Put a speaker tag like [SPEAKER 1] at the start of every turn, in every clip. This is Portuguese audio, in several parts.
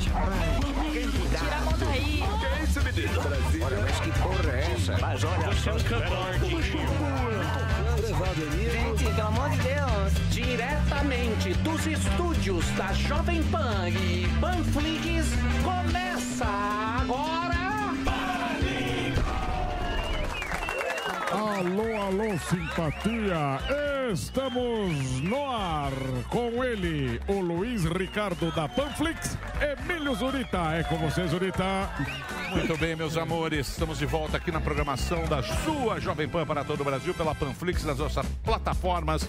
[SPEAKER 1] Tira a mão daí.
[SPEAKER 2] Olha, mas que porra é essa?
[SPEAKER 3] Mas olha, você é um
[SPEAKER 2] Levado amigo.
[SPEAKER 1] Gente, pelo amor de Deus.
[SPEAKER 4] Diretamente dos estúdios da Jovem Pan e Panflix, começa agora.
[SPEAKER 5] Alô, alô, simpatia! Estamos no ar com ele, o Luiz Ricardo da Panflix, Emílio Zurita. É com você, Zurita.
[SPEAKER 6] Muito bem, meus amores, estamos de volta aqui na programação da sua Jovem Pan para todo o Brasil, pela Panflix, nas nossas plataformas.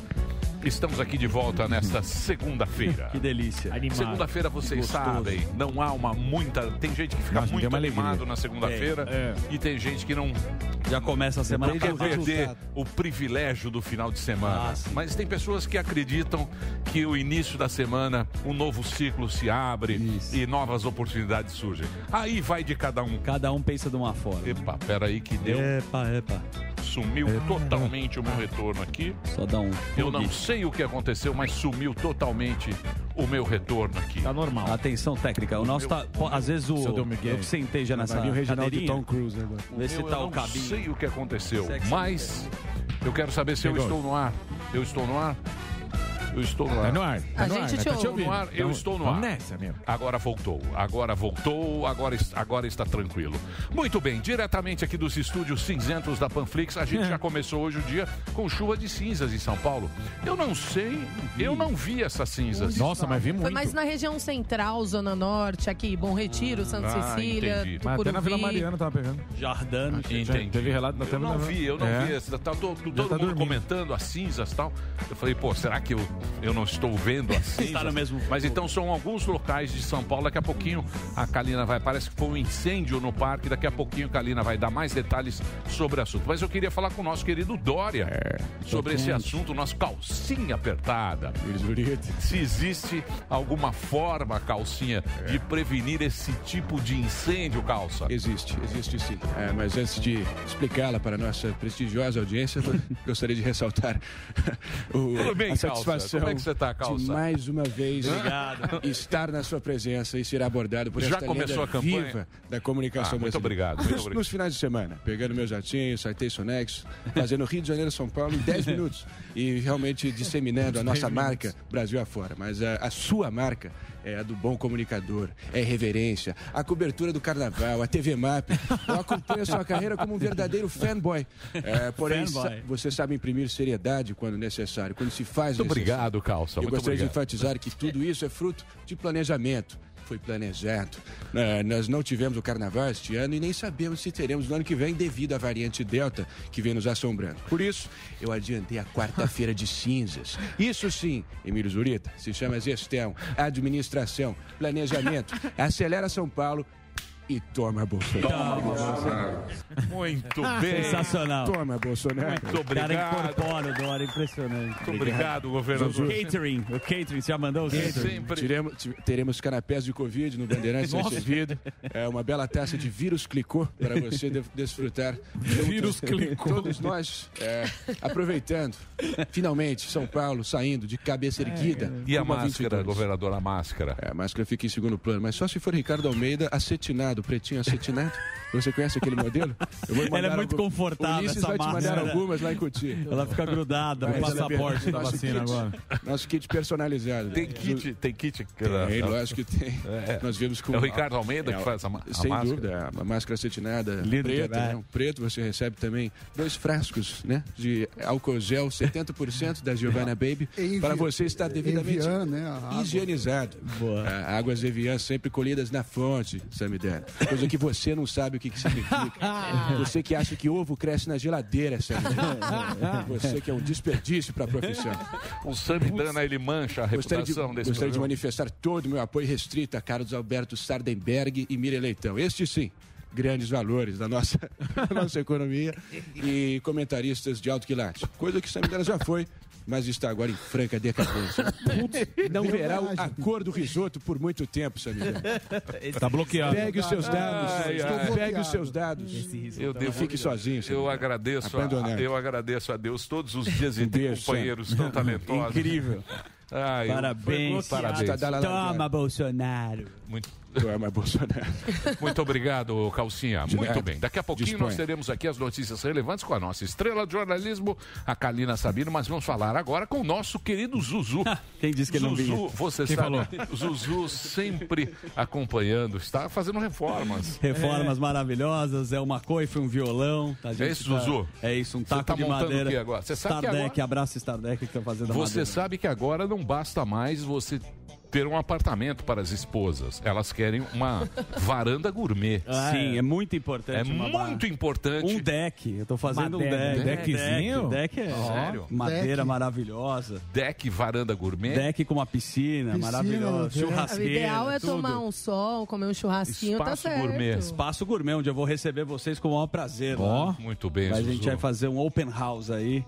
[SPEAKER 6] Estamos aqui de volta nesta segunda-feira.
[SPEAKER 7] Que delícia.
[SPEAKER 6] Segunda-feira, vocês
[SPEAKER 7] Gostoso.
[SPEAKER 6] sabem, não há uma muita. Tem gente que fica
[SPEAKER 7] Nossa, me deu
[SPEAKER 6] muito
[SPEAKER 7] uma alegria.
[SPEAKER 6] animado na segunda-feira
[SPEAKER 7] É,
[SPEAKER 6] e tem gente que não
[SPEAKER 7] Já começa a semana
[SPEAKER 6] não quer
[SPEAKER 7] com resultado. Ah,
[SPEAKER 6] perder o privilégio do final de semana. Mas tem pessoas que acreditam que o início da semana, um novo ciclo se abre e novas oportunidades surgem. Aí vai de cada um.
[SPEAKER 7] Cada um pensa de uma forma.
[SPEAKER 6] Epa, peraí que deu.
[SPEAKER 7] Epa, epa.
[SPEAKER 6] Sumiu totalmente o meu retorno aqui.
[SPEAKER 7] Só dá um.
[SPEAKER 6] Eu não
[SPEAKER 7] plug.
[SPEAKER 6] sei o que aconteceu, mas sumiu totalmente o meu retorno aqui.
[SPEAKER 3] Tá normal.
[SPEAKER 7] Atenção técnica. O nosso tá. pô, Às vezes o.
[SPEAKER 3] Seu Dom Miguel.
[SPEAKER 7] Eu que sentei já nessa.
[SPEAKER 5] Vai vir o Reginaldo de
[SPEAKER 7] cadeirinha.
[SPEAKER 5] Tom Cruise agora.
[SPEAKER 7] Vê se
[SPEAKER 6] eu
[SPEAKER 7] tá
[SPEAKER 6] não
[SPEAKER 7] o cabinho.
[SPEAKER 6] sei o que aconteceu,
[SPEAKER 7] Se é que você
[SPEAKER 6] mas eu quero saber se eu
[SPEAKER 5] Chegou.
[SPEAKER 6] estou no ar. Eu estou no ar? Eu estou no
[SPEAKER 5] Tá
[SPEAKER 6] ar.
[SPEAKER 5] no ar. Tá
[SPEAKER 1] A
[SPEAKER 5] no
[SPEAKER 1] gente
[SPEAKER 5] ar,
[SPEAKER 1] te
[SPEAKER 5] né? tá
[SPEAKER 1] ouve.
[SPEAKER 5] ouvindo.
[SPEAKER 6] No ar, eu
[SPEAKER 5] Então,
[SPEAKER 6] estou no
[SPEAKER 5] vamos
[SPEAKER 6] ar.
[SPEAKER 5] nessa, meu.
[SPEAKER 6] Agora voltou, agora voltou, agora, es- agora está tranquilo. Muito bem, diretamente aqui dos estúdios cinzentos da Panflix, a gente já começou hoje o dia com chuva de cinzas em São Paulo. Eu não sei, eu não vi essas cinzas.
[SPEAKER 5] Nossa, mas vi muito.
[SPEAKER 1] Foi mais na região central, Zona Norte, aqui, Bom Retiro, Santa
[SPEAKER 6] Ah,
[SPEAKER 1] Cecília,
[SPEAKER 6] entendi.
[SPEAKER 5] Mas até na Vila
[SPEAKER 1] Tucuruvi.
[SPEAKER 3] Tá
[SPEAKER 5] Mariana tava pegando.
[SPEAKER 7] Jardano.
[SPEAKER 6] Entendi.
[SPEAKER 5] Já Teve relato da
[SPEAKER 6] Eu não vi, eu não
[SPEAKER 5] É.
[SPEAKER 6] vi. Tá, tá, tô- todo
[SPEAKER 5] tá
[SPEAKER 6] mundo
[SPEAKER 5] dormindo.
[SPEAKER 6] comentando as cinzas e tal. Eu falei, pô, será que eu, eu não estou vendo as cinzas?
[SPEAKER 7] no mesmo
[SPEAKER 6] Mas
[SPEAKER 7] fogo.
[SPEAKER 6] então são alguns locais de São Paulo. Daqui a pouquinho a Kalina vai. Parece que foi um incêndio no parque. Daqui a pouquinho a Kalina vai dar mais detalhes sobre o assunto. Mas eu queria falar com o nosso querido Dória
[SPEAKER 5] É,
[SPEAKER 6] sobre esse assunto, nosso calcinha apertada.
[SPEAKER 5] Luiz Zurita.
[SPEAKER 6] Se existe alguma forma, calcinha, de prevenir esse tipo de incêndio, calça.
[SPEAKER 8] Existe, existe sim. É, mas antes de explicá-la para a nossa prestigiosa audiência, eu gostaria de ressaltar o,
[SPEAKER 6] Tudo bem,
[SPEAKER 8] a
[SPEAKER 6] Calça?
[SPEAKER 8] satisfação
[SPEAKER 6] Como é que você tá,
[SPEAKER 8] de
[SPEAKER 6] Calça?
[SPEAKER 8] mais uma vez estar na sua presença e ser abordado por
[SPEAKER 6] Já
[SPEAKER 8] esta
[SPEAKER 6] começou
[SPEAKER 8] lenda
[SPEAKER 6] a campanha?
[SPEAKER 8] viva da comunicação
[SPEAKER 6] Ah, muito
[SPEAKER 8] brasileira.
[SPEAKER 6] obrigado, muito
[SPEAKER 8] nos,
[SPEAKER 6] obrigado.
[SPEAKER 8] nos finais de semana, pegando meu jatinho, saitei Sonex, fazendo Rio de Janeiro São Paulo em 10 minutos e realmente disseminando a nossa marca Brasil afora. Mas eh, a, a sua marca é a do bom comunicador, é reverência, a cobertura do carnaval, a TV Map. Eu acompanho a sua carreira como um verdadeiro fanboy. É, porém,
[SPEAKER 7] Fanboy.
[SPEAKER 8] sa- você sabe imprimir seriedade quando necessário, quando se faz
[SPEAKER 6] Muito
[SPEAKER 8] necessário.
[SPEAKER 6] obrigado, calça.
[SPEAKER 8] Eu
[SPEAKER 6] Muito
[SPEAKER 8] gostaria de
[SPEAKER 6] obrigado.
[SPEAKER 8] enfatizar que tudo isso é fruto de planejamento. Foi planejado. Ah, Nós não tivemos o carnaval este ano e nem sabemos se teremos no ano que vem devido à variante Delta que vem nos assombrando. Por isso, eu adiantei a quarta-feira de cinzas. Isso sim, Emílio Zurita, se chama gestão, administração, planejamento. Acelera São Paulo e toma Bolsonaro.
[SPEAKER 6] Muito bem.
[SPEAKER 7] Ah, Sensacional.
[SPEAKER 8] Toma Bolsonaro.
[SPEAKER 6] Muito
[SPEAKER 7] O cara
[SPEAKER 6] obrigado.
[SPEAKER 7] incorpora o Dora, impressionante.
[SPEAKER 6] Muito obrigado, governador.
[SPEAKER 7] Catering. O catering, você já mandou o catering?
[SPEAKER 6] Sempre.
[SPEAKER 8] Tiremos- ti- teremos canapés de Covid no Bandeirantes ser servido. É uma bela taça de vírus clicô para você de- desfrutar. Vírus clicô. Todos nós é, aproveitando. Finalmente, São Paulo saindo de cabeça
[SPEAKER 7] É,
[SPEAKER 8] erguida.
[SPEAKER 6] E a
[SPEAKER 8] Rumo a
[SPEAKER 6] máscara,
[SPEAKER 8] 22.
[SPEAKER 6] governador, a máscara.
[SPEAKER 8] É, a máscara fica em segundo plano, mas só se for Ricardo Almeida acetinado, pretinho acetinado. Você conhece aquele modelo? Eu vou
[SPEAKER 7] Ela é muito
[SPEAKER 8] algum-
[SPEAKER 7] confortável,
[SPEAKER 8] O Ulisses
[SPEAKER 7] essa
[SPEAKER 8] vai te mandar
[SPEAKER 7] máscara.
[SPEAKER 8] algumas lá em Cotia.
[SPEAKER 7] Ela fica grudada no
[SPEAKER 8] Mas ela
[SPEAKER 7] passaporte
[SPEAKER 8] perdeu
[SPEAKER 7] da
[SPEAKER 8] nosso
[SPEAKER 7] vacina
[SPEAKER 8] kit.
[SPEAKER 7] agora.
[SPEAKER 8] Nosso kit personalizado.
[SPEAKER 6] Tem
[SPEAKER 8] Né?
[SPEAKER 6] kit, tem kit.
[SPEAKER 8] Tem, lógico que tem.
[SPEAKER 6] É.
[SPEAKER 8] Nós vimos com
[SPEAKER 6] É o Ricardo Almeida que
[SPEAKER 8] É,
[SPEAKER 6] faz a, ma- a
[SPEAKER 8] Sem
[SPEAKER 6] máscara.
[SPEAKER 8] dúvida, a máscara acetinada
[SPEAKER 7] Lindo
[SPEAKER 8] preta,
[SPEAKER 7] demais.
[SPEAKER 8] né? Um preto, você recebe também dois frascos, né? De álcool gel 70% da Giovanna Baby, para você estar devidamente
[SPEAKER 9] Evian, né? A água.
[SPEAKER 8] higienizado. Ah, águas Evian sempre colhidas na fonte, Samidana. Coisa que você não sabe o que, que significa. Você que acha que ovo cresce na geladeira, Samidana. Você que é um desperdício para a profissão.
[SPEAKER 6] O Samidana, ele mancha a
[SPEAKER 8] Gostaria de,
[SPEAKER 6] reputação desse
[SPEAKER 8] gostaria de
[SPEAKER 6] programa.
[SPEAKER 8] manifestar todo o meu apoio restrito a Carlos Alberto Sardenberg e Mira Leitão. Estes sim, grandes valores da nossa, da nossa economia e comentaristas de alto quilate. Coisa que Samidana já foi, mas está agora em franca decadência. Não verá
[SPEAKER 7] é
[SPEAKER 8] o- a cor do risoto por muito tempo, Samidana.
[SPEAKER 7] Tá bloqueado.
[SPEAKER 8] Pegue os seus dados,
[SPEAKER 6] Ai, ai.
[SPEAKER 8] pegue os seus dados.
[SPEAKER 6] Eu,
[SPEAKER 8] Não
[SPEAKER 6] devo-
[SPEAKER 8] fique sozinho,
[SPEAKER 6] eu
[SPEAKER 8] Samidana.
[SPEAKER 6] agradeço, a,
[SPEAKER 8] Abandonado.
[SPEAKER 6] eu agradeço a Deus todos os dias e tem
[SPEAKER 8] Deus,
[SPEAKER 6] companheiros tão talentosos.
[SPEAKER 7] Incrível.
[SPEAKER 6] Ai, eu-
[SPEAKER 7] Parabéns.
[SPEAKER 6] Parabéns.
[SPEAKER 8] Está da- da- da-
[SPEAKER 7] Toma, Bolsonaro.
[SPEAKER 6] Muito,
[SPEAKER 8] Mas Bolsonaro.
[SPEAKER 6] Muito obrigado, Calcinha.
[SPEAKER 8] De
[SPEAKER 6] Muito
[SPEAKER 8] nada.
[SPEAKER 6] bem. Daqui a pouquinho
[SPEAKER 8] Disponha.
[SPEAKER 6] nós teremos aqui as notícias relevantes com a nossa estrela de jornalismo, a Kalina Sabino, mas vamos falar agora com o nosso querido Zuzu.
[SPEAKER 7] Quem disse que ele não
[SPEAKER 6] Zuzu,
[SPEAKER 7] vinha?
[SPEAKER 6] você
[SPEAKER 7] Quem
[SPEAKER 6] sabe, Zuzu sempre acompanhando, está fazendo reformas.
[SPEAKER 7] Reformas maravilhosas, é uma coifa e um violão. A gente
[SPEAKER 6] isso, Zuzu?
[SPEAKER 7] É isso, um
[SPEAKER 6] Você
[SPEAKER 7] taco
[SPEAKER 6] tá
[SPEAKER 7] de
[SPEAKER 6] montando
[SPEAKER 7] madeira.
[SPEAKER 6] o quê agora? Você sabe que
[SPEAKER 7] Stardeck,
[SPEAKER 6] agora-
[SPEAKER 7] abraço Stardeck que tá fazendo a
[SPEAKER 6] Você
[SPEAKER 7] madeira.
[SPEAKER 6] sabe que agora não basta mais você ter um apartamento para as esposas. Elas querem uma varanda gourmet.
[SPEAKER 7] Sim, é muito importante.
[SPEAKER 6] É
[SPEAKER 7] uma barra.
[SPEAKER 6] muito importante.
[SPEAKER 7] Um deck, eu tô fazendo um
[SPEAKER 3] Madeira.
[SPEAKER 7] deck.
[SPEAKER 3] Deckzinho?
[SPEAKER 7] Deck, deck é
[SPEAKER 6] Sério?
[SPEAKER 7] madeira
[SPEAKER 3] Deck.
[SPEAKER 7] maravilhosa.
[SPEAKER 6] Deck varanda gourmet.
[SPEAKER 7] Deck com uma piscina, né?
[SPEAKER 3] Piscina,
[SPEAKER 7] maravilhosa.
[SPEAKER 3] deck.
[SPEAKER 1] O
[SPEAKER 7] Churrasqueira.
[SPEAKER 1] ideal é
[SPEAKER 7] tudo.
[SPEAKER 1] tomar um sol, comer um churrasquinho, tá
[SPEAKER 6] Espaço
[SPEAKER 1] certo.
[SPEAKER 6] gourmet.
[SPEAKER 7] Espaço gourmet, onde eu vou receber vocês com o maior prazer.
[SPEAKER 3] Ó.
[SPEAKER 7] lá.
[SPEAKER 6] Muito bem,
[SPEAKER 7] A
[SPEAKER 6] Zuzu.
[SPEAKER 7] gente vai fazer um open house aí.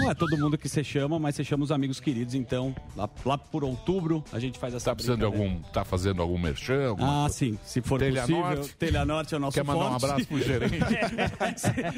[SPEAKER 7] Não é todo mundo que você chama, mas você chama os amigos queridos. Então, lá, lá por outubro, a gente faz essa
[SPEAKER 6] Tá precisando de
[SPEAKER 7] brincadeira.
[SPEAKER 6] algum. Tá fazendo algum merchan? alguma
[SPEAKER 7] Ah,
[SPEAKER 6] coisa?
[SPEAKER 7] sim. Se for
[SPEAKER 6] Telha
[SPEAKER 7] possível,
[SPEAKER 6] Norte?
[SPEAKER 7] Telha Norte é o nosso
[SPEAKER 6] Quer mandar um
[SPEAKER 7] forte.
[SPEAKER 6] abraço pro gerente?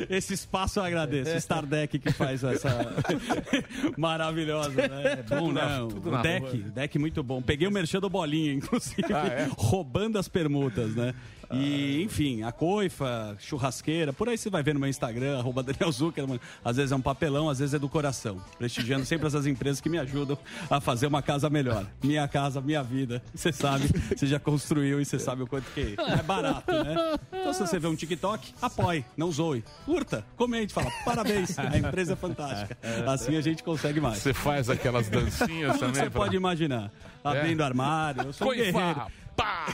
[SPEAKER 7] Esse espaço eu agradeço. Stardeck que faz essa maravilhosa, né? É bom,
[SPEAKER 6] na-
[SPEAKER 7] não.
[SPEAKER 6] tudo na
[SPEAKER 7] deck, deck muito bom. Peguei o merchan do Bolinha, inclusive,
[SPEAKER 6] Ah, é?
[SPEAKER 7] roubando as permutas, né? E, enfim, a coifa, churrasqueira, por aí você vai ver no meu Instagram, arroba Daniel Zuckerman. Às vezes é um papelão, às vezes é do coração. Prestigiando sempre essas empresas que me ajudam a fazer uma casa melhor. Minha casa, minha vida. Você sabe, você já construiu e você sabe o quanto que é barato, né? Então, se você vê um TikTok, apoie, não zoe. Curta, comente, fala, parabéns, a empresa é fantástica. Assim a gente consegue mais.
[SPEAKER 6] Você faz aquelas dancinhas
[SPEAKER 7] Tudo é que
[SPEAKER 6] também?
[SPEAKER 7] você
[SPEAKER 6] pra- É.
[SPEAKER 7] pode imaginar. Abrindo armário, eu sou um guerreiro.
[SPEAKER 6] Coifa! Pá!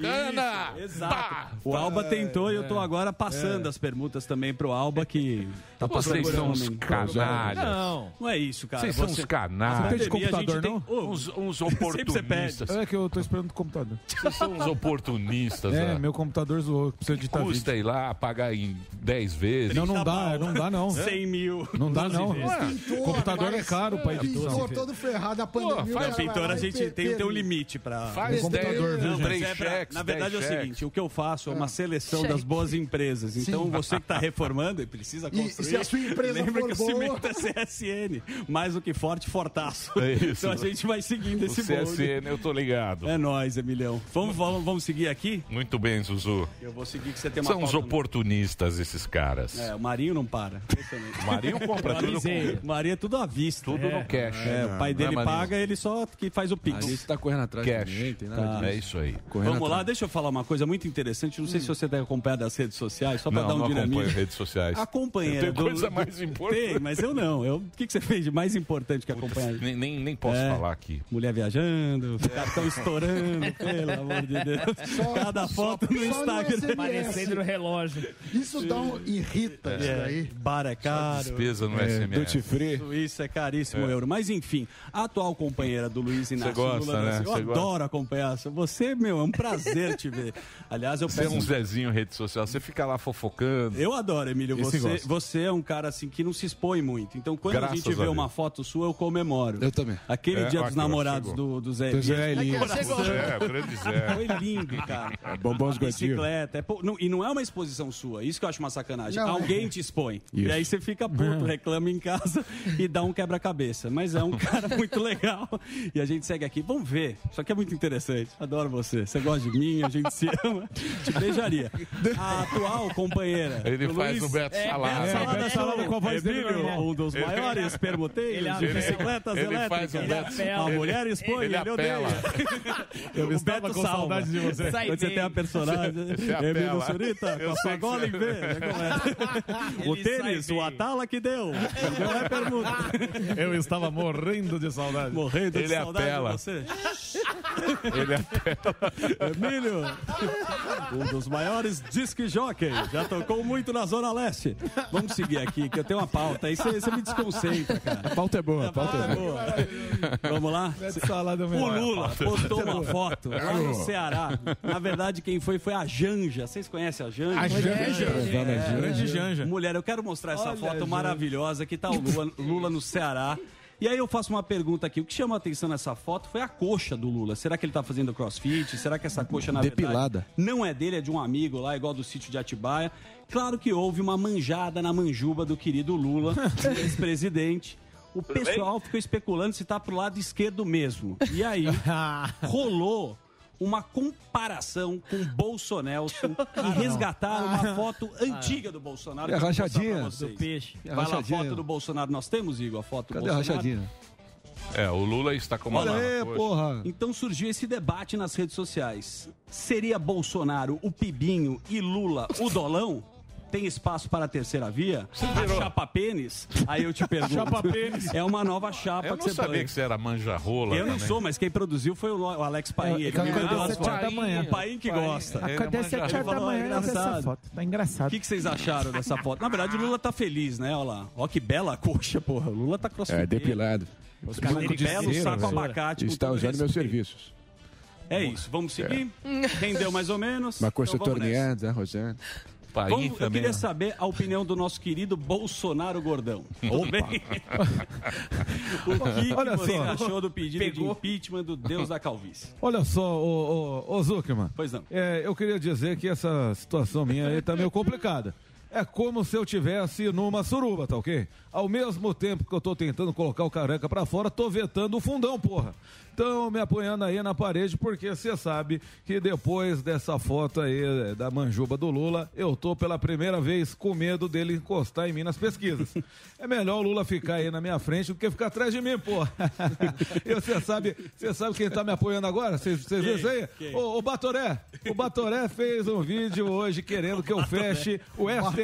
[SPEAKER 6] Cana!
[SPEAKER 7] Isso,
[SPEAKER 6] Pá!
[SPEAKER 7] exato. O Alba tentou e eu
[SPEAKER 6] É.
[SPEAKER 7] tô agora passando as permutas também pro Alba que tá
[SPEAKER 6] Vocês
[SPEAKER 7] por
[SPEAKER 6] são uns
[SPEAKER 7] um-
[SPEAKER 6] canalhas.
[SPEAKER 3] Não.
[SPEAKER 7] Não é isso, cara.
[SPEAKER 6] Vocês são
[SPEAKER 7] Você-
[SPEAKER 6] uns canalhas.
[SPEAKER 3] de computador,
[SPEAKER 7] a gente
[SPEAKER 3] não?
[SPEAKER 7] Tem... Ô,
[SPEAKER 6] Uns, uns
[SPEAKER 7] Sempre você
[SPEAKER 6] oportunistas.
[SPEAKER 3] É que eu tô esperando o computador.
[SPEAKER 6] Vocês são uns oportunistas.
[SPEAKER 3] É,
[SPEAKER 6] né?
[SPEAKER 3] meu computador zoou, precisa editar
[SPEAKER 6] Custa
[SPEAKER 3] vídeo.
[SPEAKER 6] ir lá pagar em 10
[SPEAKER 3] tá
[SPEAKER 6] vezes.
[SPEAKER 3] Não, não dá, não dá não. É.
[SPEAKER 7] 100 mil.
[SPEAKER 3] Não dá
[SPEAKER 7] 12
[SPEAKER 3] não.
[SPEAKER 7] vezes.
[SPEAKER 9] Pintor,
[SPEAKER 3] Computador é
[SPEAKER 9] mas-
[SPEAKER 3] caro pra edição.
[SPEAKER 9] Pintor todo ferrado, a
[SPEAKER 6] Pô, faz-
[SPEAKER 9] pandemia. o cara
[SPEAKER 7] Não,
[SPEAKER 9] vai
[SPEAKER 7] pintor,
[SPEAKER 9] lá
[SPEAKER 7] a
[SPEAKER 9] e
[SPEAKER 7] gente
[SPEAKER 9] per-
[SPEAKER 7] tem o teu
[SPEAKER 9] perde.
[SPEAKER 7] limite pra...
[SPEAKER 6] Faz
[SPEAKER 3] No
[SPEAKER 6] 10,
[SPEAKER 3] computador, viu, gente?
[SPEAKER 6] três
[SPEAKER 7] Mas é pra-
[SPEAKER 6] cheques.
[SPEAKER 7] na verdade é o
[SPEAKER 6] 10 cheques.
[SPEAKER 7] seguinte, o que eu faço é uma seleção das boas empresas. Então você que está reformando e precisa
[SPEAKER 9] E- e
[SPEAKER 7] construir.
[SPEAKER 9] se a sua empresa
[SPEAKER 7] lembra
[SPEAKER 9] for
[SPEAKER 7] que
[SPEAKER 9] boa-
[SPEAKER 7] o cimento é CSN, mais do que forte, fortaço.
[SPEAKER 6] É isso.
[SPEAKER 7] Então a gente vai seguindo
[SPEAKER 6] O
[SPEAKER 7] esse bonde.
[SPEAKER 6] CSN, eu tô ligado.
[SPEAKER 7] É nóis, Emilhão. Vamos, vamos, vamos seguir aqui?
[SPEAKER 6] Muito bem, Zuzu.
[SPEAKER 7] Eu vou seguir que você tem uma
[SPEAKER 6] São uns
[SPEAKER 7] pauta-
[SPEAKER 6] oportunistas esses caras.
[SPEAKER 7] É, o Marinho não para. Impressionante.
[SPEAKER 6] O Marinho compra tudo com...
[SPEAKER 7] O Marinho é tudo à vista.
[SPEAKER 6] Tudo no cash.
[SPEAKER 7] É, o pai
[SPEAKER 6] Não é,
[SPEAKER 7] dele
[SPEAKER 6] Marinho?
[SPEAKER 7] paga, ele só que faz
[SPEAKER 3] Ah,
[SPEAKER 7] o
[SPEAKER 8] A
[SPEAKER 7] pix. Tá.
[SPEAKER 8] gente tá correndo atrás
[SPEAKER 6] Cash.
[SPEAKER 8] também, tem nada
[SPEAKER 6] É isso aí. Hum.
[SPEAKER 8] Correndo
[SPEAKER 7] Vamos lá,
[SPEAKER 8] atrás.
[SPEAKER 7] deixa eu falar uma coisa muito interessante. Não sei se você tem acompanhado as redes sociais, só para
[SPEAKER 6] Não,
[SPEAKER 7] dar um
[SPEAKER 6] não acompanho
[SPEAKER 7] dinamismo.
[SPEAKER 6] redes sociais.
[SPEAKER 7] A companheira
[SPEAKER 6] Tem
[SPEAKER 7] do-
[SPEAKER 6] coisa mais importante.
[SPEAKER 7] Tem, mas eu não. Eu- O que, que você fez de mais importante que acompanhar?
[SPEAKER 6] Nem, nem, nem posso
[SPEAKER 7] É.
[SPEAKER 6] falar aqui.
[SPEAKER 7] Mulher viajando, cartão estourando, pelo amor de Deus. Cada foto no
[SPEAKER 9] só no
[SPEAKER 7] Instagram.
[SPEAKER 3] Aparecendo no relógio.
[SPEAKER 9] Isso dá um. irrita isso daí.
[SPEAKER 7] Bar é caro.
[SPEAKER 6] Despesa no
[SPEAKER 8] É,
[SPEAKER 6] SMS.
[SPEAKER 8] Duty Free.
[SPEAKER 7] Isso é caríssimo euro. Mas enfim, a atual companheira do Luiz Inácio
[SPEAKER 6] gosta,
[SPEAKER 7] Lula da
[SPEAKER 6] né?
[SPEAKER 7] Silva,
[SPEAKER 6] Você
[SPEAKER 7] eu
[SPEAKER 6] gosta.
[SPEAKER 7] adoro acompanhar. Você, meu, é um prazer te ver. Aliás, eu
[SPEAKER 6] Você é
[SPEAKER 7] peço
[SPEAKER 6] um Zezinho rede social, você fica lá fofocando.
[SPEAKER 7] Eu adoro, Emílio.
[SPEAKER 3] Esse
[SPEAKER 7] Você,
[SPEAKER 3] gosto.
[SPEAKER 7] você é um cara assim que não se expõe muito. Então, quando
[SPEAKER 6] Graças
[SPEAKER 7] a gente
[SPEAKER 6] a
[SPEAKER 7] vê
[SPEAKER 6] Deus.
[SPEAKER 7] uma foto sua, eu comemoro.
[SPEAKER 8] Eu também.
[SPEAKER 7] Aquele
[SPEAKER 6] É,
[SPEAKER 7] dia
[SPEAKER 6] ó,
[SPEAKER 7] dos
[SPEAKER 6] aqui, ó,
[SPEAKER 7] namorados
[SPEAKER 6] chegou.
[SPEAKER 7] do, do Zé
[SPEAKER 8] Então,
[SPEAKER 7] Elias.
[SPEAKER 8] Zé Elias.
[SPEAKER 6] É, o grande Zé.
[SPEAKER 7] Foi lindo, cara.
[SPEAKER 8] Bombons
[SPEAKER 7] A
[SPEAKER 8] Godinho.
[SPEAKER 7] Bicicleta. é pou- não- e não é uma exposição sua. Isso que eu acho uma sacanagem.
[SPEAKER 9] Não,
[SPEAKER 7] Alguém te expõe. E
[SPEAKER 8] Isso.
[SPEAKER 7] aí você fica puto, reclama em casa e dá um quebra-cabeça. Mas é um cara muito legal. E a gente segue aqui. Vamos ver. Isso aqui é muito interessante. Adoro você. Você gosta de mim, a gente se ama. Te beijaria. A atual companheira.
[SPEAKER 6] Ele
[SPEAKER 7] do
[SPEAKER 6] faz
[SPEAKER 7] Luiz, é,
[SPEAKER 6] o Beto
[SPEAKER 7] Beto
[SPEAKER 6] Salário.
[SPEAKER 7] Salada
[SPEAKER 3] Beto
[SPEAKER 7] Show.
[SPEAKER 3] Salada com a voz dele
[SPEAKER 7] Emílio,
[SPEAKER 3] normal.
[SPEAKER 7] um dos maiores permuteiros de
[SPEAKER 3] Ele-
[SPEAKER 7] bicicletas
[SPEAKER 6] ele faz
[SPEAKER 7] elétricas.
[SPEAKER 6] o Beto-
[SPEAKER 7] a mulher expõe,
[SPEAKER 6] Ele
[SPEAKER 7] ele,
[SPEAKER 6] apela.
[SPEAKER 7] odeia.
[SPEAKER 3] Eu
[SPEAKER 7] O
[SPEAKER 3] estava
[SPEAKER 7] Beto
[SPEAKER 3] com
[SPEAKER 7] salva.
[SPEAKER 3] saudade de você. é
[SPEAKER 7] Quando você tem a personagem,
[SPEAKER 6] você apela.
[SPEAKER 7] Emílio Surita,
[SPEAKER 6] é Eu
[SPEAKER 7] com a
[SPEAKER 6] sei
[SPEAKER 7] sua
[SPEAKER 6] que
[SPEAKER 7] gola
[SPEAKER 6] você-
[SPEAKER 7] em V. né, como é? O tênis, o Atala que deu. Não é permuta.
[SPEAKER 3] Eu estava morrendo de saudade.
[SPEAKER 7] Morrendo de
[SPEAKER 6] Ele
[SPEAKER 7] saudade
[SPEAKER 6] apela.
[SPEAKER 7] de você.
[SPEAKER 6] Ele é até
[SPEAKER 7] Emílio,
[SPEAKER 9] Ah, é?
[SPEAKER 7] um dos maiores disque jockey. Já tocou muito na Zona Leste. Vamos seguir aqui, que eu tenho uma pauta. Aí você você me desconcentra, cara.
[SPEAKER 8] A pauta é boa, a pauta é boa.
[SPEAKER 7] Boa. Vamos lá?
[SPEAKER 6] Tá
[SPEAKER 3] Salada
[SPEAKER 7] O
[SPEAKER 3] mesmo.
[SPEAKER 7] Lula postou uma foto lá no Ceará. Na verdade, quem foi foi a Janja. Vocês conhecem a Janja? É,
[SPEAKER 3] A Janja. Grande Janja.
[SPEAKER 7] Mulher, eu quero mostrar essa foto maravilhosa que tá o Lula, Lula no Ceará. E aí eu faço uma pergunta aqui. O que chamou a atenção nessa foto foi a coxa do Lula. Será que ele tá fazendo crossfit? Será que essa coxa, na
[SPEAKER 8] Depilada.
[SPEAKER 7] verdade, não é dele, é de um amigo lá, igual do sítio de Atibaia? Claro que houve uma manjada na manjuba do querido Lula, ex-presidente. O pessoal ficou especulando se tá pro lado esquerdo mesmo. E aí rolou uma comparação com o Bolsonelson e resgataram uma foto antiga do Bolsonaro. que
[SPEAKER 3] É
[SPEAKER 7] eu vou mostrar
[SPEAKER 3] rachadinha.
[SPEAKER 7] pra vocês.
[SPEAKER 3] Do peixe. É
[SPEAKER 7] Vai lá, a
[SPEAKER 3] rachadinha.
[SPEAKER 7] foto do Bolsonaro. Nós temos, Igor, a foto do
[SPEAKER 3] Cadê a
[SPEAKER 7] Bolsonaro?
[SPEAKER 3] rachadinha?
[SPEAKER 6] É, o Lula está com uma
[SPEAKER 3] Tá Olha
[SPEAKER 6] lá na
[SPEAKER 3] aí,
[SPEAKER 6] coxa.
[SPEAKER 3] porra.
[SPEAKER 7] Então surgiu esse debate nas redes sociais. Seria Bolsonaro o Pibinho e Lula o Dolão? Tem espaço para a terceira via? A chapa pênis? Aí eu te pergunto.
[SPEAKER 10] Chapa pênis.
[SPEAKER 7] É uma nova chapa
[SPEAKER 6] Eu
[SPEAKER 7] que
[SPEAKER 6] não
[SPEAKER 7] você
[SPEAKER 6] sabia
[SPEAKER 7] põe.
[SPEAKER 6] que você era manjarrola.
[SPEAKER 7] Eu não
[SPEAKER 6] também.
[SPEAKER 7] sou, mas quem produziu foi o Lo- o Alex Paim. Ele
[SPEAKER 3] aquela
[SPEAKER 7] me
[SPEAKER 3] coisa
[SPEAKER 7] mandou
[SPEAKER 3] das
[SPEAKER 7] as
[SPEAKER 3] É, sete
[SPEAKER 7] fotos.
[SPEAKER 3] da manhã.
[SPEAKER 7] O Paim que gosta.
[SPEAKER 6] Ele é
[SPEAKER 11] Acordei às
[SPEAKER 6] manjarrola.
[SPEAKER 11] 7 horas da
[SPEAKER 7] Falou, é
[SPEAKER 11] manhã e essa
[SPEAKER 7] engraçado.
[SPEAKER 11] foto. Tá
[SPEAKER 7] O
[SPEAKER 11] engraçado.
[SPEAKER 7] que, que vocês acharam dessa foto? Na verdade, o Lula tá feliz, né? Olha lá. Ó que bela coxa, porra. O Lula tá
[SPEAKER 12] É,
[SPEAKER 7] crossfit.
[SPEAKER 12] depilado.
[SPEAKER 7] Que belo
[SPEAKER 12] cera,
[SPEAKER 8] né?
[SPEAKER 7] saco
[SPEAKER 12] velho.
[SPEAKER 7] abacate. com
[SPEAKER 12] Está
[SPEAKER 7] todo
[SPEAKER 12] usando meus
[SPEAKER 7] respeito.
[SPEAKER 12] serviços.
[SPEAKER 7] É isso. Vamos seguir? Rendeu mais ou menos.
[SPEAKER 12] Uma coxa
[SPEAKER 7] Então vamos nessa.
[SPEAKER 12] torneada,
[SPEAKER 8] né,
[SPEAKER 12] Rosana.
[SPEAKER 6] Paim
[SPEAKER 7] Vamos- eu
[SPEAKER 6] também,
[SPEAKER 7] queria
[SPEAKER 6] né?
[SPEAKER 7] saber a opinião do nosso querido Bolsonaro Gordão. Ou bem. o que, que
[SPEAKER 3] Olha
[SPEAKER 7] você
[SPEAKER 3] só.
[SPEAKER 7] achou do pedido de impeachment do Deus da Calvície?
[SPEAKER 3] Olha só, ô, ô, ô Zuckerman.
[SPEAKER 7] Pois não.
[SPEAKER 3] É, eu queria dizer que essa situação minha aí tá meio complicada. É como se eu tivesse numa suruba, tá ok? Ao mesmo tempo que eu tô tentando colocar o careca pra fora, tô vetando o fundão, porra. Então me apoiando aí na parede, porque você sabe que depois dessa foto aí eh, da manjuba do Lula, eu tô pela primeira vez com medo dele encostar em mim nas pesquisas. É melhor o Lula ficar aí na minha frente do que ficar atrás de mim, porra. E você sabe, você sabe quem tá me apoiando agora? Vocês vocês viram isso aí? O, o Batoré. O Batoré fez um vídeo hoje querendo que eu feche o STF.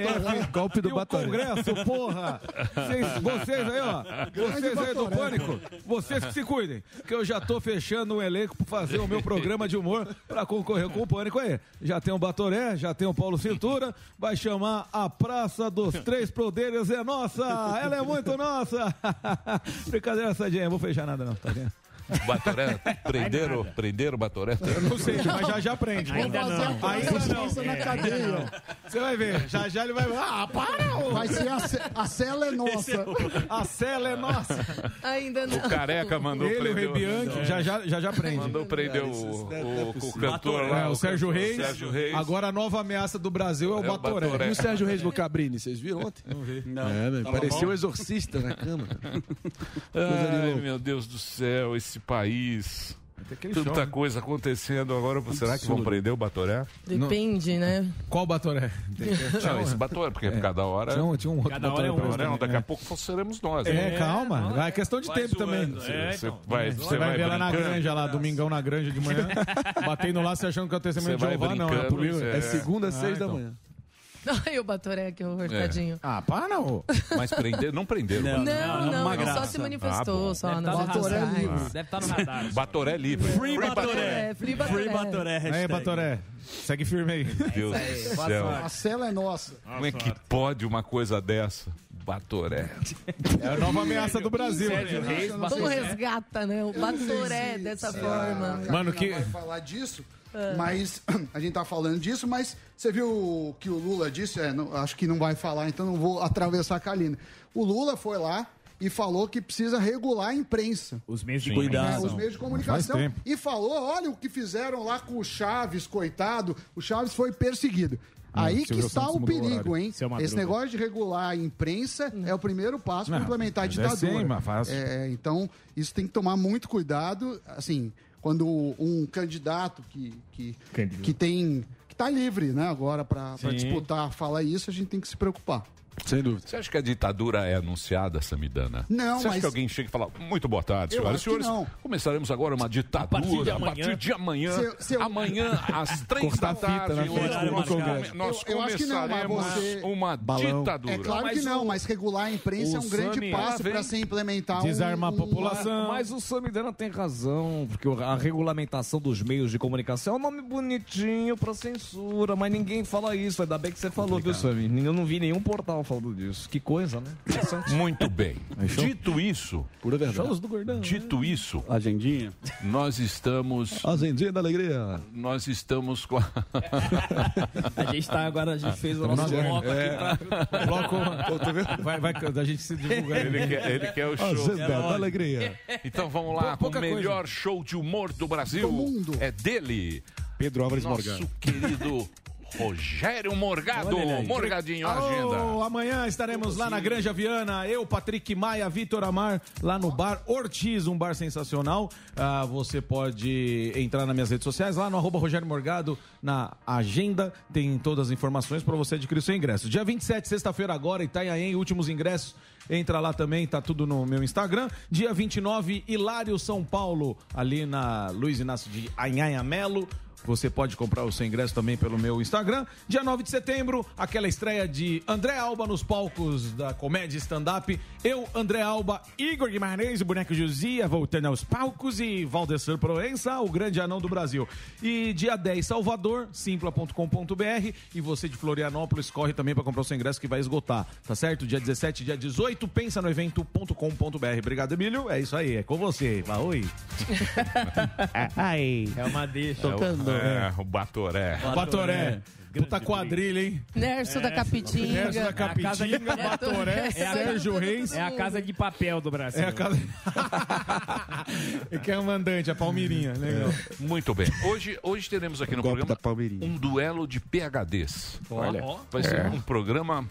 [SPEAKER 3] Golpe do e
[SPEAKER 11] Batoré.
[SPEAKER 3] O Congresso, porra. Vocês, vocês aí, ó. Vocês aí do Pânico, vocês que se cuidem. Que eu já tô fechando um elenco pra fazer o meu programa de humor pra concorrer com o Pânico aí. Já tem o Batoré, já tem o Paulo Cintura. Vai chamar a Praça dos Três Poderes é nossa. Ela é muito nossa. Brincadeira, Sadinha. Vou fechar nada não, tá vendo?
[SPEAKER 6] Batoré, prenderam, prenderam o Batoré?
[SPEAKER 3] Não sei, mas já já aprende.
[SPEAKER 9] Vou fazer a
[SPEAKER 3] Ainda não.
[SPEAKER 9] coisa
[SPEAKER 13] É,
[SPEAKER 9] na cadeia. É,
[SPEAKER 3] Você vai ver, já já ele vai. Ah, para! ô!
[SPEAKER 9] Vai ser a, ce- a cela é nossa.
[SPEAKER 3] A cela é nossa!
[SPEAKER 1] Ainda não.
[SPEAKER 6] O careca mandou
[SPEAKER 3] Ele, o
[SPEAKER 6] prender
[SPEAKER 3] Rebianchi, já já, já já aprende.
[SPEAKER 6] Mandou prender o, o, o cantor
[SPEAKER 3] É,
[SPEAKER 6] lá.
[SPEAKER 3] o Sérgio
[SPEAKER 6] cantor
[SPEAKER 3] Reis.
[SPEAKER 6] Sérgio Reis.
[SPEAKER 3] Agora a nova ameaça do Brasil é o
[SPEAKER 6] É o
[SPEAKER 3] Batoré.
[SPEAKER 6] Batoré.
[SPEAKER 3] E
[SPEAKER 12] E o Sérgio Reis no Cabrini, vocês viram ontem? Não vi. É, meu, pareceu exorcista na cama.
[SPEAKER 6] Ai, meu Deus do céu, esse país. Tanta
[SPEAKER 3] né?
[SPEAKER 6] coisa acontecendo agora. Será que vão prender o Batoré?
[SPEAKER 1] Depende, né?
[SPEAKER 3] Qual Batoré?
[SPEAKER 6] Não, esse Batoré, porque cada hora.
[SPEAKER 3] né? Tinha um, tinha um outro Batoré. pra
[SPEAKER 6] Agora
[SPEAKER 3] nós
[SPEAKER 6] não,
[SPEAKER 3] também,
[SPEAKER 6] daqui a
[SPEAKER 3] né?
[SPEAKER 6] pouco seremos nós.
[SPEAKER 3] É,
[SPEAKER 6] né?
[SPEAKER 3] calma. Vai, é questão de
[SPEAKER 7] Vai
[SPEAKER 3] tempo também.
[SPEAKER 7] zoando,
[SPEAKER 11] É,
[SPEAKER 6] Você
[SPEAKER 11] então.
[SPEAKER 6] vai,
[SPEAKER 3] Você vai, ver lá na
[SPEAKER 6] brincando,
[SPEAKER 3] granja, lá, domingão na granja de manhã, batendo lá, você achando que é o
[SPEAKER 6] Você
[SPEAKER 3] testemunho de
[SPEAKER 6] vai
[SPEAKER 3] Jeová, não. É
[SPEAKER 6] brincando,
[SPEAKER 3] polícia.
[SPEAKER 6] você-
[SPEAKER 3] É
[SPEAKER 6] É.
[SPEAKER 3] segunda,
[SPEAKER 12] Seis da manhã.
[SPEAKER 1] Ai, o Batoré, que horror,
[SPEAKER 6] É.
[SPEAKER 1] tadinho.
[SPEAKER 3] Ah, para não.
[SPEAKER 6] Mas prender, não Ah, prenderam.
[SPEAKER 7] Não.
[SPEAKER 1] Não, não,
[SPEAKER 7] uma
[SPEAKER 1] ele só
[SPEAKER 7] graça.
[SPEAKER 1] se manifestou, só nas redes
[SPEAKER 9] Batoré
[SPEAKER 1] sociais.
[SPEAKER 9] livre.
[SPEAKER 11] Deve estar no radar.
[SPEAKER 6] Ah. Batoré livre.
[SPEAKER 7] Free Batoré.
[SPEAKER 1] Batoré, Free Batoré.
[SPEAKER 7] Free Batoré.
[SPEAKER 3] Aí,
[SPEAKER 7] hashtag.
[SPEAKER 3] Batoré, segue firme aí.
[SPEAKER 6] Meu Deus do céu.
[SPEAKER 9] é A cela é nossa.
[SPEAKER 6] Como é que pode uma coisa dessa? Batoré.
[SPEAKER 3] É a nova ameaça do Brasil.
[SPEAKER 1] Como resgata, né? O Batoré dessa forma. Ah.
[SPEAKER 3] Mano, que-
[SPEAKER 9] É, vai falar disso, mas a gente tá falando disso, mas você viu o que o Lula disse? É, não- acho que não vai falar, então não vou atravessar a Kalina. O Lula foi lá e falou que precisa regular a imprensa.
[SPEAKER 11] Os meios de
[SPEAKER 9] né,
[SPEAKER 7] Cuidado.
[SPEAKER 9] os meios de comunicação.
[SPEAKER 3] Faz tempo.
[SPEAKER 9] E falou: olha o que fizeram lá com o Chaves, coitado. O Chaves foi perseguido. Aí que
[SPEAKER 3] É, Silvio
[SPEAKER 9] está
[SPEAKER 3] Santos
[SPEAKER 9] o
[SPEAKER 3] mudou o
[SPEAKER 9] perigo,
[SPEAKER 3] horário.
[SPEAKER 9] hein?
[SPEAKER 11] Seu Madruga.
[SPEAKER 9] Esse negócio de regular a imprensa é o primeiro passo para
[SPEAKER 3] Não,
[SPEAKER 9] implementar a
[SPEAKER 3] mas é
[SPEAKER 9] ditadura.
[SPEAKER 3] sim, mas faz.
[SPEAKER 9] É, então, isso tem que tomar muito cuidado, assim, quando um candidato que, que,
[SPEAKER 11] Candidato.
[SPEAKER 9] que tem. que está livre, né, agora para disputar, fala isso, a gente tem que se preocupar.
[SPEAKER 12] Sem dúvida.
[SPEAKER 6] Você acha que a ditadura é anunciada, Samidana?
[SPEAKER 9] Não,
[SPEAKER 6] Você acha
[SPEAKER 9] mas-
[SPEAKER 6] que alguém chega e fala, muito boa tarde,
[SPEAKER 9] Eu
[SPEAKER 6] senhoras e
[SPEAKER 9] acho que
[SPEAKER 6] senhores.
[SPEAKER 9] não.
[SPEAKER 6] Começaremos agora uma ditadura. A partir de amanhã,
[SPEAKER 9] Se- se eu-
[SPEAKER 6] amanhã, às três
[SPEAKER 3] Cortar
[SPEAKER 6] da
[SPEAKER 3] a fita,
[SPEAKER 6] tarde,
[SPEAKER 3] né?
[SPEAKER 6] nós,
[SPEAKER 7] Horário
[SPEAKER 6] nós come-
[SPEAKER 7] marcado.
[SPEAKER 6] nós
[SPEAKER 9] Eu- eu acho que não, mas
[SPEAKER 6] começaremos
[SPEAKER 9] você-
[SPEAKER 6] uma ditadura.
[SPEAKER 9] É claro que não, mas regular a imprensa é um grande passo para se implementar um-
[SPEAKER 3] Desarmar a
[SPEAKER 9] um-
[SPEAKER 3] população.
[SPEAKER 11] Mas o Samidana tem razão, porque o- a regulamentação dos meios de comunicação é um nome bonitinho pra censura, mas ninguém fala isso. Ainda bem que você falou, viu, Sami? Eu não vi nenhum portal falando disso. Que coisa, né?
[SPEAKER 6] Muito bem. Dito isso,
[SPEAKER 3] Pura verdade. Shows do gordão.
[SPEAKER 6] dito isso,
[SPEAKER 7] Agendinha.
[SPEAKER 6] né? nós estamos,
[SPEAKER 3] Azendinha da alegria.
[SPEAKER 6] nós estamos com a...
[SPEAKER 11] A gente tá agora, a gente fez o nosso bloco aqui pra...
[SPEAKER 3] é, Bloco. Vai, vai, a gente se divulgar.
[SPEAKER 6] Ele quer, ele quer o show.
[SPEAKER 3] da alegria.
[SPEAKER 6] Então vamos lá, com
[SPEAKER 3] pouca
[SPEAKER 6] o melhor show de humor do Brasil.
[SPEAKER 9] Do mundo.
[SPEAKER 6] É dele,
[SPEAKER 12] Pedro Álvares
[SPEAKER 6] nosso
[SPEAKER 12] Morgado.
[SPEAKER 6] querido Rogério Morgado.
[SPEAKER 3] Olha ele aí.
[SPEAKER 6] Morgadinho, a
[SPEAKER 3] Alô,
[SPEAKER 6] agenda.
[SPEAKER 3] Oh, Amanhã estaremos lá na Granja Viana, eu, Patrick Maia, Vitor Amar, lá no bar Ortiz, um bar sensacional. Ah, você pode entrar nas minhas redes sociais, lá no arroba Rogério Morgado, na agenda, tem todas as informações para você adquirir o seu ingresso. Dia 27, sexta-feira agora, Itanhaém, últimos ingressos. Entra lá também, tá tudo no meu Instagram. Dia 29, Hilário São Paulo, ali na Luiz Inácio de Anhanha Melo. Você pode comprar o seu ingresso também pelo meu Instagram. Dia 9 de setembro, aquela estreia de André Alba nos palcos da comédia stand-up. Eu, André Alba, Igor Guimarães, o boneco Josia, voltando aos palcos e Valdecir Proença, o grande anão do Brasil. E dia 10, Salvador, simpla.com.br. E você de Florianópolis corre também para comprar o seu ingresso que vai esgotar, tá certo? Dia 17, dia 18, pensa no evento.com.br. Obrigado, Emílio. É isso aí, é com você. Vai, oi. Ai.
[SPEAKER 13] É uma deixa.
[SPEAKER 6] É, o-
[SPEAKER 9] né?
[SPEAKER 6] é, o Batoré.
[SPEAKER 3] Batoré. Puta quadrilha, hein?
[SPEAKER 1] Nerso da Capitinga.
[SPEAKER 3] Nerso da Capitinga, Batoré,
[SPEAKER 1] É a-
[SPEAKER 3] Sérgio Reis.
[SPEAKER 13] É a casa de papel do Brasil.
[SPEAKER 3] É a casa. que é o mandante, a Palmeirinha. Legal.
[SPEAKER 6] Muito bem. Hoje, hoje teremos aqui no programa um duelo de PHDs.
[SPEAKER 3] Olha.
[SPEAKER 6] Vai ser
[SPEAKER 3] É.
[SPEAKER 6] um programa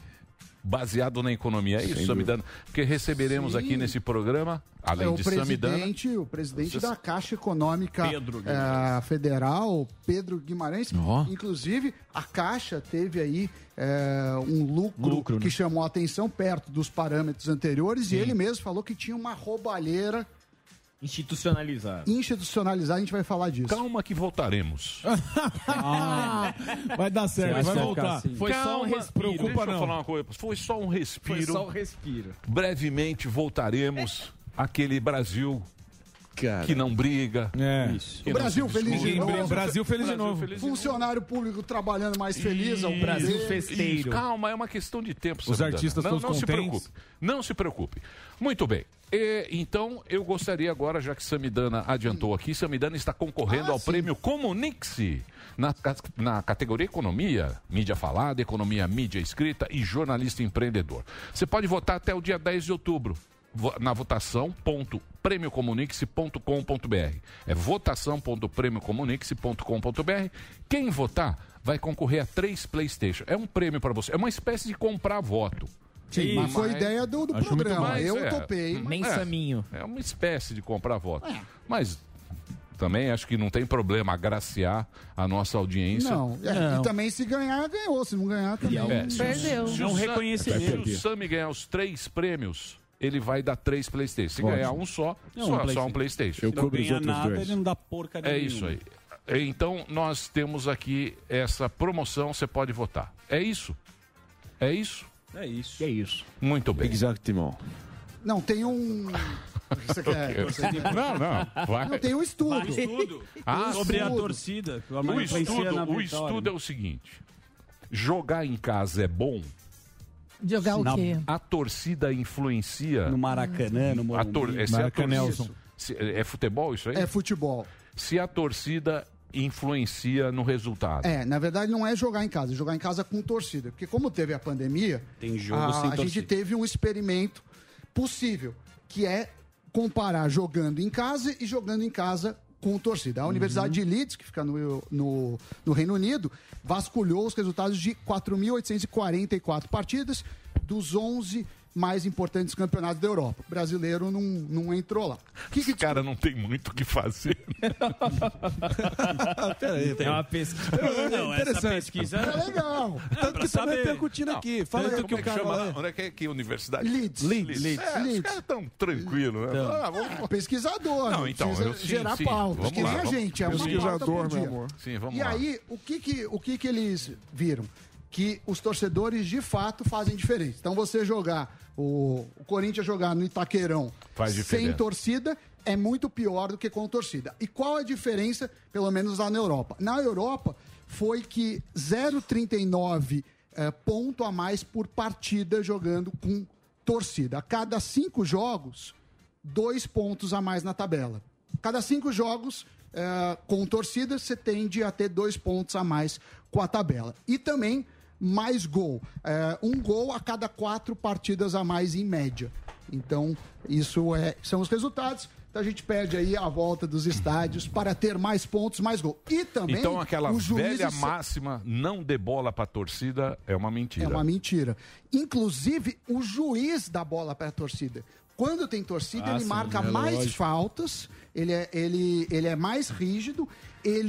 [SPEAKER 6] baseado na economia. É isso,
[SPEAKER 9] Sem
[SPEAKER 6] Samidana? Porque receberemos
[SPEAKER 9] Sim.
[SPEAKER 6] aqui nesse programa, além
[SPEAKER 9] é, o
[SPEAKER 6] de Samidana.
[SPEAKER 9] presidente, o presidente
[SPEAKER 6] Vocês-
[SPEAKER 9] da Caixa Econômica
[SPEAKER 6] Pedro
[SPEAKER 9] eh,
[SPEAKER 6] Guimarães.
[SPEAKER 9] Federal, Pedro Guimarães.
[SPEAKER 6] Ó.
[SPEAKER 9] Inclusive, a Caixa teve aí eh, um lucro,
[SPEAKER 14] Lucro,
[SPEAKER 9] que
[SPEAKER 14] né?
[SPEAKER 9] chamou a atenção perto dos parâmetros anteriores e ele mesmo falou que tinha uma roubalheira
[SPEAKER 13] Institucionalizado.
[SPEAKER 9] institucionalizada. A gente vai falar disso.
[SPEAKER 6] Calma que voltaremos.
[SPEAKER 13] Ah,
[SPEAKER 3] Vai dar certo,
[SPEAKER 6] certo,
[SPEAKER 3] vai
[SPEAKER 6] Vai vai só
[SPEAKER 3] voltar.
[SPEAKER 6] voltar. ficar assim. Foi só um respiro.
[SPEAKER 3] Preocupa
[SPEAKER 6] Deixa eu
[SPEAKER 3] não.
[SPEAKER 6] falar uma coisa. Foi só um respiro.
[SPEAKER 3] Foi só um
[SPEAKER 11] respiro.
[SPEAKER 6] Brevemente voltaremos àquele Brasil que não briga.
[SPEAKER 3] É.
[SPEAKER 9] O Brasil feliz de novo.
[SPEAKER 6] feliz de
[SPEAKER 9] Funcionário público trabalhando mais feliz. é ao prazer.
[SPEAKER 6] Isso, Calma, é uma questão de tempo.
[SPEAKER 9] Os
[SPEAKER 6] Samidana.
[SPEAKER 9] artistas
[SPEAKER 6] não,
[SPEAKER 9] todos
[SPEAKER 6] não se
[SPEAKER 9] contentes.
[SPEAKER 6] preocupe. Não se preocupe. Muito bem. E, então, eu gostaria agora, já que Samidana adiantou aqui, Samidana está concorrendo ao prêmio Comunique-se na, ca- na categoria Economia, mídia falada, economia, mídia escrita e jornalista empreendedor. Você pode votar até o dia 10 de outubro vo- na votação ponto prêmiocomunique-se.com.br. É votação.prêmiocomunique-se.com.br. Quem votar vai concorrer a três Playstation. É um prêmio para você. É uma espécie de comprar voto.
[SPEAKER 9] Sim, mas foi ideia do- do Acho muito programa. bom. Eu topei. É. Nem
[SPEAKER 6] saminho. É uma espécie de comprar voto. Mas também acho que não tem problema agraciar a nossa audiência.
[SPEAKER 9] Não. É, E também se ganhar, ganhou. Se não ganhar, também.
[SPEAKER 6] É, se o- se o Sam- Se o Sami ganhar os três prêmios, ele vai dar três Playstation. Se
[SPEAKER 7] Ótimo.
[SPEAKER 6] ganhar um só,
[SPEAKER 7] É um
[SPEAKER 6] só, só
[SPEAKER 7] PlayStation.
[SPEAKER 6] um Playstation.
[SPEAKER 7] Eu Se não cubro os ganhar outros nada, dois. ele não dá porcaria
[SPEAKER 6] É
[SPEAKER 7] nenhuma.
[SPEAKER 6] isso aí. Então, nós temos aqui essa promoção, você pode votar. É isso? É isso?
[SPEAKER 7] É isso.
[SPEAKER 6] É isso. Muito bem.
[SPEAKER 14] Exactement.
[SPEAKER 9] Não, tem um. Você quer- você quer-
[SPEAKER 6] Não, não, vai.
[SPEAKER 9] Não, tem um estudo.
[SPEAKER 6] Vai, estudo. Ah,
[SPEAKER 7] sobre a
[SPEAKER 6] estudo.
[SPEAKER 7] torcida. que
[SPEAKER 6] O
[SPEAKER 7] influencia na
[SPEAKER 6] estudo, o
[SPEAKER 7] vitória.
[SPEAKER 6] estudo é o seguinte: jogar em casa é bom.
[SPEAKER 1] Jogar o
[SPEAKER 6] Na-
[SPEAKER 1] quê?
[SPEAKER 6] A torcida influencia. No
[SPEAKER 7] Maracanã, no
[SPEAKER 6] a tor
[SPEAKER 7] Morumbi.
[SPEAKER 6] é, se a
[SPEAKER 7] Maracanã,
[SPEAKER 6] torcida-
[SPEAKER 7] Nelson.
[SPEAKER 6] se- É futebol isso aí?
[SPEAKER 9] É futebol.
[SPEAKER 6] Se a torcida influencia no resultado.
[SPEAKER 9] É, na verdade não é jogar em casa, é jogar em casa com torcida. Porque como teve a pandemia,
[SPEAKER 7] Tem jogo
[SPEAKER 6] Ah,
[SPEAKER 9] a,
[SPEAKER 6] assim,
[SPEAKER 7] sem
[SPEAKER 6] então,
[SPEAKER 9] a gente
[SPEAKER 7] torcida.
[SPEAKER 9] teve um experimento possível, que é comparar jogando em casa e jogando em casa com torcida. A Universidade de Leeds, que fica no, no, no Reino Unido, vasculhou os resultados de 4.844 partidas dos 11 mais importantes campeonatos da Europa. O brasileiro não, não entrou lá.
[SPEAKER 6] Esse cara não tem muito o que fazer.
[SPEAKER 13] É uma pesquisa. Não, essa
[SPEAKER 6] Interessante.
[SPEAKER 13] pesquisa.
[SPEAKER 6] É
[SPEAKER 9] legal.
[SPEAKER 6] Tanto
[SPEAKER 13] que você vai percutindo
[SPEAKER 6] aqui.
[SPEAKER 13] Fala aí o que o cara
[SPEAKER 6] chama,
[SPEAKER 13] lá é.
[SPEAKER 6] Onde é que é que a universidade?
[SPEAKER 9] Leeds.
[SPEAKER 6] Leeds.
[SPEAKER 9] Leeds.
[SPEAKER 6] É, Os
[SPEAKER 9] Leeds.
[SPEAKER 6] caras estão tranquilos, né?
[SPEAKER 9] Então.
[SPEAKER 6] Ah, vamos-
[SPEAKER 9] É, pesquisador,
[SPEAKER 6] Não,
[SPEAKER 9] não
[SPEAKER 6] então,
[SPEAKER 9] precisa
[SPEAKER 6] eu- sim,
[SPEAKER 9] gerar
[SPEAKER 6] sim.
[SPEAKER 9] pautas,
[SPEAKER 6] Vamos
[SPEAKER 9] que
[SPEAKER 6] lá,
[SPEAKER 9] nem a
[SPEAKER 6] vamos-
[SPEAKER 9] gente, é uma
[SPEAKER 6] Pesquisador,
[SPEAKER 9] pauta por
[SPEAKER 6] meu
[SPEAKER 9] dia.
[SPEAKER 6] amor. Sim, vamos
[SPEAKER 9] e
[SPEAKER 6] lá.
[SPEAKER 9] aí, o que que, o que que eles viram? Que os torcedores, de fato, fazem diferença. Então, você jogar, o, o Corinthians jogar no Itaqueirão
[SPEAKER 6] Faz
[SPEAKER 9] sem
[SPEAKER 6] diferença.
[SPEAKER 9] torcida é muito pior do que com torcida. E qual a diferença, pelo menos lá na Europa? Na Europa, foi que 0,39 eh, ponto a mais por partida jogando com torcida. A cada cinco jogos, dois pontos a mais na tabela. Cada cinco jogos eh, com torcida, você tende a ter dois pontos a mais com a tabela. E também mais gol. Eh, um gol a cada quatro partidas a mais em média. Então, isso é, são os resultados. Então, Então a gente pede aí a volta dos estádios para ter mais pontos, mais gol. E também
[SPEAKER 6] Então aquela
[SPEAKER 9] os juízes
[SPEAKER 6] velha
[SPEAKER 9] são-
[SPEAKER 6] máxima, não dê bola pra torcida, é uma mentira.
[SPEAKER 9] É uma mentira. Inclusive, o juiz dá bola para a torcida. Quando tem torcida,
[SPEAKER 6] Ah,
[SPEAKER 9] ele
[SPEAKER 6] sim,
[SPEAKER 9] marca
[SPEAKER 6] é
[SPEAKER 9] mais
[SPEAKER 6] lógico.
[SPEAKER 9] faltas, ele é, ele, ele é mais rígido,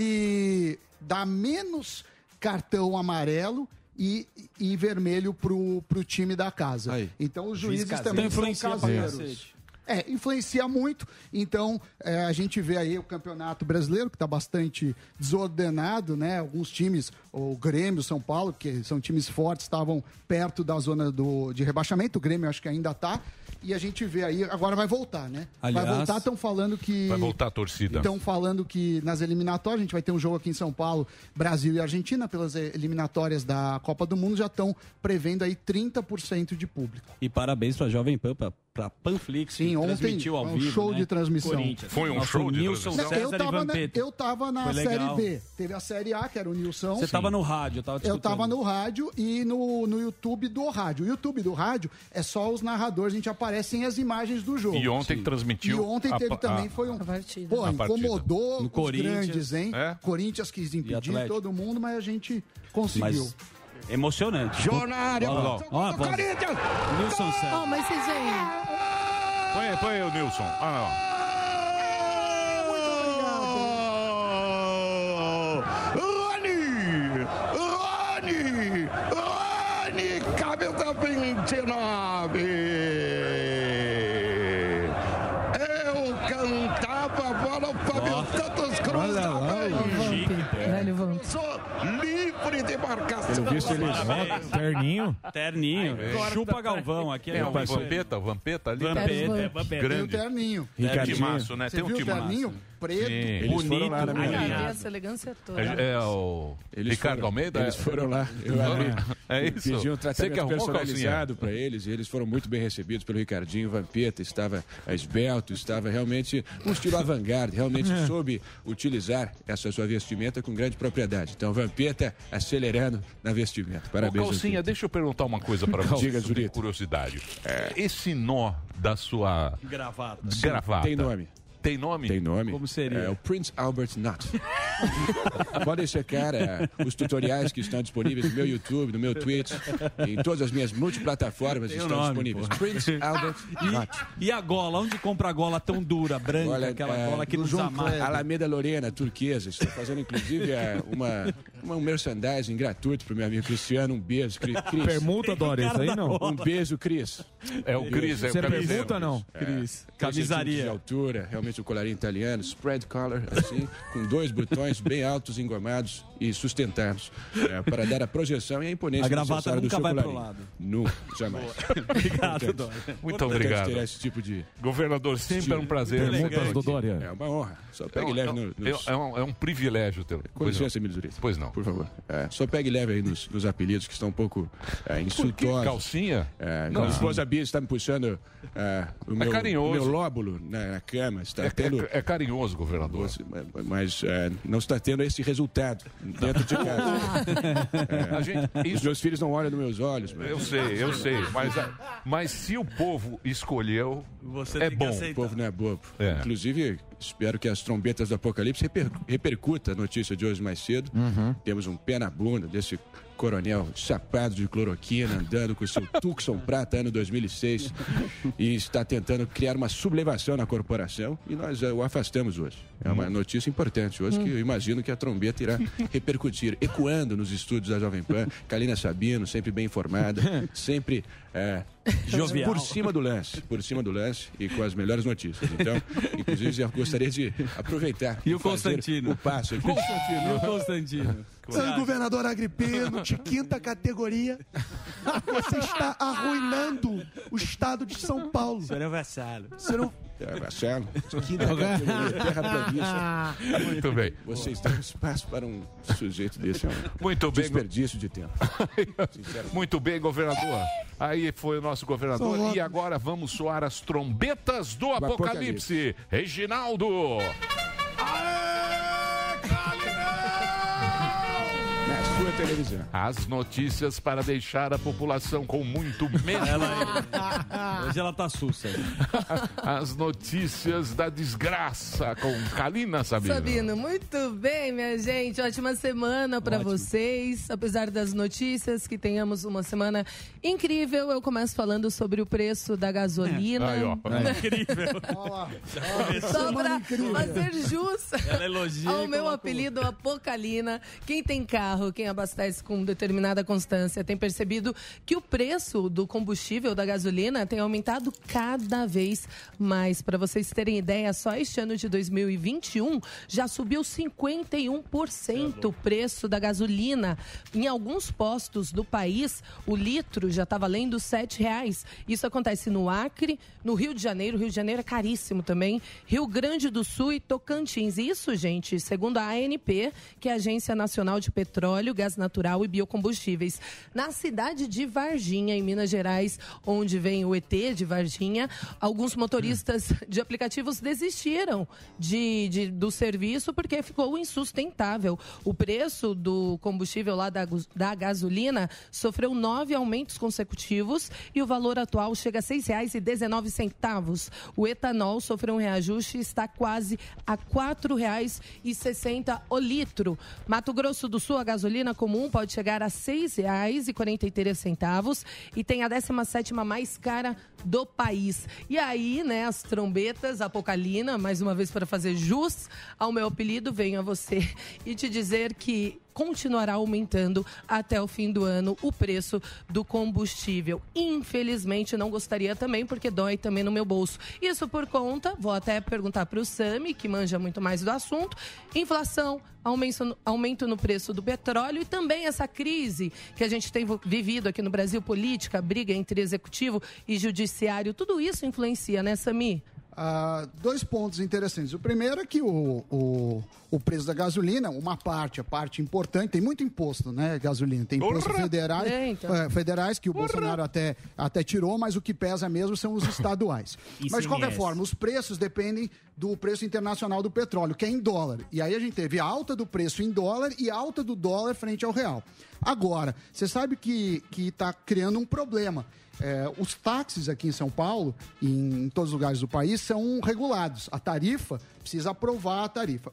[SPEAKER 9] ele dá menos cartão amarelo e, e vermelho pro, pro time da casa. Então, os
[SPEAKER 13] Juiz
[SPEAKER 9] juízes
[SPEAKER 13] caseiro.
[SPEAKER 9] também
[SPEAKER 13] Então,
[SPEAKER 9] são
[SPEAKER 13] influencia pra
[SPEAKER 9] caseiros.
[SPEAKER 13] cacete.
[SPEAKER 9] É, influencia muito. Então, é, a gente vê aí o campeonato brasileiro, que está bastante desordenado, né? Alguns times, o Grêmio, São Paulo, que são times fortes, estavam perto da zona do, de rebaixamento. O Grêmio acho que ainda tá. E a gente vê aí, agora vai voltar, né? vai
[SPEAKER 6] Aliás-
[SPEAKER 9] voltar, estão falando que.
[SPEAKER 6] Vai voltar a torcida.
[SPEAKER 9] Estão falando que nas eliminatórias, a gente vai ter um jogo aqui em São Paulo, Brasil e Argentina, pelas eliminatórias da Copa do Mundo, já estão prevendo aí 30% de público.
[SPEAKER 7] E parabéns pra Jovem Pan, pra, pra Panflix, que
[SPEAKER 9] Sim, ontem
[SPEAKER 7] transmitiu ao
[SPEAKER 9] foi um
[SPEAKER 7] vivo.
[SPEAKER 9] show
[SPEAKER 7] né?
[SPEAKER 9] de transmissão.
[SPEAKER 6] Foi um
[SPEAKER 7] Nosso
[SPEAKER 6] show de
[SPEAKER 7] Nilson
[SPEAKER 6] transmissão.
[SPEAKER 7] César
[SPEAKER 9] eu tava
[SPEAKER 7] e
[SPEAKER 9] na,
[SPEAKER 7] Vampeta.
[SPEAKER 9] eu tava na
[SPEAKER 7] Foi
[SPEAKER 9] Série
[SPEAKER 7] legal.
[SPEAKER 9] B. Teve a Série A, que era o Nilson.
[SPEAKER 7] Você tava no rádio, eu tava
[SPEAKER 9] Eu
[SPEAKER 7] escutando.
[SPEAKER 9] tava no rádio e no, no YouTube do rádio. O YouTube do rádio é só os narradores, a gente aparecem as imagens do jogo.
[SPEAKER 6] E ontem transmitiu
[SPEAKER 9] E ontem
[SPEAKER 6] a
[SPEAKER 9] teve
[SPEAKER 6] pa-
[SPEAKER 9] também,
[SPEAKER 6] a-
[SPEAKER 9] foi um. Pô,
[SPEAKER 6] A partida.
[SPEAKER 9] incomodou
[SPEAKER 6] No
[SPEAKER 9] os
[SPEAKER 6] Corinthians,
[SPEAKER 9] grandes, hein? Corinthians quis impedir
[SPEAKER 7] é. Atlético.
[SPEAKER 9] todo mundo, mas a gente conseguiu.
[SPEAKER 7] Mas emocionante.
[SPEAKER 9] Jornário,
[SPEAKER 7] Olha lá,
[SPEAKER 9] gol
[SPEAKER 7] ó,
[SPEAKER 9] do
[SPEAKER 7] vamos.
[SPEAKER 9] Corinthians!
[SPEAKER 7] Nilson César.
[SPEAKER 1] Ó, mas vocês veem.
[SPEAKER 9] ah,
[SPEAKER 6] Põe, põe o Nilson. Olha lá.
[SPEAKER 2] Rony! Rony! Rony! Cabeça 29! Eu cantava para o Fábio Santos Cruz também!
[SPEAKER 1] Velho Vamp.
[SPEAKER 2] Sou livre de marcação!
[SPEAKER 7] Terninho. Terninho.
[SPEAKER 6] velho.
[SPEAKER 7] Chupa Galvão. Aqui
[SPEAKER 6] É o Vampeta, o Vampeta ali.
[SPEAKER 7] Vampeta,
[SPEAKER 6] Grande.
[SPEAKER 7] é Vampeta.
[SPEAKER 9] Tem o
[SPEAKER 6] Grande.
[SPEAKER 9] Terninho.
[SPEAKER 6] Tem um timaço, né?
[SPEAKER 9] Você
[SPEAKER 6] Tem um
[SPEAKER 9] viu o
[SPEAKER 6] timaço.
[SPEAKER 9] Terninho? Preto.
[SPEAKER 6] Sim.
[SPEAKER 8] foram lá na minha
[SPEAKER 1] Cara,
[SPEAKER 8] linha.
[SPEAKER 1] essa elegância toda.
[SPEAKER 6] É, é o
[SPEAKER 8] Eles
[SPEAKER 6] Ricardo
[SPEAKER 8] foram-
[SPEAKER 6] Almeida?
[SPEAKER 8] Eles
[SPEAKER 6] É.
[SPEAKER 8] foram lá. Eu
[SPEAKER 6] Foram-
[SPEAKER 8] abri.
[SPEAKER 6] É isso?
[SPEAKER 8] Pedi um
[SPEAKER 6] Você que
[SPEAKER 8] tratamento
[SPEAKER 6] arrumou,
[SPEAKER 8] personalizado para eles. E eles foram muito bem recebidos pelo Ricardinho Vampeta. Estava esbelto, estava realmente um estilo avant-garde. Realmente soube utilizar essa sua vestimenta com grande propriedade. Então, Vampeta acelerando na vestimenta. Parabéns,
[SPEAKER 6] Ô, Calcinha, deixa eu perguntar uma coisa pra você.
[SPEAKER 8] Diga, É.
[SPEAKER 6] sobre curiosidade. Esse nó da sua
[SPEAKER 7] Gravado.
[SPEAKER 6] gravata.
[SPEAKER 8] Tem nome.
[SPEAKER 6] Tem nome?
[SPEAKER 8] Tem nome.
[SPEAKER 7] Como seria?
[SPEAKER 8] É o Prince Albert Knot. Podem checar é, os tutoriais que estão disponíveis no meu YouTube, no meu Twitch, em todas as minhas multiplataformas
[SPEAKER 7] Tem o
[SPEAKER 8] estão
[SPEAKER 7] nome,
[SPEAKER 8] disponíveis.
[SPEAKER 7] pô.
[SPEAKER 8] Prince Albert Knot.
[SPEAKER 7] E a gola? Onde compra a gola tão dura, branca? aquela
[SPEAKER 8] é,
[SPEAKER 7] gola que
[SPEAKER 8] do
[SPEAKER 7] não
[SPEAKER 8] João
[SPEAKER 7] amarra.
[SPEAKER 8] Kleber. Alameda Lorena, turquesa. Estou fazendo, inclusive, é, uma, uma, um merchandising gratuito para o meu amigo Cristiano. Um beijo, Cri- Cris.
[SPEAKER 14] Permuta, Dora, isso aí não.
[SPEAKER 8] Um beijo, Cris.
[SPEAKER 6] É o Cris, é o
[SPEAKER 14] Você
[SPEAKER 6] Cris.
[SPEAKER 14] permuta ou não?
[SPEAKER 7] Cris.
[SPEAKER 8] Dois centímetros De
[SPEAKER 7] Camisaria.
[SPEAKER 8] altura, realmente o colarinho italiano, spread collar, assim, com dois botões bem altos, engomados e sustentados, é, para dar a projeção e a imponência
[SPEAKER 7] A gravata
[SPEAKER 8] necessária
[SPEAKER 7] nunca
[SPEAKER 8] do seu
[SPEAKER 7] vai pro
[SPEAKER 8] colarinho.
[SPEAKER 7] lado.
[SPEAKER 8] Nunca, jamais.
[SPEAKER 7] Obrigado, Dória.
[SPEAKER 6] Muito
[SPEAKER 8] Importante
[SPEAKER 6] obrigado.
[SPEAKER 8] ter esse tipo de...
[SPEAKER 6] Governador, sempre é um prazer.
[SPEAKER 14] Perguntas do Dória.
[SPEAKER 8] É uma honra. Só
[SPEAKER 6] É
[SPEAKER 8] pegue
[SPEAKER 6] um-
[SPEAKER 8] leve
[SPEAKER 6] é um-
[SPEAKER 8] no, nos...
[SPEAKER 6] é um- é um privilégio ter.
[SPEAKER 8] Com
[SPEAKER 6] Pois não.
[SPEAKER 8] licença, Emílio Zurita.
[SPEAKER 6] Pois não.
[SPEAKER 8] Por favor. É, só pegue leve aí nos, nos apelidos que estão um pouco é,
[SPEAKER 6] Por que
[SPEAKER 8] insultosos.
[SPEAKER 6] calcinha?
[SPEAKER 8] É, minha esposa Bia está me puxando é, o, meu,
[SPEAKER 6] carinhoso.
[SPEAKER 8] o meu lóbulo né, na, na cama. Está
[SPEAKER 6] É,
[SPEAKER 8] tendo
[SPEAKER 6] é- é carinhoso, governador.
[SPEAKER 8] Você- mas- Mas é, não está tendo esse resultado dentro de casa. É.
[SPEAKER 6] A gente-
[SPEAKER 8] Os
[SPEAKER 6] isso-
[SPEAKER 8] meus filhos não olham nos meus olhos. mas
[SPEAKER 6] eu sei, eu sei. Mas, a- mas se o povo escolheu,
[SPEAKER 7] Você
[SPEAKER 6] é
[SPEAKER 7] tem que
[SPEAKER 6] bom.
[SPEAKER 8] O
[SPEAKER 7] aceitar.
[SPEAKER 8] povo não é bobo.
[SPEAKER 6] É.
[SPEAKER 8] Inclusive, espero que as trombetas do Apocalipse reper, repercuta a notícia de hoje mais cedo.
[SPEAKER 6] Uhum.
[SPEAKER 8] Temos um pé na bunda desse coronel chapado de cloroquina, andando com seu Tucson Prata, ano 2006, e está tentando criar uma sublevação na corporação, e nós eh, o afastamos hoje. É uma notícia importante hoje, que eu imagino que a trombeta irá repercutir, ecoando nos estúdios da Jovem Pan, Kalina Sabino, sempre bem informada, sempre... eh,
[SPEAKER 7] Jovial.
[SPEAKER 8] por cima do lance, por cima do lance e com as melhores notícias. Então, inclusive, eu gostaria de aproveitar
[SPEAKER 7] E o
[SPEAKER 8] fazer
[SPEAKER 7] Constantino?
[SPEAKER 8] o passo aqui.
[SPEAKER 7] E o Constantino?
[SPEAKER 2] Senhor governador Agripino, de quinta categoria, você está arruinando o estado de São Paulo.
[SPEAKER 7] Senhor Vassalo.
[SPEAKER 8] É, Marcelo, quinta categoria, terra prevista.
[SPEAKER 6] Muito bem.
[SPEAKER 8] Vocês têm espaço para um sujeito desse. É um
[SPEAKER 6] Muito bem,
[SPEAKER 8] desperdício de tempo.
[SPEAKER 6] muito bem, governador. Aí foi o nosso governador. E agora vamos soar as trombetas do Apocalipse. Reginaldo!
[SPEAKER 8] Na sua televisão.
[SPEAKER 6] As notícias para deixar a população com muito medo.
[SPEAKER 7] Hoje ela tá sussa.
[SPEAKER 6] As notícias da desgraça com Kalina Sabino.
[SPEAKER 1] Sabino, muito bem, minha gente. Ótima semana pra vocês. Apesar das notícias, que tenhamos uma semana incrível. Eu começo falando sobre o preço da gasolina.
[SPEAKER 13] É,
[SPEAKER 6] Aí, ó.
[SPEAKER 3] tá
[SPEAKER 7] Incrível.
[SPEAKER 1] Só pra fazer jus
[SPEAKER 7] Ela elogia
[SPEAKER 1] ao
[SPEAKER 7] e
[SPEAKER 1] meu
[SPEAKER 7] coloca o-
[SPEAKER 1] apelido Apocalina. Quem tem carro, quem abastece com determinada constância, tem percebido que o preço do combustível, da gasolina, tem aumentado cada vez mais. Para vocês terem ideia, só este ano de 2021 já subiu
[SPEAKER 7] Tá
[SPEAKER 1] 51% o preço da gasolina. Em alguns postos do país, o litro já está valendo R$ 7 reais. Isso acontece no Acre, no Rio de Janeiro. Rio de Janeiro é caríssimo também. Rio Grande do Sul e Tocantins. Isso, gente, segundo a ANP, que é a Agência Nacional de Petróleo, Gás Natural e Biocombustíveis. Na cidade de Varginha, em Minas Gerais, onde vem o ET de Varginha, alguns motoristas de aplicativos desistiram de, de- do serviço porque ficou insustentável. O preço do combustível lá da, gus- da gasolina sofreu nove aumentos consecutivos e o valor atual chega a R$ 6,19. O etanol sofreu um reajuste e está quase a R$ 4,60 o litro. Mato Grosso do Sul, a gasolina comum pode chegar a R$ 6,43 e tem a 17 mais cara do país. E aí, né, as trombetas, a Pocalina, mais uma vez para fazer jus ao meu apelido, venho a você e te dizer que continuará aumentando até o fim do ano o preço do combustível. Infelizmente, não gostaria também, porque dói também no meu bolso. Isso por conta, vou até perguntar para o Sami, que manja muito mais do assunto, inflação, aumento, no- aumento no preço do petróleo e também essa crise que a gente tem vo- vivido aqui no Brasil, política, briga entre executivo e judiciário, tudo isso influencia, né, Sami?
[SPEAKER 9] Ah, dois pontos interessantes. O primeiro é que o, o, o preço da gasolina, uma parte, a parte importante, tem muito imposto, né? Gasolina. Tem imposto
[SPEAKER 1] Porra!
[SPEAKER 9] federais,
[SPEAKER 1] É, então.
[SPEAKER 9] eh, federais que o Bolsonaro até, até tirou, mas o que pesa mesmo são os estaduais. mas de qualquer
[SPEAKER 12] ICMS.
[SPEAKER 9] forma, os preços dependem do preço internacional do petróleo, que é em dólar. E aí a gente teve a alta do preço em dólar e a alta do dólar frente ao real. Agora, você sabe que está criando um problema. É, os táxis aqui em São Paulo, e em todos os lugares do país, são regulados. A tarifa precisa aprovar a tarifa.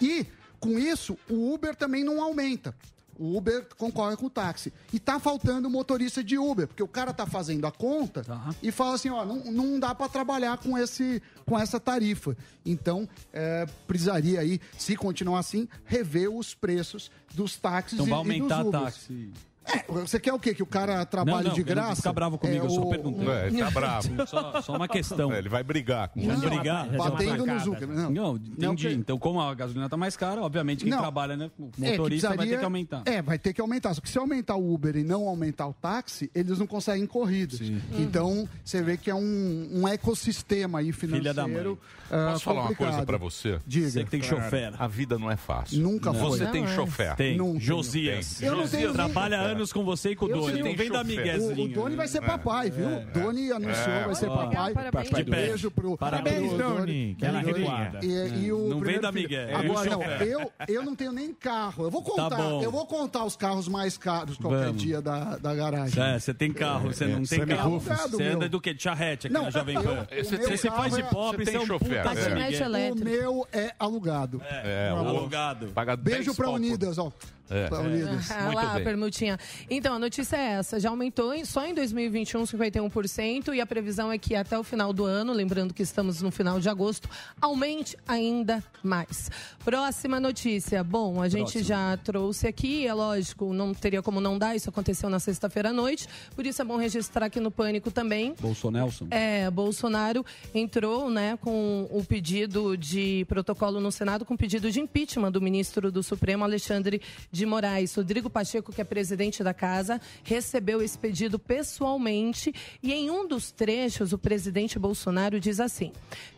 [SPEAKER 9] E, com isso, o Uber também não aumenta. O Uber concorre com o táxi. E tá faltando motorista de Uber, porque o cara tá fazendo a conta
[SPEAKER 7] Tá.
[SPEAKER 9] e fala assim, ó, não, não dá para trabalhar com, esse, com essa tarifa. Então, é, precisaria aí, se continuar assim, rever os preços dos táxis
[SPEAKER 7] Então
[SPEAKER 9] e,
[SPEAKER 7] vai
[SPEAKER 9] e dos
[SPEAKER 7] aumentar
[SPEAKER 9] Ubers.
[SPEAKER 7] táxi.
[SPEAKER 9] É, você quer o quê? Que o cara trabalhe
[SPEAKER 7] não,
[SPEAKER 9] de
[SPEAKER 7] eu não
[SPEAKER 9] graça?
[SPEAKER 7] vou ficar bravo comigo, eu só perguntei. É, ele tá bravo. Só- só uma questão.
[SPEAKER 15] É, ele vai brigar com
[SPEAKER 7] Não, brigar.
[SPEAKER 9] batendo no Zucker. Não,
[SPEAKER 7] né? Não,
[SPEAKER 9] Não,
[SPEAKER 7] entendi.
[SPEAKER 9] que-
[SPEAKER 7] Então, como a gasolina tá mais cara, obviamente quem
[SPEAKER 9] Não.
[SPEAKER 7] trabalha, né? O
[SPEAKER 9] É, que
[SPEAKER 7] motorista vai ter
[SPEAKER 9] precisaria-
[SPEAKER 7] que aumentar.
[SPEAKER 9] É, vai ter que aumentar. Só que se aumentar o Uber e não aumentar o táxi, eles não conseguem corridas.
[SPEAKER 7] Uhum.
[SPEAKER 9] Então, você vê que é um, um ecossistema aí financeiro.
[SPEAKER 6] Filha da mãe.
[SPEAKER 9] ah,
[SPEAKER 6] Posso falar uma
[SPEAKER 9] complicado.
[SPEAKER 6] coisa pra você?
[SPEAKER 9] Diga. Você que tem chofer.
[SPEAKER 6] A vida não é fácil.
[SPEAKER 9] Nunca
[SPEAKER 6] você
[SPEAKER 9] foi.
[SPEAKER 6] Você
[SPEAKER 9] Não
[SPEAKER 6] tem
[SPEAKER 9] é.
[SPEAKER 6] chofer.
[SPEAKER 7] Tem.
[SPEAKER 9] Não.
[SPEAKER 7] Josias.
[SPEAKER 9] Eu não
[SPEAKER 7] Josias
[SPEAKER 9] tenho nem-
[SPEAKER 6] É.
[SPEAKER 7] trabalha anos com você e com o
[SPEAKER 9] Eu
[SPEAKER 7] Doni.
[SPEAKER 9] tenho-
[SPEAKER 7] Não vem dar
[SPEAKER 9] o, o
[SPEAKER 7] miguezinho. né?
[SPEAKER 9] Doni vai ser papai, viu? Doni anunciou,
[SPEAKER 7] É,
[SPEAKER 9] vai ser
[SPEAKER 7] ó.
[SPEAKER 9] papai.
[SPEAKER 7] Parabéns.
[SPEAKER 9] De
[SPEAKER 7] De pé.
[SPEAKER 9] beijo pro
[SPEAKER 7] Parabéns,
[SPEAKER 9] pro
[SPEAKER 7] Doni. Bela
[SPEAKER 9] Doni.
[SPEAKER 7] reguada.
[SPEAKER 9] E, e é o
[SPEAKER 7] Não vem
[SPEAKER 9] primeiro
[SPEAKER 7] dar
[SPEAKER 9] filho.
[SPEAKER 7] migué.
[SPEAKER 9] Agora,
[SPEAKER 7] É,
[SPEAKER 9] não,
[SPEAKER 7] chofer.
[SPEAKER 9] eu, eu não tenho nem carro. Eu vou
[SPEAKER 7] Tá
[SPEAKER 9] contar,
[SPEAKER 7] bom.
[SPEAKER 9] eu vou contar os carros mais caros qualquer
[SPEAKER 7] Vamos.
[SPEAKER 9] dia da, da garagem.
[SPEAKER 7] É, você tem carro, você
[SPEAKER 9] É,
[SPEAKER 7] não
[SPEAKER 9] é,
[SPEAKER 7] tem carro.
[SPEAKER 9] semi-roof.
[SPEAKER 7] Você anda do quê? De charrete aqui
[SPEAKER 9] Não,
[SPEAKER 7] na Jovem Pan.
[SPEAKER 9] eu-
[SPEAKER 7] Você
[SPEAKER 9] o meu
[SPEAKER 7] você se faz
[SPEAKER 9] carro
[SPEAKER 7] de
[SPEAKER 9] é-
[SPEAKER 7] pobre,
[SPEAKER 9] você
[SPEAKER 7] você é um
[SPEAKER 9] tem
[SPEAKER 7] puta.
[SPEAKER 9] chofer,
[SPEAKER 7] de
[SPEAKER 9] é.
[SPEAKER 7] migué.
[SPEAKER 9] O meu é alugado.
[SPEAKER 6] né? É,
[SPEAKER 9] Não,
[SPEAKER 6] o-
[SPEAKER 7] alugado.
[SPEAKER 6] Paga
[SPEAKER 9] Beijo
[SPEAKER 6] 10
[SPEAKER 9] pra
[SPEAKER 6] pau por-
[SPEAKER 9] Unidas, ó.
[SPEAKER 6] É.
[SPEAKER 9] Pra Unidas.
[SPEAKER 1] Ah, lá, a permutinha. Então, a notícia é essa. Já aumentou em- só em 2021 51% e a previsão é que até o final do ano, lembrando que estamos no final de agosto, aumente ainda mais. Próxima notícia. Bom, a gente
[SPEAKER 16] Próxima.
[SPEAKER 1] já trouxe aqui, é lógico, não teria como não dar, isso aconteceu na sexta-feira à noite, por isso é bom registrar aqui no Pânico também
[SPEAKER 7] Bolsonaro.
[SPEAKER 1] é, Bolsonaro entrou né, com o pedido de protocolo no Senado, com pedido de impeachment do ministro do Supremo, Alexandre de Moraes. Rodrigo Pacheco, que é presidente da casa, recebeu esse pedido pessoalmente e em um dos trechos o presidente Bolsonaro diz assim.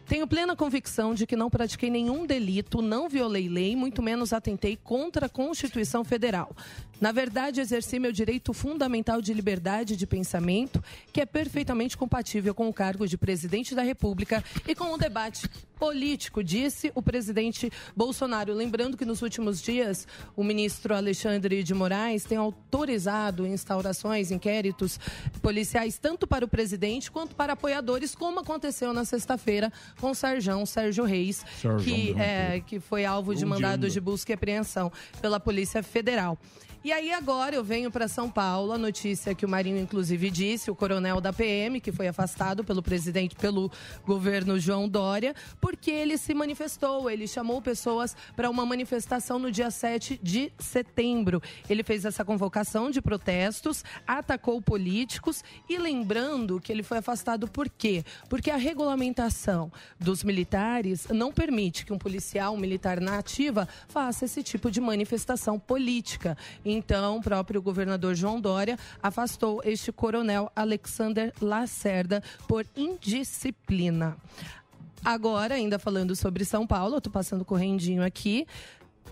[SPEAKER 1] Tenho plena convicção de que não pratiquei nenhum delito, não violei lei, muito menos atentei contra a Constituição Federal. Na verdade, exerci meu direito fundamental de liberdade de pensamento, que é perfeitamente compatível com o cargo de presidente da República e com o debate político, disse o presidente Bolsonaro. Lembrando que nos últimos dias o ministro ministro Alexandre de Moraes tem autorizado instaurações, inquéritos policiais, tanto para o presidente quanto para apoiadores, como aconteceu na sexta-feira com o Sarjão Sérgio Reis,
[SPEAKER 13] Sarjão,
[SPEAKER 1] que,
[SPEAKER 13] não,
[SPEAKER 1] é, que foi alvo de
[SPEAKER 13] Onde
[SPEAKER 1] mandados
[SPEAKER 13] anda?
[SPEAKER 1] de busca e apreensão pela Polícia Federal. E aí agora eu venho para São Paulo, a notícia que o Marinho inclusive disse, o coronel da PM, que foi afastado pelo presidente pelo governo João Dória, porque ele se manifestou, ele chamou pessoas para uma manifestação no dia 7 de setembro. Ele fez essa convocação de protestos, atacou políticos e lembrando que ele foi afastado por quê? Porque a regulamentação dos militares não permite que um policial, um militar na ativa, faça esse tipo de manifestação política. Então, o próprio governador João Dória afastou este coronel Alexander Lacerda por indisciplina. Agora, ainda falando sobre São Paulo, eu tô passando correndinho aqui.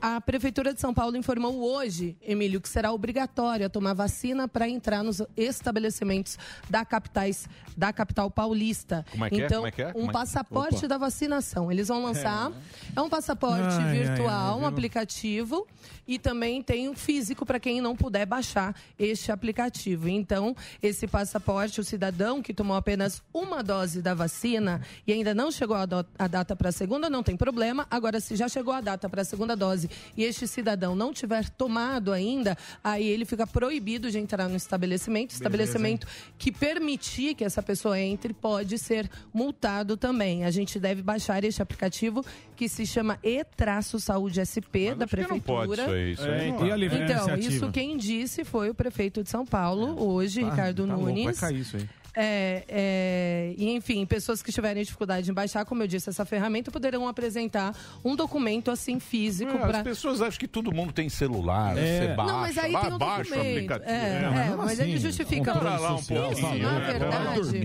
[SPEAKER 1] A Prefeitura de São Paulo informou hoje, Emílio, que será obrigatório a tomar vacina para entrar nos estabelecimentos da, capitais, da capital paulista.
[SPEAKER 6] Como é que é?
[SPEAKER 1] então,
[SPEAKER 6] Como é que é? Como
[SPEAKER 1] um
[SPEAKER 6] é-
[SPEAKER 1] passaporte
[SPEAKER 6] Opa.
[SPEAKER 1] da vacinação. Eles vão lançar. É, um passaporte
[SPEAKER 6] Ai, ai,
[SPEAKER 1] virtual,
[SPEAKER 6] ai,
[SPEAKER 1] um
[SPEAKER 6] viu?
[SPEAKER 1] aplicativo e também tem um físico para quem não puder baixar este aplicativo. Então, esse passaporte, o cidadão que tomou apenas uma dose da vacina e ainda não chegou a, do- a data para a segunda, não tem problema. Agora, se já chegou a data para a segunda dose e este cidadão não tiver tomado ainda, aí ele fica proibido de entrar no estabelecimento. Estabelecimento que permitir que essa pessoa entre pode ser multado também. A gente deve baixar este aplicativo que se chama E-Saúde SP da
[SPEAKER 6] não pode
[SPEAKER 1] Prefeitura.
[SPEAKER 6] isso aí, isso aí É, não
[SPEAKER 1] então,
[SPEAKER 6] e a livre iniciativa?
[SPEAKER 1] isso quem disse foi o prefeito de São Paulo, hoje,
[SPEAKER 13] Ah,
[SPEAKER 3] Tá-
[SPEAKER 1] Ricardo
[SPEAKER 3] tá louco,
[SPEAKER 1] Nunes.
[SPEAKER 3] vai cair isso aí.
[SPEAKER 1] É, é, e enfim, pessoas que tiverem dificuldade em baixar, como eu disse, essa ferramenta poderão apresentar um documento assim físico
[SPEAKER 6] É,
[SPEAKER 1] para
[SPEAKER 6] As pessoas acham que todo mundo tem celular,
[SPEAKER 1] É.
[SPEAKER 6] você baixa,
[SPEAKER 1] Não, mas aí
[SPEAKER 6] ba-
[SPEAKER 1] tem um
[SPEAKER 6] baixa o
[SPEAKER 1] documento.
[SPEAKER 6] aplicativo.
[SPEAKER 1] É, É, mas é, mas assim, ele justifica.
[SPEAKER 6] Pera lá um
[SPEAKER 1] Isso,
[SPEAKER 6] pouquinho.
[SPEAKER 1] na
[SPEAKER 6] né?
[SPEAKER 1] verdade,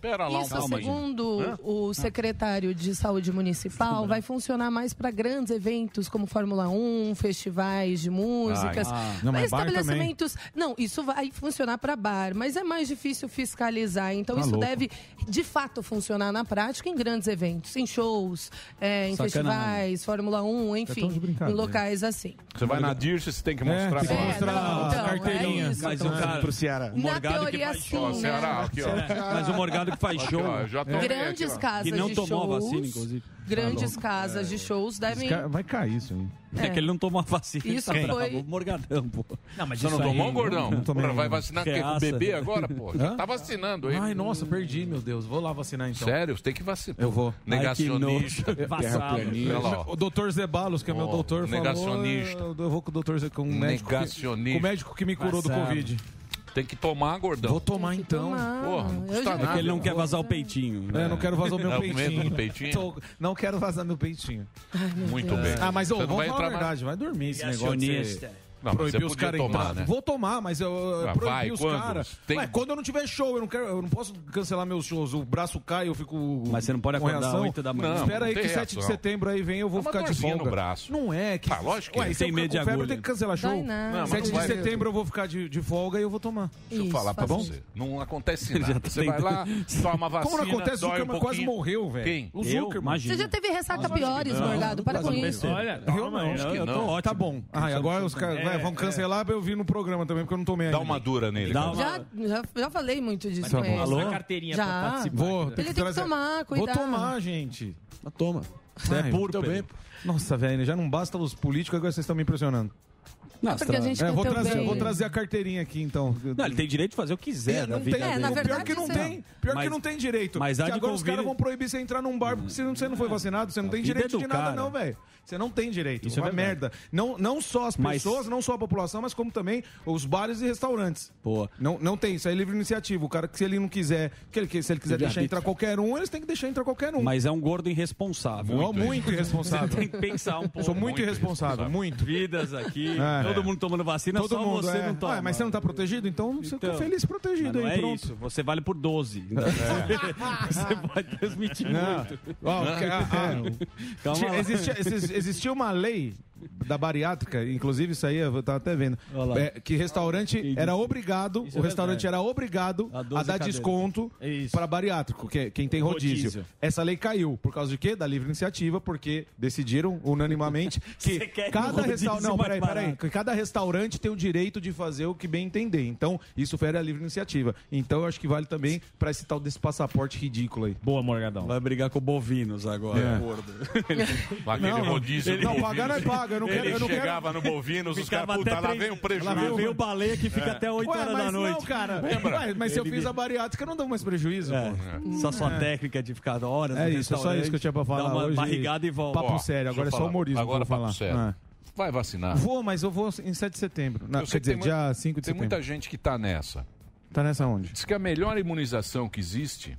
[SPEAKER 6] Pera lá um
[SPEAKER 1] Isso,
[SPEAKER 6] pouquinho.
[SPEAKER 1] segundo
[SPEAKER 6] Hã?
[SPEAKER 1] o secretário de Saúde Municipal, vai funcionar mais para grandes eventos como Fórmula 1, festivais de músicas.
[SPEAKER 3] Ah, não, mas bar
[SPEAKER 1] estabelecimentos. Não, isso vai funcionar para bar, mas é mais difícil fiscalizar. Então,
[SPEAKER 3] Tá
[SPEAKER 1] isso
[SPEAKER 3] louco.
[SPEAKER 1] deve, de fato, funcionar na prática em grandes eventos, em shows, é, em
[SPEAKER 6] Sacanagem.
[SPEAKER 1] festivais, Fórmula 1,
[SPEAKER 6] tão de
[SPEAKER 1] enfim, em
[SPEAKER 6] brincadeira.
[SPEAKER 1] locais assim.
[SPEAKER 6] Você vai na Dirce, você tem que mostrar.
[SPEAKER 9] É,
[SPEAKER 13] tem que
[SPEAKER 6] pra-
[SPEAKER 13] mostrar
[SPEAKER 1] a então, carteirinha.
[SPEAKER 13] é isso.
[SPEAKER 6] Mas
[SPEAKER 7] um
[SPEAKER 13] Então,
[SPEAKER 6] o cara-
[SPEAKER 13] pro Ceará.
[SPEAKER 6] Na
[SPEAKER 7] Morgado que
[SPEAKER 1] teoria,
[SPEAKER 7] faz
[SPEAKER 1] sim,
[SPEAKER 7] show.
[SPEAKER 1] né?
[SPEAKER 6] Ceará, aqui, ó.
[SPEAKER 7] Mas o Morgado que faz
[SPEAKER 6] Aqui,
[SPEAKER 7] show.
[SPEAKER 6] ó, já tomei
[SPEAKER 1] Grandes
[SPEAKER 6] aqui, ó.
[SPEAKER 1] casas
[SPEAKER 7] Que não
[SPEAKER 1] de
[SPEAKER 7] tomou
[SPEAKER 1] shows.
[SPEAKER 7] a vacina, inclusive.
[SPEAKER 1] Grandes
[SPEAKER 7] Tá
[SPEAKER 1] casas de shows devem.
[SPEAKER 7] louco.
[SPEAKER 14] Vai cair isso aí.
[SPEAKER 7] É.
[SPEAKER 1] É.
[SPEAKER 7] que ele não tomou a vacina. ele tá
[SPEAKER 1] Isso
[SPEAKER 7] bravo.
[SPEAKER 1] foi-
[SPEAKER 7] O Morgadão, pô.
[SPEAKER 13] Não, mas
[SPEAKER 7] Você
[SPEAKER 6] Você não tomou, gordão? Porra, vai vacinar quem? Com o
[SPEAKER 7] Reaça.
[SPEAKER 6] bebê agora, pô? Já
[SPEAKER 7] Hã?
[SPEAKER 6] tá vacinando aí.
[SPEAKER 3] Ai, nossa, perdi, meu Deus. Vou lá vacinar então.
[SPEAKER 6] Sério? Você tem que vacinar.
[SPEAKER 3] Eu vou.
[SPEAKER 6] Negacionista. Terraplanista. Olha lá, ó.
[SPEAKER 3] O doutor Zebalos, que é meu
[SPEAKER 6] Ó,
[SPEAKER 3] doutor,
[SPEAKER 6] negacionista.
[SPEAKER 3] falou... Eu, eu vou com o doutor Ze- com um médico que,
[SPEAKER 6] Negacionista.
[SPEAKER 3] com o médico que me curou do
[SPEAKER 6] Passado.
[SPEAKER 3] Covid.
[SPEAKER 6] Tem que tomar, gordão. Vou
[SPEAKER 3] tomar então.
[SPEAKER 6] Porra, não custa
[SPEAKER 7] É
[SPEAKER 6] nada.
[SPEAKER 7] que ele não quer vazar o peitinho.
[SPEAKER 3] É, eu não quero vazar o meu
[SPEAKER 6] Tá com medo
[SPEAKER 3] peitinho.
[SPEAKER 6] do peitinho?
[SPEAKER 3] Tô- não quero vazar meu peitinho.
[SPEAKER 6] Muito bem.
[SPEAKER 3] Ah, mas ô,
[SPEAKER 6] Você não
[SPEAKER 3] vamos
[SPEAKER 6] vai
[SPEAKER 3] falar a
[SPEAKER 6] entrar mais-
[SPEAKER 3] verdade. Vai dormir esse negócio. de você
[SPEAKER 6] Negacionista. Não, mas você
[SPEAKER 3] proibir os
[SPEAKER 6] podia
[SPEAKER 3] caras
[SPEAKER 6] tomar,
[SPEAKER 3] entrar.
[SPEAKER 6] né?
[SPEAKER 3] Vou tomar, mas eu, eu
[SPEAKER 6] Ah,
[SPEAKER 3] proibi
[SPEAKER 6] vai,
[SPEAKER 3] os
[SPEAKER 6] quando?
[SPEAKER 3] caras.
[SPEAKER 6] Tem-
[SPEAKER 3] Ué, quando eu não tiver show, eu não quero, eu não posso cancelar meus shows. O braço cai, eu fico.
[SPEAKER 7] Mas você não pode
[SPEAKER 3] com
[SPEAKER 7] acordar
[SPEAKER 3] reação.
[SPEAKER 7] 8 da manhã. Não,
[SPEAKER 3] Espera aí
[SPEAKER 7] não
[SPEAKER 3] que
[SPEAKER 7] tem
[SPEAKER 3] 7 de
[SPEAKER 7] reação.
[SPEAKER 3] setembro aí vem, eu vou
[SPEAKER 6] Dá É uma
[SPEAKER 3] ficar de
[SPEAKER 6] dorzinha
[SPEAKER 3] folga.
[SPEAKER 6] no braço.
[SPEAKER 3] Não é que.
[SPEAKER 6] Ah, lógico que
[SPEAKER 3] Ué, se
[SPEAKER 6] é.
[SPEAKER 3] eu
[SPEAKER 6] Tem
[SPEAKER 3] ficar
[SPEAKER 6] medo
[SPEAKER 3] com
[SPEAKER 6] de
[SPEAKER 3] febre, eu
[SPEAKER 6] agulha.
[SPEAKER 3] tenho que cancelar
[SPEAKER 6] Dói
[SPEAKER 3] show.
[SPEAKER 6] nada. Não, mas
[SPEAKER 3] 7 de
[SPEAKER 6] vai-
[SPEAKER 3] setembro eu vou ficar de, de folga e eu vou tomar.
[SPEAKER 6] Deixa eu falar pra você. Não acontece
[SPEAKER 3] Assim,
[SPEAKER 6] nada.
[SPEAKER 3] tá
[SPEAKER 6] Você vai lá, toma a vacina.
[SPEAKER 3] Como não acontece? O
[SPEAKER 6] dói um
[SPEAKER 3] Zuckerman quase
[SPEAKER 6] pouquinho.
[SPEAKER 3] morreu, velho.
[SPEAKER 6] Quem?
[SPEAKER 3] O Zuckerman.
[SPEAKER 1] Você já tá teve ressaca piores, Morgado? Para com isso.
[SPEAKER 3] Olha, eu não, acho que
[SPEAKER 6] eu tô
[SPEAKER 3] não. Tá bom. Ah, e agora os caras vai, vão cancelar pra eu vir no programa também, porque eu não tomei ainda. Dá uma
[SPEAKER 6] dura nele.
[SPEAKER 3] Dá
[SPEAKER 1] Já, já, já falei muito disso
[SPEAKER 3] Tá
[SPEAKER 1] com
[SPEAKER 3] bom.
[SPEAKER 1] ele.
[SPEAKER 3] Alô?
[SPEAKER 13] carteirinha
[SPEAKER 1] já.
[SPEAKER 13] pra participar.
[SPEAKER 3] Vou,
[SPEAKER 1] né? Ele tem que tomar, cuidado.
[SPEAKER 3] Vou tomar, gente.
[SPEAKER 8] Toma.
[SPEAKER 3] Ai,
[SPEAKER 7] é puro,
[SPEAKER 3] muito
[SPEAKER 7] Pedro.
[SPEAKER 3] bem. Nossa, velho, já não basta os políticos, agora vocês estão me impressionando.
[SPEAKER 7] Não, tá
[SPEAKER 1] porque a gente
[SPEAKER 3] É, vou,
[SPEAKER 1] quer teu
[SPEAKER 3] trazer,
[SPEAKER 1] bem.
[SPEAKER 3] vou trazer a carteirinha aqui, então.
[SPEAKER 7] Não, ele tem direito de fazer o que quiser.
[SPEAKER 3] não
[SPEAKER 7] da vida
[SPEAKER 3] tem. É,
[SPEAKER 7] dele.
[SPEAKER 1] na
[SPEAKER 3] Pior
[SPEAKER 1] verdade,
[SPEAKER 3] que não
[SPEAKER 1] isso é-
[SPEAKER 3] tem. Pior
[SPEAKER 7] Mas-
[SPEAKER 3] que não tem direito.
[SPEAKER 7] mas há
[SPEAKER 3] Porque
[SPEAKER 7] de
[SPEAKER 3] agora os
[SPEAKER 7] convir-
[SPEAKER 3] caras vão proibir você entrar num bar porque você não, você não foi vacinado, você não tem
[SPEAKER 7] vida é
[SPEAKER 3] direito
[SPEAKER 7] do
[SPEAKER 3] de nada,
[SPEAKER 7] cara.
[SPEAKER 3] não, velho. Você não tem direito.
[SPEAKER 7] Isso é
[SPEAKER 3] uma
[SPEAKER 7] verdade.
[SPEAKER 3] merda. Não, não só as
[SPEAKER 7] Mas-
[SPEAKER 3] pessoas, não só a população, mas como também os bares e restaurantes.
[SPEAKER 7] Pô.
[SPEAKER 3] Não, não tem, isso aí é livre iniciativa. O cara que se ele não quiser, que ele, que- se ele quiser
[SPEAKER 7] Livre
[SPEAKER 3] deixar
[SPEAKER 7] arbítrio.
[SPEAKER 3] entrar qualquer um, eles têm que deixar entrar qualquer um.
[SPEAKER 7] Mas é um gordo irresponsável.
[SPEAKER 3] Não, muito, irresponsável.
[SPEAKER 7] Tem que pensar um pouco.
[SPEAKER 3] Sou muito, irresponsável, muito.
[SPEAKER 7] Vidas aqui,
[SPEAKER 3] É.
[SPEAKER 7] todo mundo tomando vacina,
[SPEAKER 3] Todo
[SPEAKER 7] só
[SPEAKER 3] mundo,
[SPEAKER 7] você
[SPEAKER 3] é.
[SPEAKER 7] não toma.
[SPEAKER 3] Ué, mas você não tá protegido? Então, você fica
[SPEAKER 7] Então, Mas
[SPEAKER 3] feliz protegido
[SPEAKER 7] não
[SPEAKER 3] aí,
[SPEAKER 7] é
[SPEAKER 3] pronto. É.
[SPEAKER 7] isso, você vale por 12. Então, você pode transmitir
[SPEAKER 3] Não.
[SPEAKER 7] muito.
[SPEAKER 3] É. Ó, que- ah, é, a- a-
[SPEAKER 7] é. Calma
[SPEAKER 3] Tinha-
[SPEAKER 7] lá.
[SPEAKER 3] existia, exis- existia uma lei da bariátrica, inclusive isso aí eu tava até vendo,
[SPEAKER 14] lá.
[SPEAKER 3] é, que restaurante era obrigado,
[SPEAKER 14] Isso
[SPEAKER 3] o
[SPEAKER 14] é
[SPEAKER 3] restaurante
[SPEAKER 14] verdade.
[SPEAKER 3] era obrigado
[SPEAKER 14] A
[SPEAKER 3] a,
[SPEAKER 14] 12
[SPEAKER 3] dar
[SPEAKER 14] cadeiras.
[SPEAKER 3] desconto para bariátrico, que é quem tem rodízio.
[SPEAKER 14] Rodízio.
[SPEAKER 3] Essa lei caiu por causa de quê? Da livre iniciativa, porque decidiram unanimamente
[SPEAKER 14] Você
[SPEAKER 3] que
[SPEAKER 14] quer
[SPEAKER 3] cada
[SPEAKER 14] rodízio
[SPEAKER 3] restaurante, não,
[SPEAKER 14] mais
[SPEAKER 3] peraí, peraí,
[SPEAKER 14] barato.
[SPEAKER 3] que cada restaurante tem o direito de fazer o que bem entender. Então, isso fere a livre iniciativa. Então, eu acho que vale também para esse tal desse passaporte ridículo aí.
[SPEAKER 13] Boa, Morgadão.
[SPEAKER 7] Vai brigar com o Bovinos agora,
[SPEAKER 3] É.
[SPEAKER 7] gordo.
[SPEAKER 6] Aquele
[SPEAKER 3] Não, não.
[SPEAKER 6] rodízio
[SPEAKER 3] Ele-
[SPEAKER 6] do
[SPEAKER 3] não,
[SPEAKER 6] Bovinos.
[SPEAKER 3] pagar não é paga, eu não quero-
[SPEAKER 6] Ele
[SPEAKER 3] eu não quero-
[SPEAKER 6] chegava no Bovinos, os
[SPEAKER 3] Ficava
[SPEAKER 6] caras, puta,
[SPEAKER 3] até
[SPEAKER 6] lá
[SPEAKER 3] três-
[SPEAKER 6] vem o prejuízo.
[SPEAKER 3] lá vem o
[SPEAKER 7] baleia que fica até oito
[SPEAKER 3] Ué,
[SPEAKER 7] horas
[SPEAKER 3] mas
[SPEAKER 7] da noite.
[SPEAKER 3] Não, cara.
[SPEAKER 7] Lembra?
[SPEAKER 3] Ué, mas se eu
[SPEAKER 7] Ele
[SPEAKER 3] fiz
[SPEAKER 7] me-
[SPEAKER 3] a bariátrica, não dá mais prejuízo,
[SPEAKER 6] né?
[SPEAKER 3] pô.
[SPEAKER 7] É. Só sua
[SPEAKER 3] É.
[SPEAKER 7] técnica de ficar horas
[SPEAKER 3] É
[SPEAKER 7] no
[SPEAKER 3] isso, é só
[SPEAKER 7] restaurante,
[SPEAKER 3] isso que eu tinha pra falar
[SPEAKER 7] Dá uma
[SPEAKER 3] hoje.
[SPEAKER 7] barrigada e volta.
[SPEAKER 3] Papo
[SPEAKER 6] Ó,
[SPEAKER 3] sério,
[SPEAKER 6] deixa
[SPEAKER 3] agora
[SPEAKER 6] eu
[SPEAKER 3] é só
[SPEAKER 6] falar.
[SPEAKER 3] humorismo que
[SPEAKER 6] Agora
[SPEAKER 3] eu vou
[SPEAKER 6] papo
[SPEAKER 3] falar.
[SPEAKER 6] sério.
[SPEAKER 3] Ah.
[SPEAKER 6] Vai vacinar.
[SPEAKER 3] Vou, mas eu vou em 7 de setembro. Não,
[SPEAKER 6] Eu
[SPEAKER 3] quer
[SPEAKER 6] sei que
[SPEAKER 3] dizer,
[SPEAKER 6] tem
[SPEAKER 3] dia
[SPEAKER 6] mu-
[SPEAKER 3] 5 de
[SPEAKER 6] Tem
[SPEAKER 3] setembro.
[SPEAKER 6] muita gente que tá nessa.
[SPEAKER 3] Tá nessa onde?
[SPEAKER 6] Diz que a melhor imunização que existe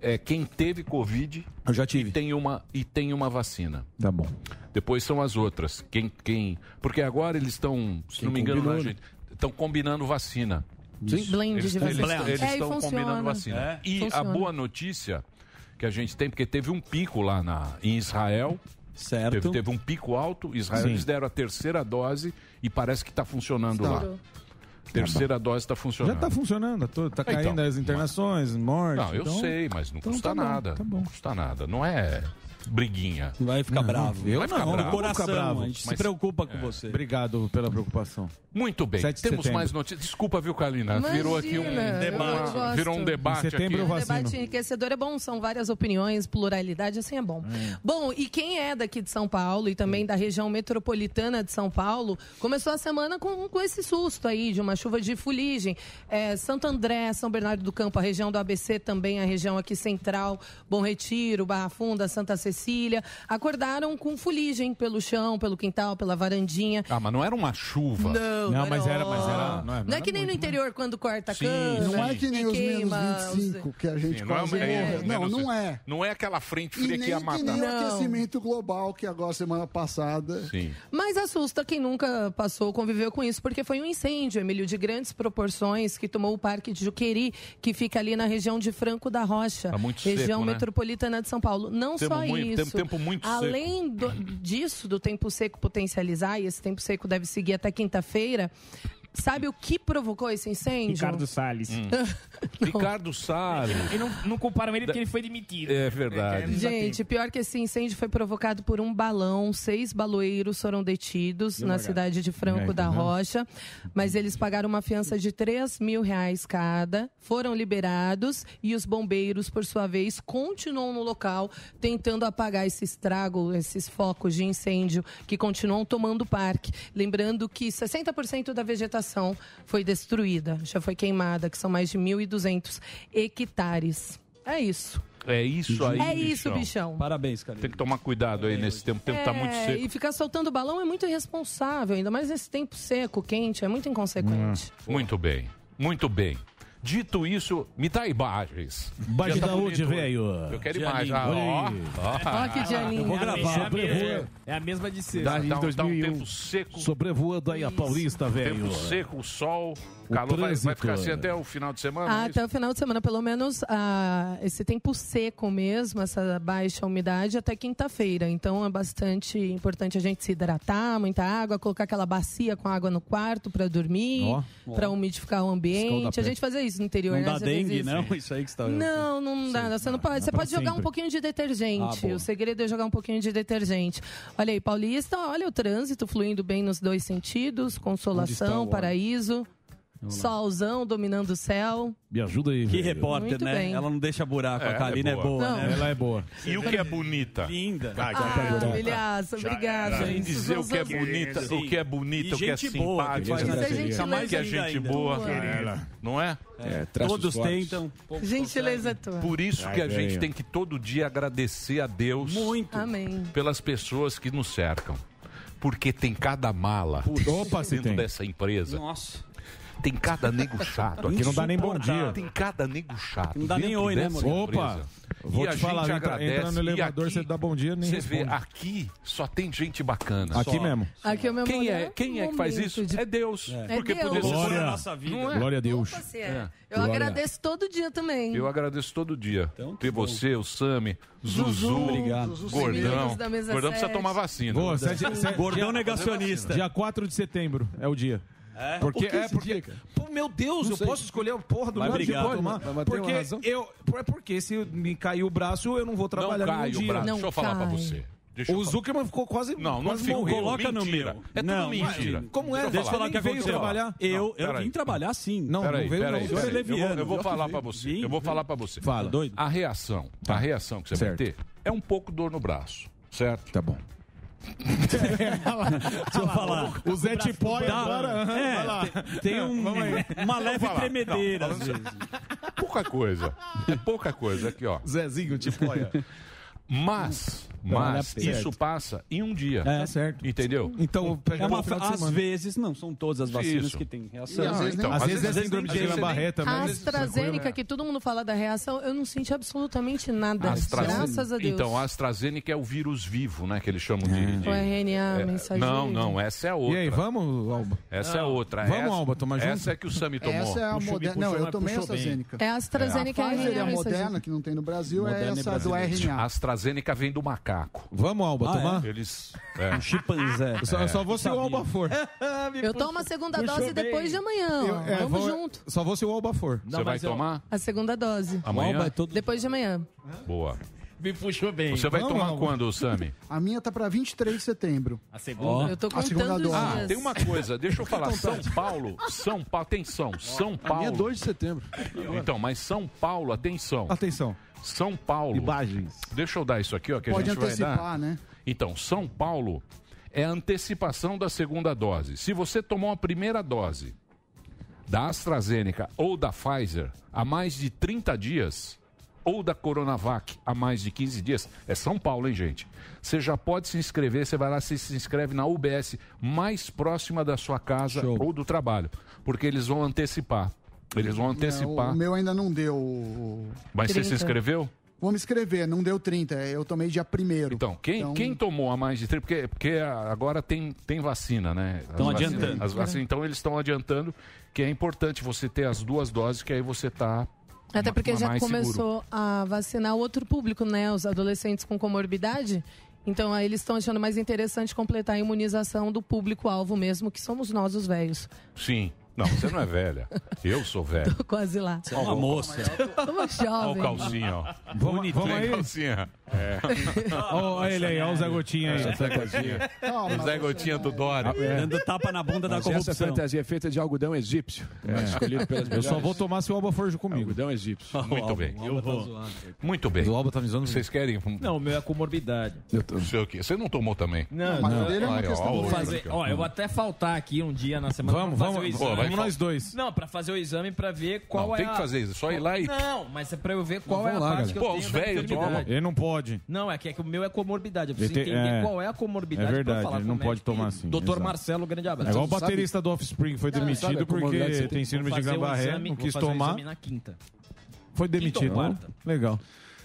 [SPEAKER 6] é quem teve Covid
[SPEAKER 3] Eu já tive.
[SPEAKER 6] e tem uma, e tem uma vacina.
[SPEAKER 3] Tá bom.
[SPEAKER 6] Depois são as outras. Quem, quem... Porque agora eles estão, se não me engano,
[SPEAKER 8] combinou,
[SPEAKER 6] na gente, estão combinando vacina.
[SPEAKER 1] Sim. Blend
[SPEAKER 6] Eles
[SPEAKER 1] de
[SPEAKER 6] tão- eles-
[SPEAKER 1] vacina.
[SPEAKER 6] Eles
[SPEAKER 1] É, e
[SPEAKER 6] estão
[SPEAKER 1] funciona.
[SPEAKER 6] combinando vacina.
[SPEAKER 1] É.
[SPEAKER 6] E
[SPEAKER 1] Funciona.
[SPEAKER 6] a boa notícia que a gente tem, porque teve um pico lá na, em Israel.
[SPEAKER 7] Certo.
[SPEAKER 6] Teve, teve um pico alto. Israel,
[SPEAKER 14] Sim.
[SPEAKER 6] eles deram a terceira dose e parece que está funcionando
[SPEAKER 1] Tá.
[SPEAKER 6] lá. Terceira dose está funcionando.
[SPEAKER 14] Já tá funcionando, tá, tá
[SPEAKER 6] Então,
[SPEAKER 14] caindo as internações, morte.
[SPEAKER 6] Não, eu
[SPEAKER 14] então-
[SPEAKER 6] sei, mas não
[SPEAKER 14] então
[SPEAKER 6] custa
[SPEAKER 14] tá bom,
[SPEAKER 6] nada.
[SPEAKER 14] tá bom.
[SPEAKER 6] Não custa nada. Não é briguinha.
[SPEAKER 7] Vai ficar bravo.
[SPEAKER 14] Eu
[SPEAKER 6] Vai ficar
[SPEAKER 14] não,
[SPEAKER 6] bravo.
[SPEAKER 14] no
[SPEAKER 7] Coração,
[SPEAKER 14] coração. Bravo. é,
[SPEAKER 7] a gente se
[SPEAKER 6] Mas-
[SPEAKER 7] preocupa com você.
[SPEAKER 14] Obrigado pela preocupação.
[SPEAKER 6] Muito bem.
[SPEAKER 14] 7 de
[SPEAKER 6] Temos
[SPEAKER 14] setembro.
[SPEAKER 6] mais notícias. Desculpa, viu, Kalina?
[SPEAKER 1] Imagina,
[SPEAKER 6] Virou aqui um
[SPEAKER 1] eu
[SPEAKER 6] debate.
[SPEAKER 1] gosto.
[SPEAKER 6] Virou um debate
[SPEAKER 14] Em setembro
[SPEAKER 6] aqui.
[SPEAKER 14] eu assim,
[SPEAKER 1] O
[SPEAKER 14] vacino.
[SPEAKER 1] debate enriquecedor é bom, são várias opiniões, pluralidade, assim é bom. Bom, e quem é daqui de São Paulo e também da região metropolitana de São Paulo, começou a semana com, com esse susto aí, de uma chuva de fuligem. É, Santo André, São Bernardo do Campo, a região do ABC também, a região aqui central, Bom Retiro, Barra Funda, Santa Cecília, acordaram com fuligem pelo chão, pelo quintal, pela varandinha.
[SPEAKER 6] Ah, mas não era uma chuva.
[SPEAKER 1] Não,
[SPEAKER 14] Não, mas era- mas era- não
[SPEAKER 1] Não
[SPEAKER 14] é-
[SPEAKER 6] Ah,
[SPEAKER 1] é,
[SPEAKER 14] não era
[SPEAKER 1] que nem no interior quando corta a
[SPEAKER 6] Sim,
[SPEAKER 1] cana.
[SPEAKER 6] sim.
[SPEAKER 9] Não é que nem os menos
[SPEAKER 1] queima os-
[SPEAKER 9] 25 que a gente
[SPEAKER 6] Sim, não é
[SPEAKER 9] quase
[SPEAKER 6] uma- é,
[SPEAKER 9] morreu. Não,
[SPEAKER 6] menos-
[SPEAKER 9] não é.
[SPEAKER 6] Não é aquela frente
[SPEAKER 9] E
[SPEAKER 6] fria
[SPEAKER 9] nem
[SPEAKER 6] que ia
[SPEAKER 9] que
[SPEAKER 6] matar.
[SPEAKER 9] nem o
[SPEAKER 1] Não.
[SPEAKER 9] aquecimento global que agora, semana passada...
[SPEAKER 6] Sim.
[SPEAKER 1] Mas assusta quem nunca passou, conviveu com isso, porque foi um incêndio, Emílio, de grandes proporções, que tomou o Parque de Juqueri, que fica ali na região de Franco da Rocha,
[SPEAKER 6] Tá muito
[SPEAKER 1] região
[SPEAKER 6] seco, né?
[SPEAKER 1] metropolitana de São Paulo. Não
[SPEAKER 6] Tempo
[SPEAKER 1] só
[SPEAKER 6] muito-
[SPEAKER 1] isso.
[SPEAKER 6] tem- tempo muito seco.
[SPEAKER 1] Além do- disso, do tempo seco potencializar, e esse tempo seco deve seguir até quinta-feira, sabe o que provocou esse incêndio?
[SPEAKER 13] Ricardo Salles.
[SPEAKER 3] Hum.
[SPEAKER 6] Ricardo Salles.
[SPEAKER 13] E não, não comparam ele porque ele foi demitido.
[SPEAKER 6] É verdade.
[SPEAKER 1] Gente, pior que esse incêndio foi provocado por um balão. Seis baloeiros foram detidos na cidade de Franco da Rocha. Mas eles pagaram uma fiança de 3 mil reais cada, foram liberados e os bombeiros, por sua vez, continuam no local tentando apagar esse estrago, esses focos de incêndio que continuam tomando o parque. Lembrando que 60% da vegetação foi destruída, já foi queimada, que são mais de 1.200 hectares. É isso.
[SPEAKER 6] É isso aí.
[SPEAKER 1] É isso, bichão.
[SPEAKER 7] Parabéns, cara.
[SPEAKER 6] Tem que tomar cuidado aí nesse tempo. O tempo tá muito
[SPEAKER 1] É,
[SPEAKER 6] seco.
[SPEAKER 1] E ficar soltando balão é muito irresponsável, ainda mais nesse tempo seco, quente, é muito inconsequente.
[SPEAKER 6] Muito bem. Muito bem. Dito isso, me dá imagens.
[SPEAKER 14] Baixa
[SPEAKER 6] Já tá
[SPEAKER 14] da onde,
[SPEAKER 6] bonito.
[SPEAKER 14] velho?
[SPEAKER 6] Eu quero
[SPEAKER 7] Dia
[SPEAKER 6] imagens.
[SPEAKER 7] lindo.
[SPEAKER 6] Ah, ó. ó.
[SPEAKER 1] Olha que dia lindo.
[SPEAKER 13] É a
[SPEAKER 14] gravar,
[SPEAKER 13] mesma-
[SPEAKER 14] sobrevoa.
[SPEAKER 13] É a mesma de sexta.
[SPEAKER 6] Dá, dá um- dá um
[SPEAKER 14] 2001.
[SPEAKER 6] tempo seco.
[SPEAKER 14] Sobrevoando aí a Paulista, velho.
[SPEAKER 6] Tempo seco, o sol, calor. Vai, vai ficar assim
[SPEAKER 14] trânsito.
[SPEAKER 6] até o final de semana?
[SPEAKER 1] Ah,
[SPEAKER 6] é isso?
[SPEAKER 1] até o final de semana, pelo menos ah, esse tempo seco mesmo, essa baixa umidade, até quinta-feira. Então é bastante importante a gente se hidratar, muita água, colocar aquela bacia com água no quarto para dormir,
[SPEAKER 14] Ó.
[SPEAKER 1] para umidificar o
[SPEAKER 14] Escalda
[SPEAKER 1] ambiente.
[SPEAKER 14] pé.
[SPEAKER 1] A gente fazia isso no interior,
[SPEAKER 7] Não
[SPEAKER 1] né?
[SPEAKER 7] dá
[SPEAKER 1] Você fez
[SPEAKER 7] dengue,
[SPEAKER 1] isso.
[SPEAKER 7] não? Isso aí que você tá...
[SPEAKER 1] Não, não dá. Você não pode. Você
[SPEAKER 14] pra
[SPEAKER 1] pode jogar
[SPEAKER 14] sempre.
[SPEAKER 1] um pouquinho de detergente.
[SPEAKER 7] Ah, boa.
[SPEAKER 1] o segredo é jogar um pouquinho de detergente. Olha aí, Paulista, olha o trânsito fluindo bem nos dois sentidos. Consolação, paraíso. Solzão dominando o céu.
[SPEAKER 14] Me ajuda aí,
[SPEAKER 7] Que
[SPEAKER 14] velho.
[SPEAKER 7] repórter,
[SPEAKER 1] Muito
[SPEAKER 7] né?
[SPEAKER 1] bem.
[SPEAKER 7] Ela não deixa buraco.
[SPEAKER 6] É,
[SPEAKER 7] a Kalina é
[SPEAKER 6] ela é
[SPEAKER 7] boa,
[SPEAKER 1] boa.
[SPEAKER 7] né?
[SPEAKER 14] Ela é boa.
[SPEAKER 6] E o que é bonita?
[SPEAKER 7] Linda.
[SPEAKER 1] Ah, milhaça, obrigada.
[SPEAKER 6] Sem dizer o que é bonita,
[SPEAKER 7] Sim.
[SPEAKER 6] o que é
[SPEAKER 7] E
[SPEAKER 6] bonita, o que é
[SPEAKER 7] gente boa,
[SPEAKER 6] simpática,
[SPEAKER 7] que faz
[SPEAKER 1] Isso é gente
[SPEAKER 6] que é
[SPEAKER 7] linda
[SPEAKER 6] gente
[SPEAKER 7] ainda.
[SPEAKER 6] boa,
[SPEAKER 1] Boa.
[SPEAKER 6] não é?
[SPEAKER 7] Todos tentam.
[SPEAKER 1] Gentileza tua.
[SPEAKER 6] Por isso que a gente tem que todo dia agradecer a Deus
[SPEAKER 7] Muito.
[SPEAKER 1] Amém.
[SPEAKER 6] pelas pessoas que nos cercam. Porque tem cada mala
[SPEAKER 14] Opa, se
[SPEAKER 6] dentro
[SPEAKER 14] tem.
[SPEAKER 6] dessa empresa,
[SPEAKER 7] Nossa.
[SPEAKER 6] tem cada nego chato aqui.
[SPEAKER 14] Que não dá nem bom dia.
[SPEAKER 6] Tem cada nego chato.
[SPEAKER 7] Não dá nem
[SPEAKER 6] dentro
[SPEAKER 7] oi, né,
[SPEAKER 6] dessa
[SPEAKER 7] Murilo?
[SPEAKER 6] empresa.
[SPEAKER 14] Opa!
[SPEAKER 3] Vou
[SPEAKER 6] e a
[SPEAKER 3] te falar,
[SPEAKER 6] gente
[SPEAKER 3] entra-
[SPEAKER 6] agradece.
[SPEAKER 3] entra no
[SPEAKER 6] E
[SPEAKER 3] elevador,
[SPEAKER 6] aqui,
[SPEAKER 3] você dá bom dia, nem
[SPEAKER 6] Você vê,
[SPEAKER 3] responde.
[SPEAKER 6] aqui só tem gente bacana.
[SPEAKER 3] Aqui
[SPEAKER 6] Só.
[SPEAKER 3] mesmo.
[SPEAKER 1] Aqui é o meu
[SPEAKER 6] Quem é,
[SPEAKER 1] melhor
[SPEAKER 6] quem é que faz
[SPEAKER 1] momento
[SPEAKER 6] isso?
[SPEAKER 1] de-
[SPEAKER 6] É Deus.
[SPEAKER 1] É
[SPEAKER 6] Porque
[SPEAKER 1] Deus.
[SPEAKER 6] poderia ser
[SPEAKER 1] Glória.
[SPEAKER 6] toda a nossa vida.
[SPEAKER 1] Não é? assim?
[SPEAKER 3] Glória a Deus.
[SPEAKER 1] Opa, você é.
[SPEAKER 6] É.
[SPEAKER 1] Eu
[SPEAKER 3] Glória.
[SPEAKER 1] agradeço todo dia também.
[SPEAKER 6] Eu agradeço todo dia. Ter você, o Sami, Zuzu,
[SPEAKER 3] Obrigado.
[SPEAKER 1] Então Zuzu,
[SPEAKER 6] Gordão.
[SPEAKER 1] meninos da mesa
[SPEAKER 6] Gordão precisa
[SPEAKER 1] sete.
[SPEAKER 6] tomar vacina.
[SPEAKER 3] Boa, sete- sete-
[SPEAKER 7] Gordão
[SPEAKER 3] dia-
[SPEAKER 7] negacionista.
[SPEAKER 3] Dia 4 de setembro é o dia.
[SPEAKER 7] É?
[SPEAKER 3] Porque,
[SPEAKER 17] Por que
[SPEAKER 3] é
[SPEAKER 17] esse
[SPEAKER 3] porque.
[SPEAKER 17] dia, cara?
[SPEAKER 3] Pô, meu Deus, eu posso escolher o porra do
[SPEAKER 7] Mas
[SPEAKER 3] meu
[SPEAKER 7] obrigado.
[SPEAKER 3] tipo, tomar,
[SPEAKER 18] Mas- mas tem uma
[SPEAKER 3] porque
[SPEAKER 18] razão.
[SPEAKER 3] eu é porque se me cair o braço eu não vou
[SPEAKER 6] Não
[SPEAKER 3] trabalhar
[SPEAKER 6] cai
[SPEAKER 3] nenhum
[SPEAKER 6] o
[SPEAKER 3] dia.
[SPEAKER 6] braço.
[SPEAKER 1] Não
[SPEAKER 6] Deixa eu falar pra
[SPEAKER 1] cai.
[SPEAKER 6] você. Deixa eu
[SPEAKER 3] O
[SPEAKER 6] falar.
[SPEAKER 3] Zuckerman ficou quase
[SPEAKER 6] Não, não
[SPEAKER 3] quase
[SPEAKER 6] ficou.
[SPEAKER 3] morreu.
[SPEAKER 7] Coloca no
[SPEAKER 6] mentira.
[SPEAKER 7] meu.
[SPEAKER 6] É tudo
[SPEAKER 7] Não,
[SPEAKER 6] mentira.
[SPEAKER 3] Como é?
[SPEAKER 6] Deixa eu
[SPEAKER 3] Deixa
[SPEAKER 6] falar
[SPEAKER 3] eu
[SPEAKER 6] que
[SPEAKER 3] que
[SPEAKER 6] eu vou
[SPEAKER 3] veio
[SPEAKER 6] te falar.
[SPEAKER 3] trabalhar.
[SPEAKER 7] Eu, eu
[SPEAKER 6] peraí.
[SPEAKER 7] vim trabalhar sim.
[SPEAKER 3] Não,
[SPEAKER 6] Peraí,
[SPEAKER 3] não veio
[SPEAKER 6] peraí,
[SPEAKER 3] não.
[SPEAKER 7] Sou
[SPEAKER 6] peraí. Eu vou,
[SPEAKER 7] leviano,
[SPEAKER 6] eu vou
[SPEAKER 7] já
[SPEAKER 6] falar
[SPEAKER 7] vi.
[SPEAKER 6] pra você.
[SPEAKER 7] Vi.
[SPEAKER 6] Eu vou falar pra você.
[SPEAKER 3] Fala. Tá.
[SPEAKER 7] Doido.
[SPEAKER 6] A reação, a reação que você
[SPEAKER 3] Certo.
[SPEAKER 6] vai ter é um pouco dor no braço, certo?
[SPEAKER 3] Tá bom.
[SPEAKER 7] Deixa eu falar.
[SPEAKER 3] O Zé Tipóia
[SPEAKER 7] Dá-
[SPEAKER 3] agora. aham,
[SPEAKER 7] é,
[SPEAKER 3] vai lá. Então
[SPEAKER 7] te- Tem um- uma leve
[SPEAKER 6] falar.
[SPEAKER 7] tremedeira,
[SPEAKER 6] Não,
[SPEAKER 7] às
[SPEAKER 6] falando-
[SPEAKER 7] vezes.
[SPEAKER 6] Pouca coisa. É pouca coisa aqui, ó.
[SPEAKER 3] Zezinho Tipóia.
[SPEAKER 6] Mas,
[SPEAKER 7] é
[SPEAKER 3] é
[SPEAKER 6] mas isso passa em um dia.
[SPEAKER 3] Tá certo.
[SPEAKER 6] Entendeu?
[SPEAKER 3] Então, eu pego
[SPEAKER 7] É uma,
[SPEAKER 3] no final de
[SPEAKER 7] às
[SPEAKER 3] semana.
[SPEAKER 7] vezes, não, são todas as vacinas
[SPEAKER 6] Isso.
[SPEAKER 7] que tem
[SPEAKER 9] E
[SPEAKER 7] reação.
[SPEAKER 9] às vezes
[SPEAKER 6] então,
[SPEAKER 3] Às vezes é síndrome de
[SPEAKER 6] às vezes nem-
[SPEAKER 3] Guillain-Barré
[SPEAKER 1] A
[SPEAKER 3] também. tipo né?
[SPEAKER 1] AstraZeneca, que todo mundo fala da reação, eu não senti absolutamente nada.
[SPEAKER 6] AstraZeneca.
[SPEAKER 1] Graças a Deus.
[SPEAKER 6] Então, a Astrazeneca é o vírus vivo, né? Que eles chamam
[SPEAKER 3] É.
[SPEAKER 6] de. de-
[SPEAKER 1] O RNA,
[SPEAKER 9] Tá
[SPEAKER 1] mensageiro.
[SPEAKER 6] é, Não, não, essa é
[SPEAKER 3] E
[SPEAKER 6] outra.
[SPEAKER 3] aí, vamos, Alba?
[SPEAKER 6] Essa é outra.
[SPEAKER 3] Vamos,
[SPEAKER 6] essa,
[SPEAKER 3] Alba, tomar junto?
[SPEAKER 6] Essa é que o Sami tomou.
[SPEAKER 9] Essa é a
[SPEAKER 11] Puxou,
[SPEAKER 9] moderna.
[SPEAKER 11] me
[SPEAKER 9] Não,
[SPEAKER 11] puxou,
[SPEAKER 9] eu
[SPEAKER 11] mas
[SPEAKER 9] tomei
[SPEAKER 11] puxou
[SPEAKER 9] essa
[SPEAKER 11] bem.
[SPEAKER 9] Zênica.
[SPEAKER 1] É a AstraZeneca
[SPEAKER 9] A Pfizer é
[SPEAKER 1] RNA
[SPEAKER 9] a
[SPEAKER 1] mensageiro.
[SPEAKER 9] moderna, que não tem no Brasil,
[SPEAKER 7] Moderna
[SPEAKER 9] é
[SPEAKER 7] e
[SPEAKER 9] essa do
[SPEAKER 6] A
[SPEAKER 9] RNA.
[SPEAKER 6] AstraZeneca vem do macaco.
[SPEAKER 3] Vamos, Alba,
[SPEAKER 7] Ah, Um
[SPEAKER 3] tomar?
[SPEAKER 6] Eles. é.
[SPEAKER 3] um
[SPEAKER 7] Chimpanzé. Tá
[SPEAKER 3] Só, só vou se o Alba for.
[SPEAKER 1] Eu tomo a segunda
[SPEAKER 11] Puxou
[SPEAKER 1] dose
[SPEAKER 11] bem.
[SPEAKER 1] depois de amanhã. ó.
[SPEAKER 3] É,
[SPEAKER 1] Vamos
[SPEAKER 3] vou-
[SPEAKER 1] junto.
[SPEAKER 3] Só vou se o Alba for.
[SPEAKER 6] Você vai
[SPEAKER 11] mas eu-
[SPEAKER 6] tomar?
[SPEAKER 1] A segunda dose.
[SPEAKER 6] Amanhã?
[SPEAKER 3] é
[SPEAKER 1] Depois de amanhã.
[SPEAKER 6] Boa.
[SPEAKER 11] Me puxou bem.
[SPEAKER 6] Você vai
[SPEAKER 3] Vamos,
[SPEAKER 6] tomar
[SPEAKER 3] Alba.
[SPEAKER 6] quando, Sami?
[SPEAKER 9] A minha tá pra 23 de setembro.
[SPEAKER 11] A segunda.
[SPEAKER 1] Eu tô
[SPEAKER 9] A segunda
[SPEAKER 1] contando os
[SPEAKER 9] dose.
[SPEAKER 1] dias.
[SPEAKER 6] Ah, tem uma coisa, deixa eu falar. São Paulo, São Paulo, atenção, São
[SPEAKER 8] A minha é
[SPEAKER 6] Paulo.
[SPEAKER 8] 2 de setembro.
[SPEAKER 6] Então, mas São Paulo, atenção.
[SPEAKER 3] Atenção.
[SPEAKER 6] São Paulo.
[SPEAKER 3] Imagens.
[SPEAKER 6] Deixa eu dar isso aqui, ó, que a
[SPEAKER 9] Pode
[SPEAKER 6] gente vai dar.
[SPEAKER 9] antecipar, né?
[SPEAKER 6] Então, São Paulo é a antecipação da segunda dose. Se você tomou a primeira dose da AstraZeneca ou da Pfizer há mais de 30 dias, ou da Coronavac há mais de 15 dias, é São Paulo, hein, gente? Você já pode se inscrever, você vai lá, você se inscreve na UBS mais próxima da sua casa ou do trabalho, porque eles vão antecipar. Eles vão
[SPEAKER 9] O
[SPEAKER 6] antecipar.
[SPEAKER 9] meu ainda não deu. o-
[SPEAKER 6] Mas você se
[SPEAKER 1] 30.
[SPEAKER 6] inscreveu?
[SPEAKER 9] Vou me inscrever, não deu 30, eu tomei dia 1
[SPEAKER 6] Então, quem, quem tomou a mais de 30? Porque, porque a- agora tem, tem vacina, né? As
[SPEAKER 7] Tão
[SPEAKER 6] vacinas-
[SPEAKER 7] adiantando.
[SPEAKER 6] as vacinas- então eles estão adiantando, que é importante você ter as duas doses, que aí você tá.
[SPEAKER 1] Até
[SPEAKER 6] ma-
[SPEAKER 1] porque já
[SPEAKER 6] mais seguro.
[SPEAKER 1] começou a vacinar outro público, né? Os adolescentes com comorbidade. Então, aí eles estão achando mais interessante completar a imunização do público-alvo mesmo, que somos nós, os velhos.
[SPEAKER 6] Sim. Não, você não é velha. Eu sou velho.
[SPEAKER 1] Tô quase lá.
[SPEAKER 7] É uma moça.
[SPEAKER 1] Somos
[SPEAKER 6] Olha o
[SPEAKER 1] jovens.
[SPEAKER 6] calcinha, ó.
[SPEAKER 3] Vamos, vamos
[SPEAKER 6] Olha
[SPEAKER 3] aí. É.
[SPEAKER 6] o calcinha.
[SPEAKER 3] Olha ele aí, olha o Zé Gotinha aí. É.
[SPEAKER 6] O Zé Gotinha do Dória.
[SPEAKER 7] Dando tapa na bunda da
[SPEAKER 8] Ah, é. Mas essa
[SPEAKER 7] corrupção.
[SPEAKER 8] fantasia é feita de algodão egípcio. É. Escolhido pelas
[SPEAKER 3] Eu só
[SPEAKER 8] melhores.
[SPEAKER 3] vou tomar se o Alba for comigo.
[SPEAKER 8] Algodão egípcio.
[SPEAKER 6] tá Muito bem.
[SPEAKER 11] Eu
[SPEAKER 13] Tá
[SPEAKER 11] vou.
[SPEAKER 6] Muito bem.
[SPEAKER 3] tá O Alba tá me zoando.
[SPEAKER 6] Vocês querem. Não.
[SPEAKER 11] Não, o meu é comorbidade.
[SPEAKER 6] Sei o quê. Você não tomou também.
[SPEAKER 11] Não,
[SPEAKER 9] Mas
[SPEAKER 11] não.
[SPEAKER 9] dele é uma
[SPEAKER 6] Ai, ó,
[SPEAKER 9] questão
[SPEAKER 6] ó,
[SPEAKER 9] boa.
[SPEAKER 6] o-
[SPEAKER 11] Fazer, ó, eu vou até faltar aqui um dia na semana
[SPEAKER 3] Vamos,
[SPEAKER 11] pra fazer
[SPEAKER 3] vamos.
[SPEAKER 11] o exame.
[SPEAKER 3] Vamos nós dois.
[SPEAKER 11] Não, pra fazer o exame pra ver qual
[SPEAKER 6] Não,
[SPEAKER 11] é
[SPEAKER 6] tem
[SPEAKER 11] a...
[SPEAKER 6] que fazer isso. Só ir lá e.
[SPEAKER 11] Não, mas é pra eu ver qual
[SPEAKER 3] Não,
[SPEAKER 11] é a
[SPEAKER 3] vamos lá,
[SPEAKER 11] parte que eu
[SPEAKER 6] galera. Pô,
[SPEAKER 11] tenho
[SPEAKER 6] os
[SPEAKER 11] da
[SPEAKER 6] velhos tomam.
[SPEAKER 11] enfermidade.
[SPEAKER 3] Ele não pode.
[SPEAKER 11] Não, é que, é que o meu é comorbidade. Eu preciso
[SPEAKER 3] Ele tem-
[SPEAKER 11] entender
[SPEAKER 3] é.
[SPEAKER 11] qual é a comorbidade
[SPEAKER 3] É verdade,
[SPEAKER 11] pra falar
[SPEAKER 3] ele
[SPEAKER 11] com
[SPEAKER 3] não
[SPEAKER 11] o médico
[SPEAKER 3] pode tomar
[SPEAKER 11] e-
[SPEAKER 3] assim,
[SPEAKER 11] Doutor
[SPEAKER 3] exato.
[SPEAKER 11] Marcelo, grande
[SPEAKER 3] É
[SPEAKER 11] abraço.
[SPEAKER 3] igual o
[SPEAKER 11] Vou
[SPEAKER 3] baterista do Offspring que foi
[SPEAKER 8] sabe
[SPEAKER 3] demitido
[SPEAKER 8] a comorbidade que
[SPEAKER 3] porque
[SPEAKER 8] você
[SPEAKER 3] tem síndrome de
[SPEAKER 12] um
[SPEAKER 11] fazer o
[SPEAKER 3] Guillain-Barré,
[SPEAKER 11] exame-
[SPEAKER 3] não
[SPEAKER 11] vou
[SPEAKER 3] quis
[SPEAKER 11] fazer o
[SPEAKER 3] tomar,
[SPEAKER 11] exame na quinta.
[SPEAKER 3] foi demitido.
[SPEAKER 7] Então,
[SPEAKER 3] né?
[SPEAKER 11] quarta.
[SPEAKER 3] Legal.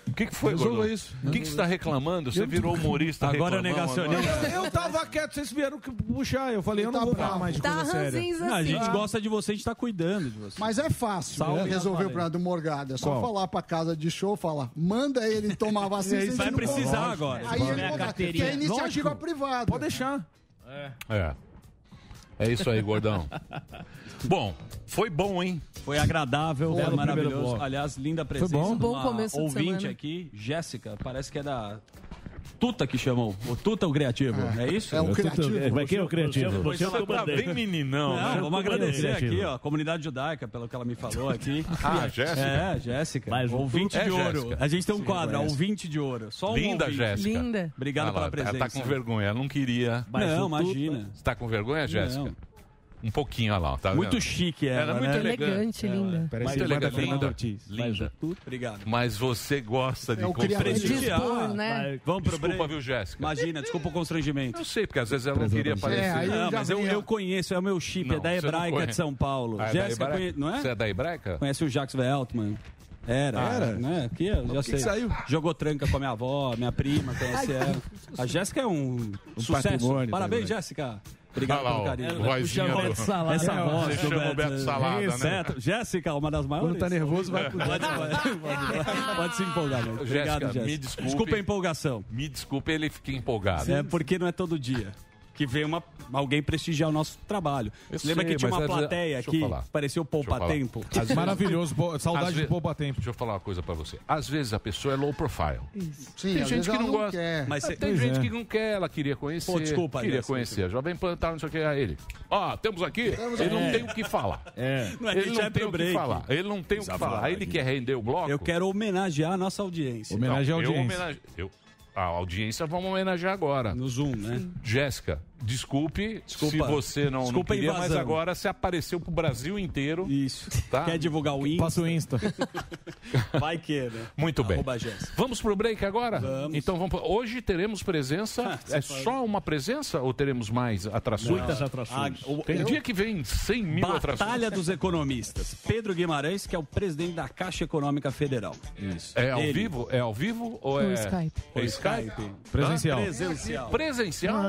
[SPEAKER 6] O que, que foi,
[SPEAKER 8] Resolva
[SPEAKER 6] Gordão?
[SPEAKER 8] isso.
[SPEAKER 6] O que, que você está reclamando? Você virou humorista.
[SPEAKER 7] Agora é
[SPEAKER 6] reclamão,
[SPEAKER 7] negacionista.
[SPEAKER 3] Eu tava quieto, vocês vieram que puxar. Eu falei, eu não
[SPEAKER 9] Tá
[SPEAKER 3] vou falar
[SPEAKER 9] bravo.
[SPEAKER 3] mais de
[SPEAKER 1] Tá
[SPEAKER 3] coisa séria.
[SPEAKER 1] ranzinza
[SPEAKER 7] Não, a
[SPEAKER 1] assim.
[SPEAKER 7] gente gosta de você, a gente tá cuidando de você.
[SPEAKER 9] Mas é fácil
[SPEAKER 7] Salve,
[SPEAKER 9] resolver
[SPEAKER 7] Rafael.
[SPEAKER 9] o problema do Morgado. É só
[SPEAKER 3] Qual?
[SPEAKER 9] falar pra casa de show, falar, manda ele tomar a vacina.
[SPEAKER 3] É isso,
[SPEAKER 9] se
[SPEAKER 7] Vai
[SPEAKER 9] ele não
[SPEAKER 7] precisar agora.
[SPEAKER 9] tomar. Aí ele
[SPEAKER 11] Minha
[SPEAKER 9] não vai, porque
[SPEAKER 11] carteirinha.
[SPEAKER 9] é iniciativa privada.
[SPEAKER 3] Pode deixar.
[SPEAKER 6] É. É isso aí, gordão. bom, foi bom, hein?
[SPEAKER 7] Foi agradável, foi
[SPEAKER 3] Belo primeiro
[SPEAKER 7] maravilhoso.
[SPEAKER 3] bloco.
[SPEAKER 7] Aliás, linda presença.
[SPEAKER 3] bom.
[SPEAKER 7] de uma
[SPEAKER 1] Bom começo de
[SPEAKER 7] Ouvinte
[SPEAKER 1] semana.
[SPEAKER 7] aqui, Jéssica, parece que é da Tuta que chamou. O Tuta o criativo,
[SPEAKER 12] Ah.
[SPEAKER 7] é, isso? um
[SPEAKER 9] É um criativo.
[SPEAKER 3] Vai quem é o criativo?
[SPEAKER 6] Você tá bem meninão,
[SPEAKER 7] Não,
[SPEAKER 6] né?
[SPEAKER 7] vamos agradecer
[SPEAKER 3] criativo.
[SPEAKER 7] aqui, ó, a comunidade judaica, pelo que ela me falou aqui.
[SPEAKER 6] Ah, Jéssica.
[SPEAKER 7] É, Jéssica. Ouvinte
[SPEAKER 6] É,
[SPEAKER 7] de ouro.
[SPEAKER 6] Jéssica.
[SPEAKER 7] A gente tem um quadro, ouvinte de ouro. Só um
[SPEAKER 6] Linda,
[SPEAKER 7] ouvinte.
[SPEAKER 6] Jéssica.
[SPEAKER 1] Linda.
[SPEAKER 7] Obrigado
[SPEAKER 6] Ah lá,
[SPEAKER 7] pela
[SPEAKER 6] ela
[SPEAKER 7] presença.
[SPEAKER 6] tá com vergonha, ela não queria.
[SPEAKER 7] Não, imagina.
[SPEAKER 6] Você tá com vergonha, Jéssica?
[SPEAKER 7] Não.
[SPEAKER 6] Um pouquinho, olha lá. Tá
[SPEAKER 7] Muito
[SPEAKER 6] vendo?
[SPEAKER 7] chique
[SPEAKER 6] Ela
[SPEAKER 7] ela,
[SPEAKER 6] é muito
[SPEAKER 7] né?
[SPEAKER 1] Elegante, linda.
[SPEAKER 3] Parece
[SPEAKER 6] Muito
[SPEAKER 3] irmã da
[SPEAKER 6] elegante.
[SPEAKER 3] Fernanda
[SPEAKER 6] Linda.
[SPEAKER 3] Ortiz.
[SPEAKER 6] Linda.
[SPEAKER 7] Obrigado.
[SPEAKER 6] Mas você gosta de
[SPEAKER 9] É o criativo.
[SPEAKER 6] constrangimento.
[SPEAKER 1] Dispor, né?
[SPEAKER 7] Vamos pro
[SPEAKER 6] Desculpa,
[SPEAKER 7] break.
[SPEAKER 6] viu, Jéssica?
[SPEAKER 7] Imagina, desculpa o constrangimento.
[SPEAKER 6] Eu sei, porque às vezes ela não queria aparecer.
[SPEAKER 9] É, aí
[SPEAKER 7] Não,
[SPEAKER 9] eu já
[SPEAKER 7] mas eu,
[SPEAKER 9] vi,
[SPEAKER 7] eu
[SPEAKER 9] ó.
[SPEAKER 7] conheço, é o meu chip,
[SPEAKER 6] Não,
[SPEAKER 7] é da
[SPEAKER 6] você não
[SPEAKER 7] Hebraica
[SPEAKER 6] conhece.
[SPEAKER 7] de São Paulo.
[SPEAKER 6] Ah, é da
[SPEAKER 7] Jéssica,
[SPEAKER 6] Hebraica?
[SPEAKER 7] conhe- não é?
[SPEAKER 6] Você é da Hebraica?
[SPEAKER 7] Conhece o Jax Veltman. Era.
[SPEAKER 6] Ah,
[SPEAKER 7] Era?
[SPEAKER 6] era?
[SPEAKER 7] Né? Aqui, eu já
[SPEAKER 6] que
[SPEAKER 7] sei.
[SPEAKER 6] que saiu?
[SPEAKER 7] Jogou tranca com a minha avó, minha prima, conheci ela. A Jéssica é um, sucesso.
[SPEAKER 5] patrimônio
[SPEAKER 7] Parabéns,
[SPEAKER 5] também.
[SPEAKER 7] Jéssica. Obrigado
[SPEAKER 6] Olha lá,
[SPEAKER 7] pelo
[SPEAKER 6] ó,
[SPEAKER 7] carinho.
[SPEAKER 6] o vozinha
[SPEAKER 7] Puxa,
[SPEAKER 6] do-
[SPEAKER 7] Beto Salada. Essa
[SPEAKER 6] É,
[SPEAKER 7] voz
[SPEAKER 6] você
[SPEAKER 7] do
[SPEAKER 6] chama o Beto Salada, né?
[SPEAKER 7] Certo. Jéssica, uma das maiores.
[SPEAKER 11] Quando tá nervoso, vai pro
[SPEAKER 7] Pode, pode,
[SPEAKER 9] É.
[SPEAKER 7] pode, pode se empolgar. Gente. Obrigado,
[SPEAKER 6] Jéssica,
[SPEAKER 7] Jéssica.
[SPEAKER 6] me desculpe.
[SPEAKER 7] Desculpa a empolgação.
[SPEAKER 6] Me desculpe, ele fica empolgado.
[SPEAKER 7] É porque não é todo dia que vem uma, alguém prestigiar o nosso trabalho.
[SPEAKER 6] Eu
[SPEAKER 7] Lembra
[SPEAKER 6] sei,
[SPEAKER 7] que tinha
[SPEAKER 6] mas
[SPEAKER 7] uma
[SPEAKER 6] às vezes-
[SPEAKER 7] plateia
[SPEAKER 6] deixa eu
[SPEAKER 7] que
[SPEAKER 6] falar.
[SPEAKER 7] parecia o
[SPEAKER 6] Deixa eu falar.
[SPEAKER 7] é poupa-tempo?
[SPEAKER 6] Às vezes-
[SPEAKER 14] Maravilhoso, bo- saudade
[SPEAKER 6] Às
[SPEAKER 14] de
[SPEAKER 6] ve-
[SPEAKER 14] poupa tempo.
[SPEAKER 6] Deixa eu falar uma coisa pra você. Às vezes a pessoa é low profile. Tem
[SPEAKER 9] Sim, às
[SPEAKER 6] gente
[SPEAKER 9] vezes
[SPEAKER 6] que
[SPEAKER 9] ela
[SPEAKER 6] não gosta.
[SPEAKER 9] quer.
[SPEAKER 7] Mas
[SPEAKER 6] Mas
[SPEAKER 7] cê-
[SPEAKER 6] tem
[SPEAKER 14] Pois
[SPEAKER 6] gente
[SPEAKER 14] é.
[SPEAKER 6] que não quer, ela queria conhecer.
[SPEAKER 7] Pô, desculpa,
[SPEAKER 6] Queria
[SPEAKER 7] Jéssica,
[SPEAKER 6] conhecer. Jovem Pan tal, não sei o que. Aí ele. Ah, temos aqui. ele não tem o que falar.
[SPEAKER 7] não é,
[SPEAKER 6] Ele
[SPEAKER 7] já é
[SPEAKER 6] não tem
[SPEAKER 7] pro
[SPEAKER 6] o que
[SPEAKER 7] break.
[SPEAKER 6] falar. Ele não tem o que falar. Ele quer render o bloco.
[SPEAKER 7] Eu quero homenagear a nossa audiência.
[SPEAKER 6] Não,
[SPEAKER 14] Homenagem à
[SPEAKER 6] eu
[SPEAKER 14] audiência.
[SPEAKER 6] homenage- eu- A audiência vamos homenagear agora.
[SPEAKER 7] No Zoom, né?
[SPEAKER 6] Jéssica, desculpe
[SPEAKER 7] Desculpa.
[SPEAKER 6] se você não,
[SPEAKER 7] Desculpa
[SPEAKER 6] não
[SPEAKER 7] a
[SPEAKER 6] queria, mas
[SPEAKER 7] invasão.
[SPEAKER 6] agora você apareceu pro Brasil inteiro.
[SPEAKER 7] Isso.
[SPEAKER 6] Tá.
[SPEAKER 7] Quer divulgar o Insta?
[SPEAKER 14] Passa o Insta.
[SPEAKER 7] Vai que, né?
[SPEAKER 6] Muito bem.
[SPEAKER 7] Arroba Jéssica.
[SPEAKER 6] Vamos pro break agora?
[SPEAKER 7] Vamos. Ah,
[SPEAKER 6] Então vamos. pro- Hoje teremos presença. é só uma presença ou teremos mais atrações?
[SPEAKER 7] A- Ah, o-
[SPEAKER 6] Tem
[SPEAKER 7] eu-
[SPEAKER 6] dia que vem 100 mil atrações.
[SPEAKER 7] Batalha dos Economistas. Pedro Guimarães, que é o presidente da Caixa Econômica Federal. Isso.
[SPEAKER 6] É ao
[SPEAKER 7] Ele.
[SPEAKER 6] vivo? É ao vivo ou é.
[SPEAKER 1] No Skype.
[SPEAKER 6] É Skype?
[SPEAKER 14] Presencial.
[SPEAKER 7] Presencial.
[SPEAKER 6] Presencial?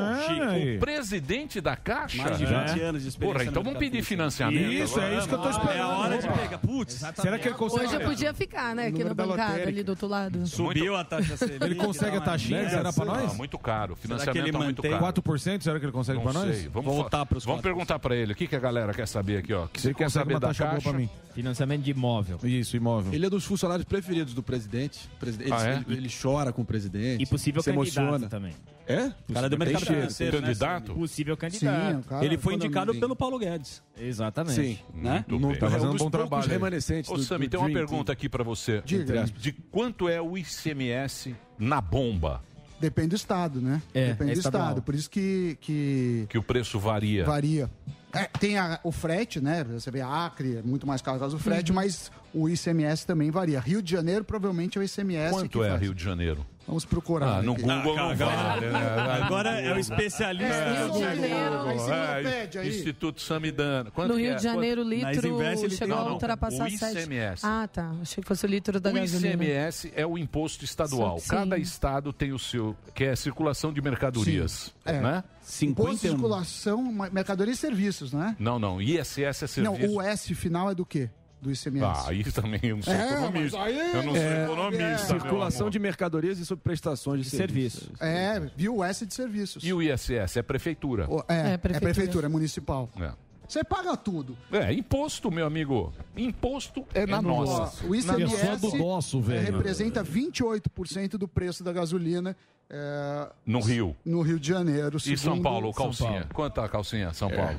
[SPEAKER 14] aí.
[SPEAKER 6] O presidente da Caixa?
[SPEAKER 7] Mais de 20 anos de experiência.
[SPEAKER 6] Porra, então vamos pedir financiamento.
[SPEAKER 14] Isso, é isso que eu tô
[SPEAKER 7] Ah, é
[SPEAKER 14] esperando.
[SPEAKER 7] a hora de pegar. Putz,
[SPEAKER 14] Será que ele consegue?
[SPEAKER 1] Hoje eu podia ficar, né? Aqui na
[SPEAKER 14] Número da
[SPEAKER 1] bancada,
[SPEAKER 14] lotérica.
[SPEAKER 1] ali do outro lado.
[SPEAKER 7] subiu a taxa Selic.
[SPEAKER 14] Ele consegue
[SPEAKER 7] dá
[SPEAKER 14] a
[SPEAKER 7] uma
[SPEAKER 14] taxinha?
[SPEAKER 7] merda.
[SPEAKER 14] Será pra
[SPEAKER 6] Ah,
[SPEAKER 14] nós?
[SPEAKER 6] muito caro.
[SPEAKER 7] que
[SPEAKER 6] Financiamento
[SPEAKER 7] ele
[SPEAKER 6] é muito
[SPEAKER 7] mantém?
[SPEAKER 6] caro.
[SPEAKER 14] 4%? Será que ele consegue
[SPEAKER 6] Não
[SPEAKER 14] pra nós?
[SPEAKER 6] sei. Vamos
[SPEAKER 7] Voltar
[SPEAKER 6] fa-
[SPEAKER 7] pros
[SPEAKER 6] Vamos
[SPEAKER 7] 4%.
[SPEAKER 6] perguntar pra ele. O que, que a galera quer saber aqui, ó? Que você
[SPEAKER 14] Ele
[SPEAKER 6] quer
[SPEAKER 14] consegue
[SPEAKER 6] saber
[SPEAKER 14] uma
[SPEAKER 6] da
[SPEAKER 14] taxa boa
[SPEAKER 6] Caixa?
[SPEAKER 14] pra mim.
[SPEAKER 13] Financiamento de imóvel.
[SPEAKER 14] Isso, imóvel.
[SPEAKER 12] Ele é dos funcionários preferidos do presidente. Presid- Ele,
[SPEAKER 6] Ah, é?
[SPEAKER 12] ele- ele chora com o presidente.
[SPEAKER 13] E possível
[SPEAKER 12] se
[SPEAKER 13] candidato
[SPEAKER 12] emociona.
[SPEAKER 13] também.
[SPEAKER 12] É?
[SPEAKER 7] Cara do mercado
[SPEAKER 12] cheiro.
[SPEAKER 7] financeiro, né?
[SPEAKER 6] Candidato?
[SPEAKER 13] Possível
[SPEAKER 9] Sim,
[SPEAKER 13] candidato.
[SPEAKER 9] o cara-
[SPEAKER 7] Ele foi
[SPEAKER 12] Quando
[SPEAKER 7] indicado
[SPEAKER 12] alguém-
[SPEAKER 7] pelo Paulo Guedes.
[SPEAKER 13] Exatamente.
[SPEAKER 12] Sim.
[SPEAKER 7] Né?
[SPEAKER 6] Muito bem.
[SPEAKER 14] Tá
[SPEAKER 12] É
[SPEAKER 14] fazendo
[SPEAKER 12] um
[SPEAKER 14] um
[SPEAKER 12] dos
[SPEAKER 14] bom
[SPEAKER 12] poucos
[SPEAKER 14] trabalho. aí.
[SPEAKER 12] remanescentes
[SPEAKER 6] Ô,
[SPEAKER 12] do,
[SPEAKER 6] Sami,
[SPEAKER 12] do
[SPEAKER 6] tem uma
[SPEAKER 12] Dream
[SPEAKER 6] pergunta aqui pra você.
[SPEAKER 9] Diga.
[SPEAKER 6] De quanto é o ICMS na bomba?
[SPEAKER 9] Depende do estado, né?
[SPEAKER 13] É,
[SPEAKER 9] Depende
[SPEAKER 13] é
[SPEAKER 9] do
[SPEAKER 13] estadual.
[SPEAKER 9] estado. Por isso que, que
[SPEAKER 6] Que o preço varia.
[SPEAKER 9] varia. É, tem a- o frete, né? Você vê a Acre, é muito mais caro por causa do frete, mas o ICMS também varia. Rio de Janeiro provavelmente é o ICMS. que
[SPEAKER 6] Quanto é
[SPEAKER 9] faz.
[SPEAKER 6] Rio de Janeiro?
[SPEAKER 9] Vamos procurar.
[SPEAKER 6] Ah, no
[SPEAKER 9] aqui.
[SPEAKER 6] Google não vale. né?
[SPEAKER 7] Agora é o especialista. né?
[SPEAKER 9] É,
[SPEAKER 1] Rio de Janeiro.
[SPEAKER 9] a enciclopédia
[SPEAKER 6] É,
[SPEAKER 9] aí.
[SPEAKER 6] Instituto Samidana. Quanto
[SPEAKER 1] No
[SPEAKER 6] que
[SPEAKER 1] Rio
[SPEAKER 6] é?
[SPEAKER 1] de Janeiro, o
[SPEAKER 7] Mas
[SPEAKER 1] litro
[SPEAKER 7] investe, ele
[SPEAKER 6] tem-
[SPEAKER 1] chegou
[SPEAKER 6] Não,
[SPEAKER 1] a
[SPEAKER 6] não.
[SPEAKER 1] ultrapassar
[SPEAKER 6] O
[SPEAKER 1] 7.
[SPEAKER 6] ICMS.
[SPEAKER 1] Ah, tá. Achei que fosse o litro da
[SPEAKER 6] O
[SPEAKER 1] gasolina.
[SPEAKER 6] ICMS é o imposto estadual.
[SPEAKER 1] Sim.
[SPEAKER 6] Cada estado tem o seu, que é a circulação de mercadorias,
[SPEAKER 9] Sim. É.
[SPEAKER 6] né?
[SPEAKER 9] Imposto de
[SPEAKER 7] 51.
[SPEAKER 9] circulação, ma- mercadoria e serviços, né?
[SPEAKER 6] Não, não. ISS é serviço.
[SPEAKER 9] Não, o S final é do quê? Do ICMS.
[SPEAKER 6] Ah, aí também eu não sou
[SPEAKER 9] É,
[SPEAKER 6] economista.
[SPEAKER 9] mas aí- é,
[SPEAKER 6] eu não sou economista. meu
[SPEAKER 12] Circulação
[SPEAKER 6] amor.
[SPEAKER 12] de mercadorias e sob prestações de, serviços.
[SPEAKER 9] É, viu o S de serviços.
[SPEAKER 6] E o ISS é prefeitura.
[SPEAKER 9] O- é,
[SPEAKER 1] É,
[SPEAKER 9] é prefeitura.
[SPEAKER 1] prefeitura.
[SPEAKER 9] municipal.
[SPEAKER 6] É.
[SPEAKER 9] Você paga tudo.
[SPEAKER 6] É, imposto, meu amigo. Imposto é na
[SPEAKER 9] Ó,
[SPEAKER 6] nossa.
[SPEAKER 9] o ICMS
[SPEAKER 14] só do nosso,
[SPEAKER 9] eh,
[SPEAKER 14] velho.
[SPEAKER 9] representa 28% do preço da gasolina eh,
[SPEAKER 6] No Rio.
[SPEAKER 9] no Rio de Janeiro.
[SPEAKER 6] E São
[SPEAKER 9] segundo- É,
[SPEAKER 6] Paulo, calcinha. Quanto a calcinha, São
[SPEAKER 9] um
[SPEAKER 6] Paulo?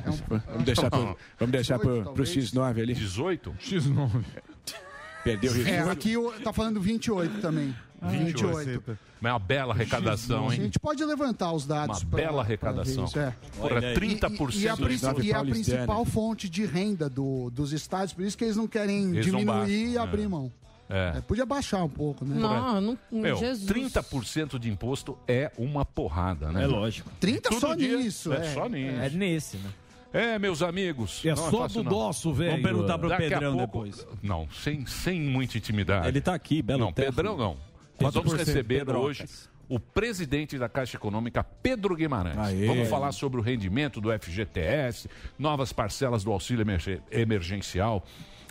[SPEAKER 12] Vamos deixar, pro, vamos deixar pro, pro
[SPEAKER 9] talvez.
[SPEAKER 12] X9 ali.
[SPEAKER 6] 18?
[SPEAKER 14] X9.
[SPEAKER 12] Perdeu o risco.
[SPEAKER 9] É, aqui o- tá falando 28 também.
[SPEAKER 6] Ah.
[SPEAKER 9] 28.
[SPEAKER 6] Mas é uma bela arrecadação,
[SPEAKER 9] Então, A
[SPEAKER 6] Então, hein?
[SPEAKER 9] gente pode levantar os dados.
[SPEAKER 6] Uma
[SPEAKER 9] pra-
[SPEAKER 6] bela
[SPEAKER 9] pra ver
[SPEAKER 6] arrecadação.
[SPEAKER 9] isso, é.
[SPEAKER 6] Porra,
[SPEAKER 7] Olha aí.
[SPEAKER 9] E- e-
[SPEAKER 6] 30%
[SPEAKER 9] E, a,
[SPEAKER 6] do
[SPEAKER 9] princi-
[SPEAKER 12] Nove
[SPEAKER 9] e a
[SPEAKER 12] paulistas,
[SPEAKER 9] principal fonte de renda do- dos estados, por isso que eles não querem
[SPEAKER 6] Eles não
[SPEAKER 9] diminuir e
[SPEAKER 6] baixam,
[SPEAKER 9] abrir
[SPEAKER 6] é.
[SPEAKER 9] mão. É,
[SPEAKER 6] É.
[SPEAKER 9] podia baixar um pouco, né?
[SPEAKER 1] Não, não,
[SPEAKER 6] Meu,
[SPEAKER 1] Jesus.
[SPEAKER 6] 30% de imposto é uma porrada, né?
[SPEAKER 13] É lógico.
[SPEAKER 9] 30
[SPEAKER 6] Todo
[SPEAKER 9] só
[SPEAKER 6] dia
[SPEAKER 9] nisso.
[SPEAKER 6] É, só nisso.
[SPEAKER 13] É nesse, né?
[SPEAKER 6] É, meus amigos.
[SPEAKER 14] É
[SPEAKER 6] não
[SPEAKER 14] só
[SPEAKER 6] fácil,
[SPEAKER 14] do
[SPEAKER 6] não.
[SPEAKER 14] nosso, velho.
[SPEAKER 7] Vamos perguntar pro
[SPEAKER 6] Daqui a
[SPEAKER 7] Pedrão
[SPEAKER 6] pouco-
[SPEAKER 7] depois.
[SPEAKER 6] Não, sem, sem muita intimidade.
[SPEAKER 7] Ele tá aqui, Belo
[SPEAKER 6] Não,
[SPEAKER 7] Terra.
[SPEAKER 6] Pedrão não. Nós vamos
[SPEAKER 7] 4%,
[SPEAKER 6] receber
[SPEAKER 7] Pedrocas.
[SPEAKER 6] hoje o presidente da Caixa Econômica, Pedro Guimarães.
[SPEAKER 12] Aê.
[SPEAKER 6] Vamos falar sobre o rendimento do FGTS, novas parcelas do auxílio emerge- emergencial.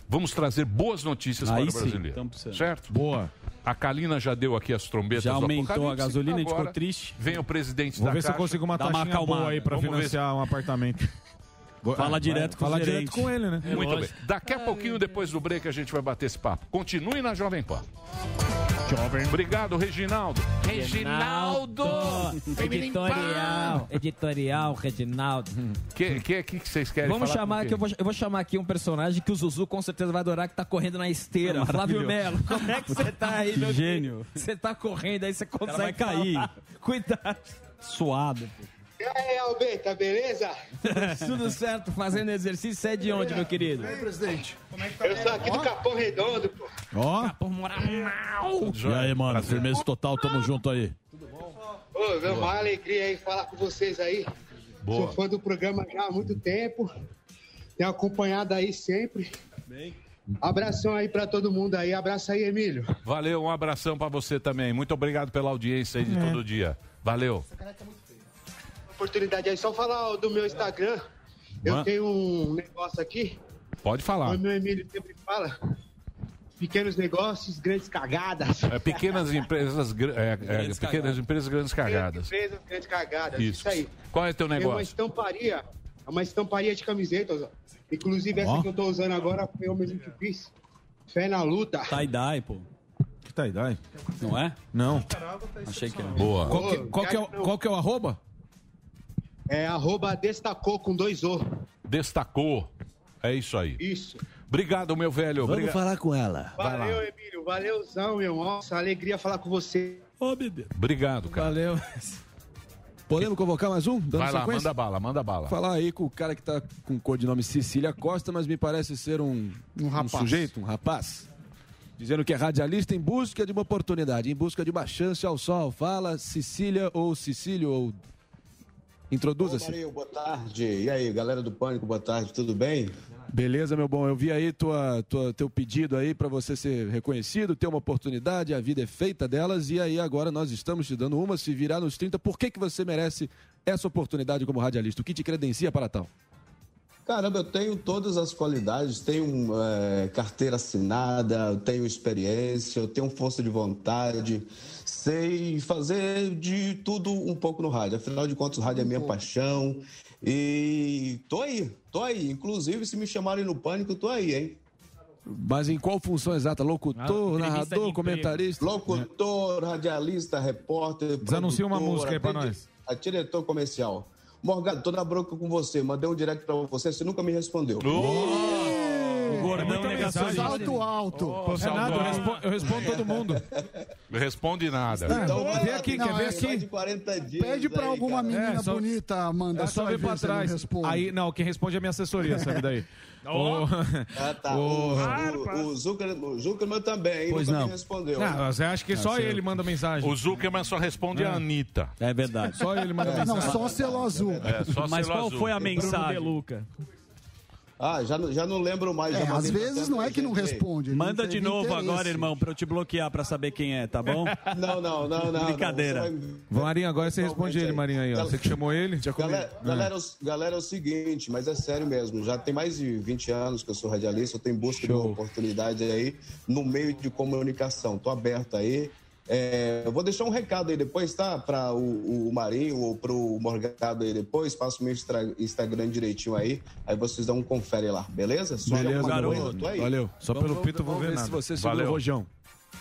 [SPEAKER 6] Vamos trazer boas notícias
[SPEAKER 7] Aí
[SPEAKER 6] para o
[SPEAKER 7] sim,
[SPEAKER 6] brasileiro.
[SPEAKER 7] estamos precisando.
[SPEAKER 6] certo?
[SPEAKER 14] Boa.
[SPEAKER 6] A Kalina já deu aqui as trombetas
[SPEAKER 7] Já
[SPEAKER 6] do
[SPEAKER 7] aumentou a
[SPEAKER 6] apocalipse.
[SPEAKER 7] gasolina, a gente ficou
[SPEAKER 6] Agora
[SPEAKER 7] triste.
[SPEAKER 6] Vem o presidente
[SPEAKER 14] Vou
[SPEAKER 6] da
[SPEAKER 14] ver se
[SPEAKER 6] Caixa.
[SPEAKER 14] eu consigo uma
[SPEAKER 7] Dá uma
[SPEAKER 14] taxinha boa
[SPEAKER 7] acalmada.
[SPEAKER 14] aí pra
[SPEAKER 6] Vamos ver
[SPEAKER 14] financiar um apartamento.
[SPEAKER 7] Fala direto com o
[SPEAKER 14] Falar
[SPEAKER 7] gerente.
[SPEAKER 14] direto com ele, né?
[SPEAKER 6] Muito bem. Daqui a pouquinho, depois do break, a gente vai bater esse papo. Continue na Jovem Pan. Obrigado, Reginaldo.
[SPEAKER 13] Reginaldo! Editorial, editorial, Reginaldo.
[SPEAKER 6] O que, que, que que vocês querem
[SPEAKER 11] Vamos
[SPEAKER 6] falar com
[SPEAKER 11] chamar
[SPEAKER 6] quem?
[SPEAKER 11] que eu vou, eu vou chamar aqui um personagem que o Zuzu com certeza vai adorar, que tá correndo na esteira. Flávio Melo. Como é que você tá aí, meu
[SPEAKER 7] Gênio.
[SPEAKER 11] Você tá correndo, aí você consegue.
[SPEAKER 7] vai cair.
[SPEAKER 11] falar. Cuidado.
[SPEAKER 7] Suado.
[SPEAKER 4] E aí, Alberta, beleza?
[SPEAKER 11] Tudo certo, fazendo exercício, você é de onde, meu querido?
[SPEAKER 9] presidente.
[SPEAKER 11] é tá
[SPEAKER 4] Eu sou aqui do Capão Redondo, pô.
[SPEAKER 14] Ó. E aí, mano, firmeza total, tamo junto aí.
[SPEAKER 4] Ô, é uma alegria aí falar com vocês aí.
[SPEAKER 6] Boa.
[SPEAKER 4] Sou fã do programa já há muito tempo. Tenho acompanhado aí sempre. Abração aí pra todo mundo aí. Abraço aí, Emílio.
[SPEAKER 6] Valeu, um abração pra você também. Muito obrigado pela audiência aí de
[SPEAKER 4] É.
[SPEAKER 6] todo dia. Valeu.
[SPEAKER 4] Oportunidade aí, só falar ó, do meu Instagram. Eu
[SPEAKER 6] Ma-
[SPEAKER 4] tenho um negócio aqui.
[SPEAKER 6] Pode falar.
[SPEAKER 4] O meu Emílio sempre fala. Pequenos negócios, grandes cagadas.
[SPEAKER 6] É, pequenas empresas, gr- é, é, pequenas
[SPEAKER 4] Grandes cagadas.
[SPEAKER 6] empresas, grandes cagadas.
[SPEAKER 4] Empresas, grandes cagadas.
[SPEAKER 6] Isso.
[SPEAKER 4] Isso, aí.
[SPEAKER 6] Qual é teu
[SPEAKER 4] É uma
[SPEAKER 6] negócio?
[SPEAKER 4] estamparia. É uma estamparia de camisetas. ó. Inclusive, essa
[SPEAKER 6] Ó.
[SPEAKER 4] que eu tô usando agora foi eu mesmo que fiz. Fé na luta.
[SPEAKER 7] Tie-dye, pô.
[SPEAKER 14] Que tie-dye?
[SPEAKER 7] Não é?
[SPEAKER 14] Não.
[SPEAKER 7] Achei que era.
[SPEAKER 6] Boa.
[SPEAKER 14] Qual que, qual que é, o- qual
[SPEAKER 6] um
[SPEAKER 14] que é o arroba?
[SPEAKER 4] É arroba destacou com dois O.
[SPEAKER 6] Destacou. É isso aí.
[SPEAKER 4] Isso.
[SPEAKER 6] Obrigado, meu velho.
[SPEAKER 4] Vamos
[SPEAKER 6] Obriga-
[SPEAKER 4] falar
[SPEAKER 12] com ela.
[SPEAKER 6] Vai lá.
[SPEAKER 4] Valeu, Emílio. Valeuzão, meu. Nossa, alegria falar com você.
[SPEAKER 7] Ô, bebê.
[SPEAKER 6] Obrigado, cara.
[SPEAKER 14] Valeu.
[SPEAKER 12] Podemos convocar mais um? Dando
[SPEAKER 6] Vai lá,
[SPEAKER 12] sequência?
[SPEAKER 6] manda bala, manda bala.
[SPEAKER 12] Falar aí com o cara que tá com o codinome Cecília Costa, mas me parece ser um, um,
[SPEAKER 6] rapaz.
[SPEAKER 12] sujeito, um rapaz. Dizendo que é radialista em busca de uma oportunidade, em busca de uma chance ao sol. Fala Cecília ou Cecílio ou. Introduza-se.
[SPEAKER 15] Marinho, boa tarde. E aí, galera do Pânico, boa tarde, tudo bem?
[SPEAKER 12] Beleza, meu bom. Eu vi aí tua, tua- teu pedido aí para você ser reconhecido, ter uma oportunidade, a vida é feita delas e aí agora nós estamos te dando uma, se virar nos 30, por que, que você merece essa oportunidade como radialista? O que te credencia para tal?
[SPEAKER 15] Caramba, eu tenho todas as qualidades, tenho é, carteira assinada, eu tenho experiência, eu tenho força de vontade, sei fazer de tudo um pouco no rádio. Afinal de contas, o rádio é minha paixão. E tô aí, tô aí. Inclusive, se me chamarem no pânico, eu tô aí, hein?
[SPEAKER 12] Mas em qual função exata? Tá Locutor,
[SPEAKER 15] Ah, entrevista de
[SPEAKER 12] narrador,
[SPEAKER 15] emprego.
[SPEAKER 12] comentarista?
[SPEAKER 15] Locutor, radialista, repórter.
[SPEAKER 12] Desanuncia uma
[SPEAKER 15] produtor,
[SPEAKER 12] música aí pra
[SPEAKER 15] até
[SPEAKER 12] nós.
[SPEAKER 15] di- A diretor comercial. Morgado, tô na bronca com você. Mandei um direct pra você, você nunca me respondeu.
[SPEAKER 7] O gordão negacionista.
[SPEAKER 9] Salto alto.
[SPEAKER 7] nada, eu
[SPEAKER 6] respondo, todo mundo. Responde nada.
[SPEAKER 14] Ah,
[SPEAKER 4] Então,
[SPEAKER 9] Não, é só de
[SPEAKER 15] 40 dias
[SPEAKER 9] Pede pra
[SPEAKER 15] aí,
[SPEAKER 9] alguma
[SPEAKER 15] cara.
[SPEAKER 9] menina
[SPEAKER 14] É, só-
[SPEAKER 9] bonita, Amanda.
[SPEAKER 14] É só
[SPEAKER 9] só
[SPEAKER 14] ver pra
[SPEAKER 9] você não
[SPEAKER 14] trás.
[SPEAKER 9] responde.
[SPEAKER 14] aí, não, quem responde é minha assessoria, sabe daí?
[SPEAKER 9] Ó.
[SPEAKER 15] Ah, tá. O, o, o, Zuckerman, o Zuckerman também, hein?
[SPEAKER 14] Pois
[SPEAKER 15] nunca
[SPEAKER 14] não.
[SPEAKER 15] me respondeu.
[SPEAKER 4] né?
[SPEAKER 14] Não, você acha que
[SPEAKER 15] Tá
[SPEAKER 14] só
[SPEAKER 15] certo.
[SPEAKER 14] ele manda mensagem?
[SPEAKER 6] O Zuckerman só responde
[SPEAKER 14] É.
[SPEAKER 6] a Anitta.
[SPEAKER 7] É verdade.
[SPEAKER 14] Só ele manda
[SPEAKER 9] É, Não,
[SPEAKER 14] mensagem.
[SPEAKER 9] só o selo azul.
[SPEAKER 6] É, só
[SPEAKER 7] Mas
[SPEAKER 6] selo
[SPEAKER 7] qual
[SPEAKER 6] azul.
[SPEAKER 7] foi a mensagem?
[SPEAKER 15] Ah, já, não- já não lembro mais.
[SPEAKER 9] É,
[SPEAKER 15] já
[SPEAKER 9] às
[SPEAKER 15] mandei
[SPEAKER 9] vezes
[SPEAKER 15] bastante
[SPEAKER 9] não é que não
[SPEAKER 15] gente aí.
[SPEAKER 9] responde, ele
[SPEAKER 7] Manda
[SPEAKER 9] não
[SPEAKER 7] de
[SPEAKER 9] teve
[SPEAKER 7] novo
[SPEAKER 9] interesse.
[SPEAKER 7] agora, irmão, pra eu te bloquear pra saber quem é, tá bom?
[SPEAKER 15] Não, não, não, não.
[SPEAKER 7] Brincadeira.
[SPEAKER 15] Você vai-
[SPEAKER 14] Marinho, agora você responde ele, Marinho, aí, ó. Você que chamou ele?
[SPEAKER 15] Galera,
[SPEAKER 12] Hum.
[SPEAKER 15] galera, é o- galera, é o seguinte, mas é sério mesmo. Já tem mais de 20 anos que eu sou radialista, eu tô em busca de uma oportunidade aí no meio de comunicação. Tô aberto aí. É, eu vou deixar um recado aí depois, tá? Para o, o Marinho ou pro Morgado aí depois. Passa o meu Instra- Instagram direitinho aí. Aí vocês dão um confere lá, beleza? Só
[SPEAKER 12] Beleza,
[SPEAKER 15] alguma
[SPEAKER 12] garoto.
[SPEAKER 15] coisa, eu tô aí.
[SPEAKER 12] Valeu. Só
[SPEAKER 15] Vamos-
[SPEAKER 12] pelo pito eu vou
[SPEAKER 15] vamos
[SPEAKER 12] ver
[SPEAKER 15] ver
[SPEAKER 12] nada.
[SPEAKER 15] se você segura
[SPEAKER 6] Valeu.
[SPEAKER 15] o rojão.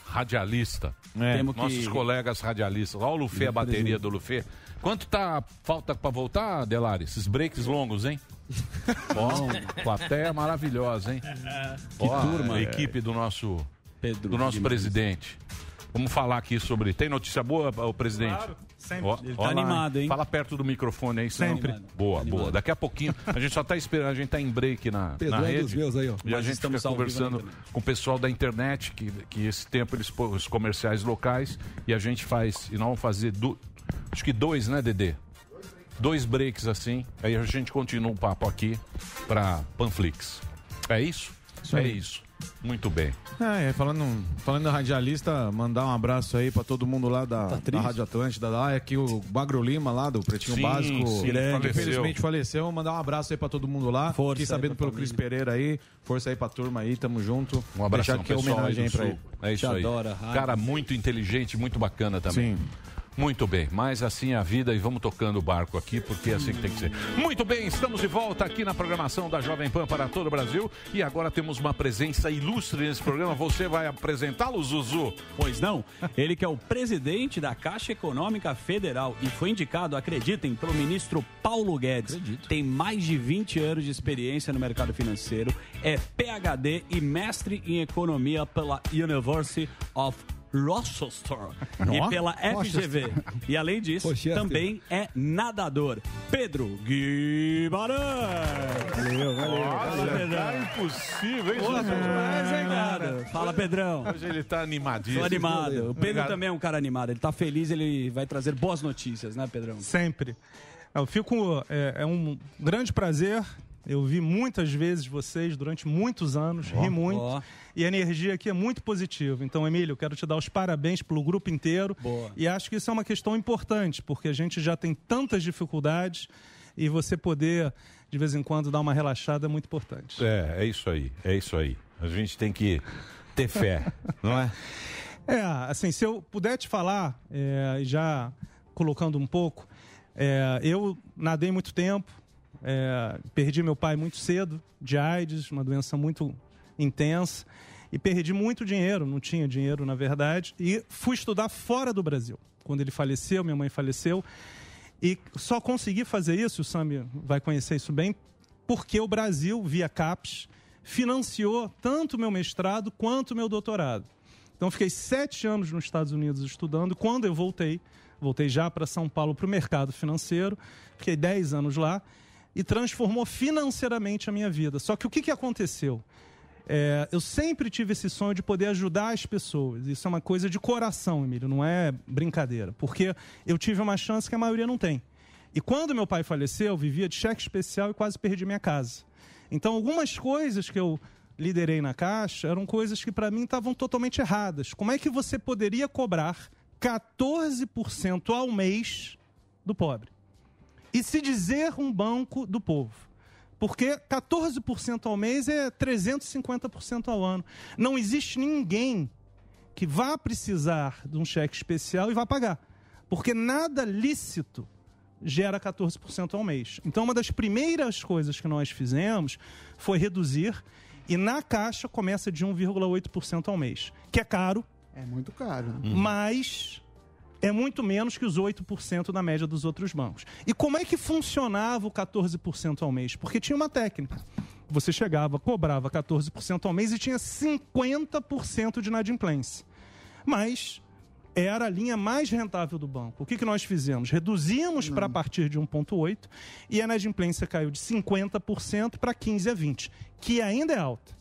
[SPEAKER 6] Radialista.
[SPEAKER 12] É. Temos que-
[SPEAKER 6] Nossos colegas radialistas. Olha o Lufê, a bateria do Lufê. Quanto tá falta pra voltar, Delari? Esses breaks longos, hein? Bom, plateia maravilhosa, hein?
[SPEAKER 7] Que turma.
[SPEAKER 6] A equipe do nosso,
[SPEAKER 7] Pedro
[SPEAKER 6] do nosso
[SPEAKER 7] Guimarães.
[SPEAKER 6] presidente. Vamos falar aqui sobre. Tem notícia boa, o presidente?
[SPEAKER 7] Claro, sempre. Ele tá
[SPEAKER 6] lá,
[SPEAKER 7] animado, hein?
[SPEAKER 6] Fala perto do microfone aí, senão-
[SPEAKER 7] Sempre. Tá
[SPEAKER 6] Boa, boa. Daqui a pouquinho, a gente só tá esperando, a gente tá em break na,
[SPEAKER 12] Pedro
[SPEAKER 6] na
[SPEAKER 12] é
[SPEAKER 6] rede.
[SPEAKER 12] dos meus aí, ó.
[SPEAKER 14] Então,
[SPEAKER 6] E a
[SPEAKER 12] Mas
[SPEAKER 6] gente
[SPEAKER 12] estamos
[SPEAKER 6] fica
[SPEAKER 12] ao vivo
[SPEAKER 6] conversando com o pessoal da internet, que, que esse tempo eles pô- os comerciais locais, e a gente faz, e nós vamos fazer, du- acho que dois, né, Dedê? Dois breaks assim, aí a gente continua o papo aqui pra Panflix. É isso?
[SPEAKER 14] Isso
[SPEAKER 6] é
[SPEAKER 14] aí.
[SPEAKER 6] isso. Muito bem.
[SPEAKER 14] Ah, é, falando, falando da radialista, mandar um abraço aí pra todo mundo lá da, da Rádio Atlântida, lá é que o Magro Lima, lá do Pretinho
[SPEAKER 6] Sim,
[SPEAKER 14] Básico,
[SPEAKER 6] sim,
[SPEAKER 14] grande,
[SPEAKER 6] faleceu.
[SPEAKER 14] infelizmente faleceu. Mandar um abraço aí pra todo mundo lá. Fiquei sabendo pelo Cris Pereira aí. Força aí pra turma aí, tamo junto.
[SPEAKER 6] Um abraço
[SPEAKER 14] Deixar aqui a homenagem aí pra ele.
[SPEAKER 6] É isso aí. Cara muito inteligente, muito bacana também. Muito bem, mas assim é a vida e vamos tocando o barco aqui, porque é assim que tem que ser. Muito bem, estamos de volta aqui na programação da Jovem Pan para todo o Brasil e agora temos uma presença ilustre nesse programa. Você vai apresentá-lo, Zuzu?
[SPEAKER 7] Pois não, ele que é o presidente da Caixa Econômica Federal e foi indicado, acreditem, pelo ministro Paulo Guedes. Tem mais de 20 anos de experiência no mercado financeiro, é PhD e mestre em economia pela University of Rochester
[SPEAKER 14] Ó.
[SPEAKER 7] e pela FGV. E além disso,
[SPEAKER 14] Rochester.
[SPEAKER 7] também é nadador. Pedro Guimarães. Valeu, valeu.
[SPEAKER 6] Tá impossível, hein,
[SPEAKER 7] Porra,
[SPEAKER 6] Zuzu?
[SPEAKER 7] tá demais, hein, cara? Fala, Pedrão.
[SPEAKER 6] Hoje ele tá animadíssimo.
[SPEAKER 7] Tô animado. O Pedro
[SPEAKER 6] Obrigado.
[SPEAKER 7] também é um cara animado. Ele tá feliz, ele vai trazer boas notícias, né, Pedrão?
[SPEAKER 16] Sempre. Eu fico. É, é um grande prazer. Eu vi muitas vezes vocês durante muitos anos,
[SPEAKER 7] Ó,
[SPEAKER 16] ri muito.
[SPEAKER 7] ó.
[SPEAKER 16] E a energia aqui é muito positiva. Então, Emílio, quero te dar os parabéns pelo grupo inteiro.
[SPEAKER 7] Boa.
[SPEAKER 16] E acho que isso é uma questão importante, porque a gente já tem tantas dificuldades e você poder, de vez em quando, dar uma relaxada é muito importante.
[SPEAKER 6] É, é isso aí, é isso aí. A gente tem que ter fé, não é?
[SPEAKER 16] É, assim, se eu puder te falar, é, já colocando um pouco, é, eu nadei muito tempo, é, perdi meu pai muito cedo, de AIDS, uma doença muito intensa, e perdi muito dinheiro, não tinha dinheiro na verdade, e fui estudar fora do Brasil. Quando ele faleceu, minha mãe faleceu, e só consegui fazer isso, o Sami vai conhecer isso bem, porque o Brasil, via CAPES, financiou tanto meu mestrado quanto meu doutorado. Então, eu fiquei sete anos nos Estados Unidos estudando. Quando eu voltei, voltei já para São Paulo, para o mercado financeiro, fiquei dez anos lá e transformou financeiramente a minha vida. Só que o que, que aconteceu? É, eu sempre tive esse sonho de poder ajudar as pessoas. Isso é uma coisa de coração, Emílio, não é brincadeira. Porque eu tive uma chance que a maioria não tem. E quando meu pai faleceu, eu vivia de cheque especial e quase perdi minha casa. Então, algumas coisas que eu liderei na Caixa eram coisas que, para mim, estavam totalmente erradas. Como é que você poderia cobrar 14% ao mês do pobre? e se dizer um banco do povo. Porque 14% ao mês é 350% ao ano. Não existe ninguém que vá precisar de um cheque especial e vá pagar. Porque nada lícito gera 14% ao mês. Então, uma das primeiras coisas que nós fizemos foi reduzir. E na caixa começa de 1,8% ao mês, que é caro.
[SPEAKER 9] É muito caro.
[SPEAKER 16] Mas é muito menos que os 8% da média dos outros bancos. E como é que funcionava o 14% ao mês? Porque tinha uma técnica. Você chegava, cobrava 14% ao mês e tinha 50% de inadimplência. Mas era a linha mais rentável do banco. O que, que nós fizemos? Reduzimos para partir de 1,8% e a inadimplência caiu de 50% para 15% a 20%, que ainda é alta.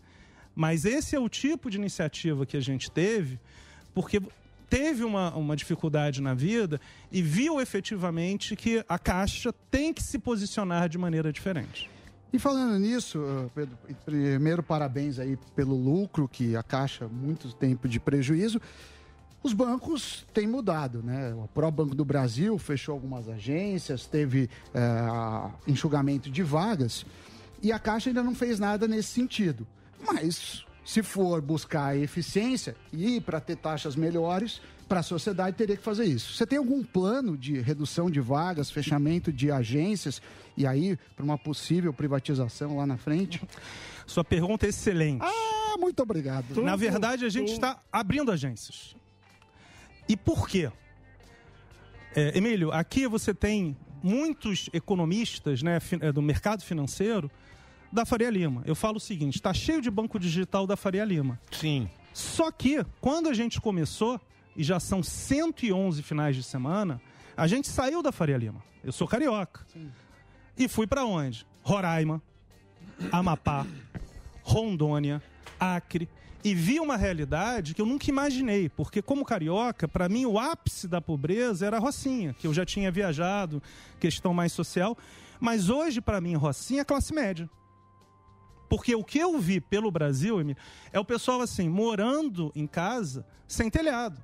[SPEAKER 16] Mas esse é o tipo de iniciativa que a gente teve, porque teve uma, uma dificuldade na vida e viu efetivamente que a Caixa tem que se posicionar de maneira diferente.
[SPEAKER 9] E falando nisso, uh, Pedro, primeiro parabéns aí pelo lucro, que a Caixa muito tempo de prejuízo. Os bancos têm mudado, né? O próprio Banco do Brasil fechou algumas agências, teve eh, enxugamento de vagas e a Caixa ainda não fez nada nesse sentido. Mas se for buscar eficiência e para ter taxas melhores, para a sociedade teria que fazer isso. Você tem algum plano de redução de vagas, fechamento de agências e aí para uma possível privatização lá na frente?
[SPEAKER 16] Sua pergunta é excelente.
[SPEAKER 9] Ah, muito obrigado.
[SPEAKER 16] Na verdade, a gente tá está abrindo agências. E por quê? É, Emílio, aqui você tem muitos economistas né, fin- eh, do mercado financeiro da Faria Lima. Eu falo o seguinte: está cheio de banco digital da Faria Lima.
[SPEAKER 6] Sim.
[SPEAKER 16] Só que, quando a gente começou, e já são 111 finais de semana, a gente saiu da Faria Lima. Eu sou carioca. E fui para onde? Roraima, Amapá, Rondônia, Acre. E vi uma realidade que eu nunca imaginei, porque como carioca, para mim o ápice da pobreza era a Rocinha, que eu já tinha viajado, questão mais social. Mas hoje, para mim, Rocinha é classe média. Porque o que eu vi pelo Brasil, Emílio, é o pessoal assim, morando em casa sem telhado.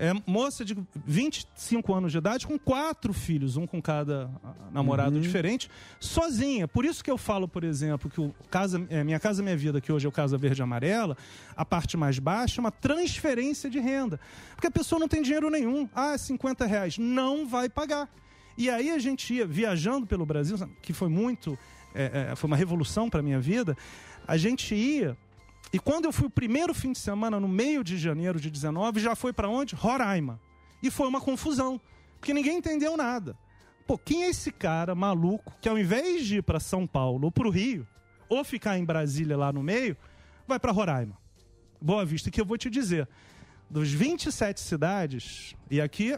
[SPEAKER 16] É moça de 25 anos de idade, com quatro filhos, um com cada ah, namorado diferente, sozinha. Por isso que eu falo, por exemplo, que o casa, é, Minha Casa Minha Vida, que hoje é o Casa Verde e Amarela, a parte mais baixa é uma transferência de renda. Porque a pessoa não tem dinheiro nenhum. Ah, 50 reais. Não vai pagar. E aí a gente ia viajando pelo Brasil, que foi muito. é, é, foi uma revolução para minha vida. A gente ia e quando eu fui o primeiro fim de semana, no meio de janeiro de 19, já foi para onde? Roraima. E foi uma confusão, porque ninguém entendeu nada. Pô, quem é esse cara maluco que ao invés de ir para São Paulo ou para o Rio, ou ficar em Brasília lá no meio, vai para Roraima? Boa Vista, que eu vou te dizer. Dos 27 cidades, e aqui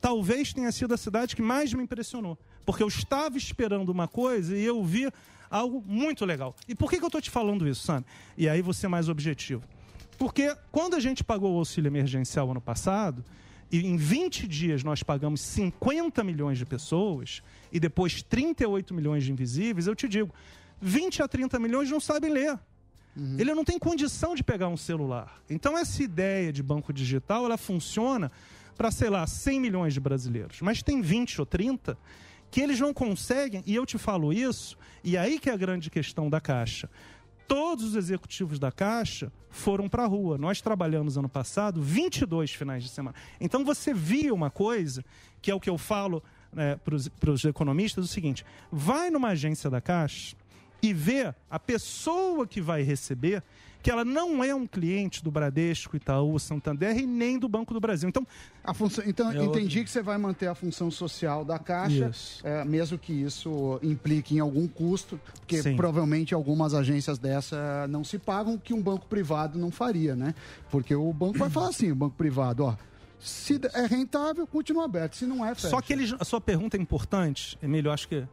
[SPEAKER 16] talvez tenha sido a cidade que mais me impressionou. Porque eu estava esperando uma coisa e eu vi algo muito legal. E por que, que eu estou te falando isso, Sam? E aí você mais objetivo. Porque quando a gente pagou o auxílio emergencial ano passado, e em 20 dias nós pagamos 50 milhões de pessoas e depois 38 milhões de invisíveis, eu te digo, 20 a 30 milhões não sabem ler. Ele não tem condição de pegar um celular. Então essa ideia de banco digital, ela funciona para, sei lá, 100 milhões de brasileiros, mas tem 20 ou 30 que eles não conseguem, e eu te falo isso, e aí que é a grande questão da Caixa todos os executivos da Caixa foram para a rua. Nós trabalhamos ano passado 22 finais de semana. Então você via uma coisa, que é o que eu falo para os economistas, o seguinte, vai numa agência da Caixa e vê a pessoa que vai receber que ela não é um cliente do Bradesco, Itaú, Santander e nem do Banco do Brasil. Então,
[SPEAKER 9] a função, então
[SPEAKER 16] É outro.
[SPEAKER 9] entendi que você vai manter a função social da Caixa, é, mesmo que isso implique em algum custo, porque
[SPEAKER 16] Sim.
[SPEAKER 9] provavelmente algumas agências dessa não se pagam, que um banco privado não faria, né? Porque o banco vai falar assim, o banco privado, ó, se é rentável, continua aberto, se não é, fecha.
[SPEAKER 16] Só que eles, a sua pergunta é importante, Emílio. Eu acho que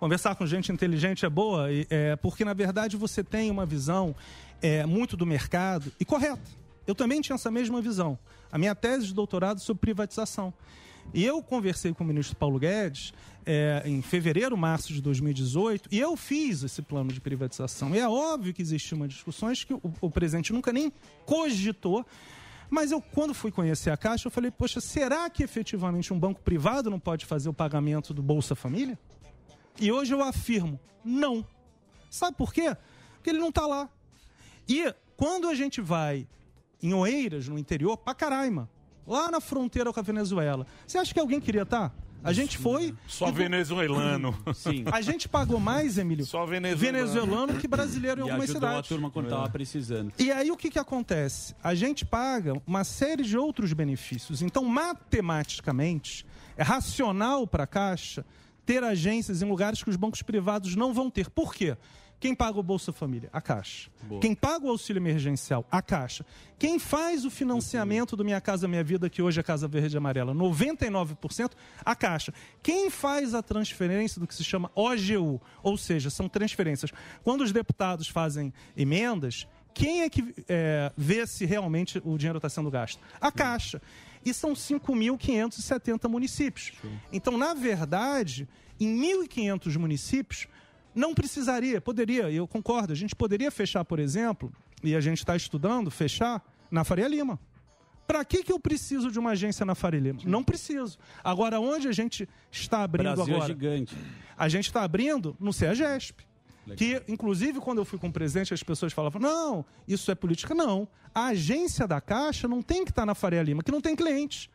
[SPEAKER 16] conversar com gente inteligente é boa, e, é, porque na verdade você tem uma visão é, muito do mercado e correta. Eu também tinha essa mesma visão. A minha tese de doutorado é sobre privatização. E eu conversei com o ministro Paulo Guedes é, em fevereiro, março de 2018, e eu fiz esse plano de privatização. E é óbvio que existia uma discussões que o, o presidente nunca nem cogitou. Mas eu, quando fui conhecer a Caixa, eu falei, poxa, será que efetivamente um banco privado não pode fazer o pagamento do Bolsa Família? E hoje eu afirmo, não. Sabe por quê? Porque ele não está lá. E quando a gente vai em Oeiras, no interior, pra Caraima, lá na fronteira com a Venezuela, você acha que alguém queria estar? A gente foi.
[SPEAKER 19] né? Só venezuelano. Sim.
[SPEAKER 16] A gente pagou mais, Emílio, Só
[SPEAKER 19] venezuelano.
[SPEAKER 16] venezuelano que brasileiro em
[SPEAKER 19] E
[SPEAKER 16] algumas
[SPEAKER 19] ajudou
[SPEAKER 16] cidades.
[SPEAKER 19] a turma
[SPEAKER 7] quando tava precisando.
[SPEAKER 16] E aí o que, que acontece? A gente paga uma série de outros benefícios. Então, matematicamente, é racional para a Caixa ter agências em lugares que os bancos privados não vão ter. Por quê? Quem paga o Bolsa Família? A Caixa.
[SPEAKER 7] Boa.
[SPEAKER 16] Quem paga o auxílio emergencial? A Caixa. Quem faz o financiamento do Minha Casa Minha Vida, que hoje é Casa Verde e Amarela? 99%? A Caixa. Quem faz a transferência do que se chama OGU? Ou seja, são transferências. Quando os deputados fazem emendas, quem é que é, vê se realmente o dinheiro está sendo gasto? A Caixa. E são 5.570 municípios. Então, na verdade, em 1.500 municípios, não precisaria, poderia, eu concordo, a gente poderia fechar, por exemplo, e a gente está estudando, fechar na Faria Lima. Para que, que eu preciso de uma agência na Faria Lima? Não preciso. Agora, onde a gente está abrindo
[SPEAKER 7] Brasil é
[SPEAKER 16] agora?
[SPEAKER 7] gigante.
[SPEAKER 16] A gente está abrindo no CEAGESP. Que, inclusive, quando eu fui com o presidente, as pessoas falavam: não, isso é política. Não. A agência da Caixa não tem que estar na Faria Lima, que não tem cliente.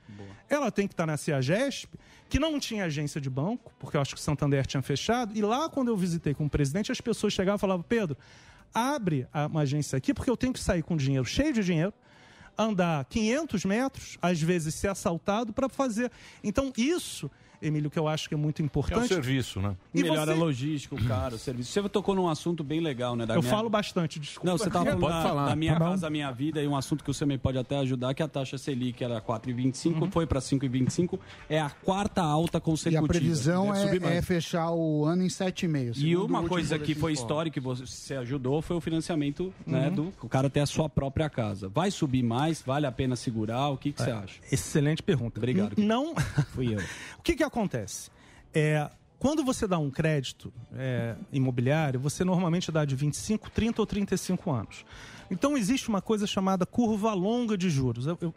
[SPEAKER 16] Ela tem que estar na CEAGESP, que não tinha agência de banco, porque eu acho que o Santander tinha fechado. E lá, quando eu visitei com o presidente, as pessoas chegavam e falavam: Pedro, abre a- uma agência aqui, porque eu tenho que sair com dinheiro, cheio de dinheiro, andar 500 metros, às vezes ser assaltado, para fazer. Então, isso, Emílio, que eu acho que é muito
[SPEAKER 6] É um
[SPEAKER 16] importante.
[SPEAKER 6] serviço, né?
[SPEAKER 16] E
[SPEAKER 7] Melhora
[SPEAKER 16] você-
[SPEAKER 7] a logística, o cara, o serviço. Você tocou num assunto bem legal, né? da
[SPEAKER 16] eu
[SPEAKER 7] minha-
[SPEAKER 16] falo bastante, desculpa.
[SPEAKER 7] Não, você estava falando
[SPEAKER 16] Pode
[SPEAKER 7] da,
[SPEAKER 16] falar.
[SPEAKER 7] da minha
[SPEAKER 16] Tá bom.
[SPEAKER 7] casa, minha vida, e um assunto que você também pode até ajudar, que é a taxa Selic era 4,25,
[SPEAKER 16] Uhum.
[SPEAKER 7] foi para 5,25, é a quarta alta
[SPEAKER 9] E a
[SPEAKER 7] consecutiva.
[SPEAKER 9] previsão
[SPEAKER 7] Deve
[SPEAKER 9] é,
[SPEAKER 7] né? subir mais.
[SPEAKER 9] é fechar o ano em 7,5.
[SPEAKER 7] E
[SPEAKER 9] segundo o
[SPEAKER 7] uma
[SPEAKER 9] último
[SPEAKER 7] coisa que
[SPEAKER 9] boletim
[SPEAKER 7] foi
[SPEAKER 9] de fora.
[SPEAKER 7] histórica que você ajudou foi o financiamento né,
[SPEAKER 9] Uhum.
[SPEAKER 7] do o cara ter a sua própria casa. Vai subir mais? Vale a pena segurar? O que, que você acha?
[SPEAKER 16] É, Excelente pergunta. Uhum.
[SPEAKER 7] Obrigado.
[SPEAKER 16] N- Não. Fui eu. o que, que acontece? É, quando você dá um crédito é, imobiliário, você normalmente dá de 25, 30 ou 35 anos. Então existe uma coisa chamada curva longa de juros. Eu, eu